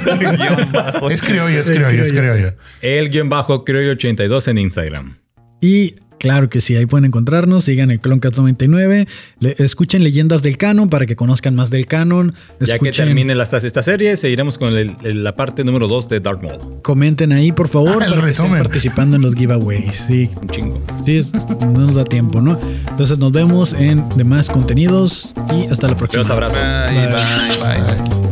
C: Ah,
A: Es criollo, es criollo, es criollo.
B: El guión bajo criollo 82 en Instagram.
D: Y claro que sí, ahí pueden encontrarnos. Sigan el Cloncast 99. le- escuchen Leyendas del Canon para que conozcan más del Canon.
B: Ya que
D: escuchen-
B: termine la- esta serie, seguiremos con el- el- la parte número 2 de Dark Maul.
D: Comenten ahí, por favor,
A: Ah, el
D: para que estén
A: resumen.
D: participando en los giveaways. Sí,
B: Un chingo.
D: sí, es- no nos da tiempo, ¿no? Entonces nos vemos en demás contenidos y hasta la próxima.
B: Los abrazos.
C: Bye, bye, bye.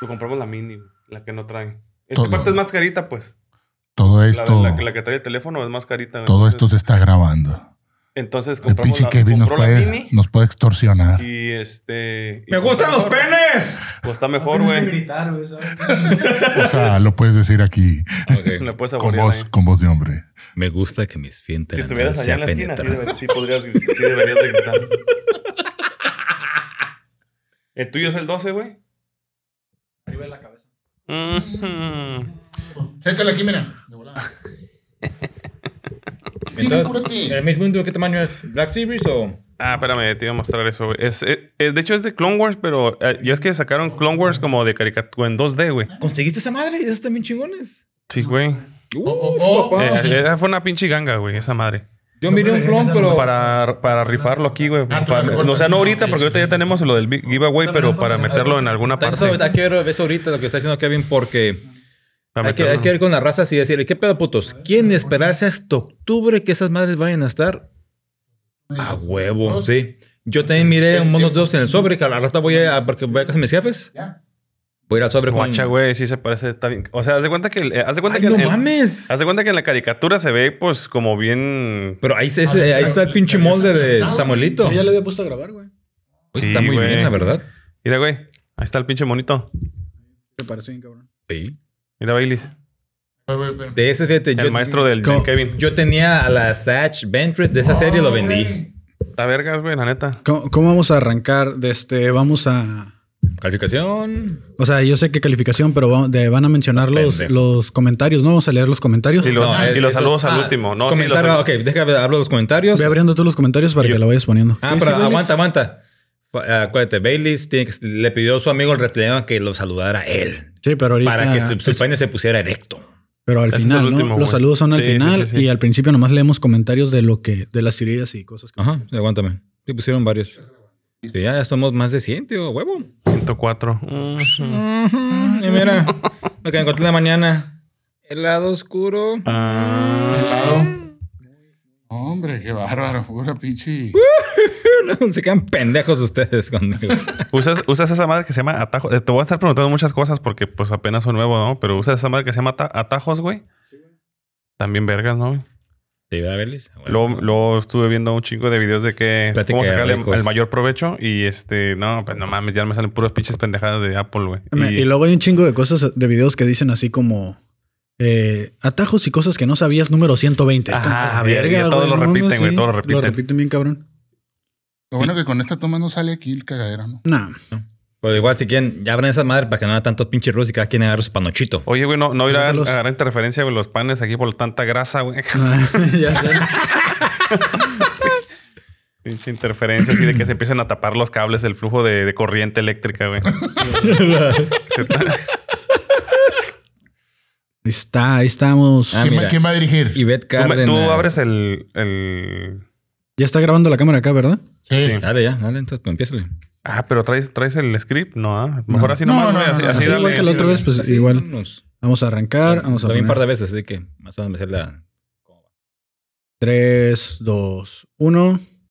C: Lo compramos la mini, güey, la que no trae. Esta
A: Todo.
C: parte es más carita, pues.
A: Todo
C: La, de-
A: esto,
C: la que- la que trae el teléfono es más carita. güey.
A: todo esto
C: entonces,
A: se está grabando.
C: Entonces
A: El
C: compramos
A: pinche
C: la,
A: Kevin nos
C: compró la
A: puede,
C: mini
A: nos puede extorsionar.
C: y este... y
B: ¡Me gustan los
C: mejor,
B: penes!
C: Pues está mejor, güey.
D: gritar, güey, ¿sabes?
A: O sea, lo puedes decir aquí
C: La puedes
A: con
C: saborear
A: voz,
C: ahí.
A: con voz de hombre.
B: Me gusta que mis fientes.
C: Si estuvieras allá en la esquina, sí, deber- sí podrías, sí deberías de gritar. ¿El tuyo es el 12, güey?
D: Arriba de la cabeza.
C: Mhm.
A: Échale aquí, mira.
B: Entonces, ¿el mismo hindú qué tamaño es? ¿Black Series o...?
C: Ah, espérame, te iba a mostrar eso, güey. Es, eh, eh, de hecho, es de Clone Wars, pero eh, ya es que sacaron Clone Wars como de caricatura en 2D, güey.
B: ¿Conseguiste esa madre? Esos también chingones. Uh.
C: Sí, güey.
B: Uf,
A: oh, oh.
B: papá.
C: Eh, eh, fue una pinche ganga, güey, esa madre.
B: Yo miré un clon, pero...
C: Para, para rifarlo aquí, güey.
A: Ah,
C: Para-
A: claro.
C: no, o sea, no ahorita, porque ahorita ya tenemos lo del big giveaway, pero para meterlo en alguna
B: Tan-
C: parte.
B: eso- Hay que ver eso ahorita lo que está diciendo Kevin porque
C: Para
B: hay que,
C: meterlo.
B: hay que ver con las razas y decirle, ¿qué pedo putos? ¿Quién esperarse hasta octubre que esas madres vayan a estar? A huevo, sí. Yo también miré unos dedos en el sobre, que a la raza voy a, porque voy a casa de mis jefes. Voy a ir al sobre con...
C: Guacha, güey, sí se parece. está bien- O sea, haz de cuenta que. el- eh, haz de cuenta
B: Ay,
C: que
B: no
C: el-
B: mames.
C: Haz de cuenta que en la caricatura se ve, pues, como bien.
B: Pero ahí,
D: Ah,
B: se- ese- ahí está el pinche molde de Samuelito.
D: Yo ya le había puesto a grabar, güey.
B: Pues está
C: Sí,
B: muy
C: güey.
B: bien, la verdad.
C: Mira, güey. Ahí está el pinche monito.
D: Me pareció bien cabrón.
B: Sí.
C: Mira, Baileys.
B: De ese, fíjate,
C: El
B: yo,
C: maestro del, del
D: ¿Cómo?
C: Kevin.
B: yo tenía a la Satch Ventress de esa serie lo vendí.
C: Está vergas, güey, la neta.
D: ¿Cómo, cómo vamos a arrancar? De este, vamos a.
B: Calificación.
D: O sea, yo sé qué calificación, pero va- de- van a mencionar
B: Los
D: los,
B: pendejos.
D: los comentarios, ¿no? Vamos a leer los comentarios.
C: Y, lo-
B: No,
C: y
B: eh,
C: los
B: eso-
C: saludos al
B: ah,
C: último. No, sí, los
B: comentario,
C: saludos.
B: ok, déjame hablar los comentarios.
D: Ve abriendo tú los comentarios para
C: Yo-
D: que lo vayas poniendo.
B: Ah,
D: Sí,
B: pero
D: sí,
B: aguanta, aguanta. Fu- Acuérdate, Baileys tiene que- le pidió a su amigo el reptiliano que lo saludara a él.
D: Sí, pero ahorita.
B: Para que su, su pene se pusiera erecto.
D: Pero al
C: Ese es
D: final,
C: el
D: ¿no?
C: último, güey.
D: Los saludos son al
C: Sí, sí,
D: final
C: sí, sí.
D: y al principio nomás leemos comentarios de lo que, de las heridas y cosas que.
B: Ajá, sí, aguántame. Sí, pusieron varios. Sí, ya, ya somos más de 100, tío, huevo.
C: 104. Mm.
B: Ujú, Y mira, lo que me encontré en la mañana. El lado oscuro.
C: Ah.
A: Hombre, qué bárbaro. Pura pinche.
B: se quedan pendejos ustedes conmigo.
C: ¿Usas, usas esa madre que se llama atajos. Eh, Te voy a estar preguntando muchas cosas porque pues apenas son nuevo, ¿no? Pero usas esa madre que se llama ata- atajos, güey. También vergas, ¿no? güey?
B: ¿Te iba a
C: Ah,
B: Belis?
C: Luego, luego estuve viendo un chingo de videos de que
B: Plática
C: cómo
B: de
C: sacarle
B: ricos.
C: el mayor provecho y este, no, pues no mames, ya me salen puras pinches pendejadas de Apple, güey.
D: Me- Y,
C: Y-
D: luego hay un chingo de cosas, de videos que dicen así como eh, atajos y cosas que no sabías, número 120.
C: Ajá, verga,
D: güey,
C: todos lo
D: no, no,
C: repiten, güey,
D: sí.
C: todos lo repiten.
D: Lo repiten bien, cabrón.
A: Lo bueno que con esta toma no sale aquí el cagadero, ¿no?
D: Nah.
B: Pero igual, si quieren, ya abran esa madre para que no haya tantos pinches rusos y cada quien agarre su panochito.
C: Oye, güey, no, no irá a
D: Sácalos.
C: agarrar interferencia, güey, los panes aquí por tanta grasa, güey.
D: Ya, ya.
C: Pinche interferencia, así de que se empiezan a tapar los cables del flujo de, de corriente eléctrica, güey. Se ta-
D: Está, ahí estamos.
B: Ah,
A: ¿Quién,
B: mira.
A: va, quién va a dirigir?
B: Y Beth ah,
C: tú, me-
B: Cárdenas.
C: tú abres el, el-
D: Ya está grabando la cámara acá, ¿verdad?
A: Sí.
B: Dale, ya, dale, entonces, pues empieza.
C: Ah, pero traes, traes el script, ¿no? ah? Mejor así nomás,
A: No, no,
C: güey,
A: no,
C: así,
A: no,
C: así
A: no,
D: igual
C: dale,
D: que la
C: así
D: otra
C: dale.
D: vez, pues
B: Así,
D: igual.
B: vámonos.
D: Vamos a arrancar. Vamos a
B: También un par
D: poner
B: de veces, así que más o menos me sé la.
D: 3, 2, 1.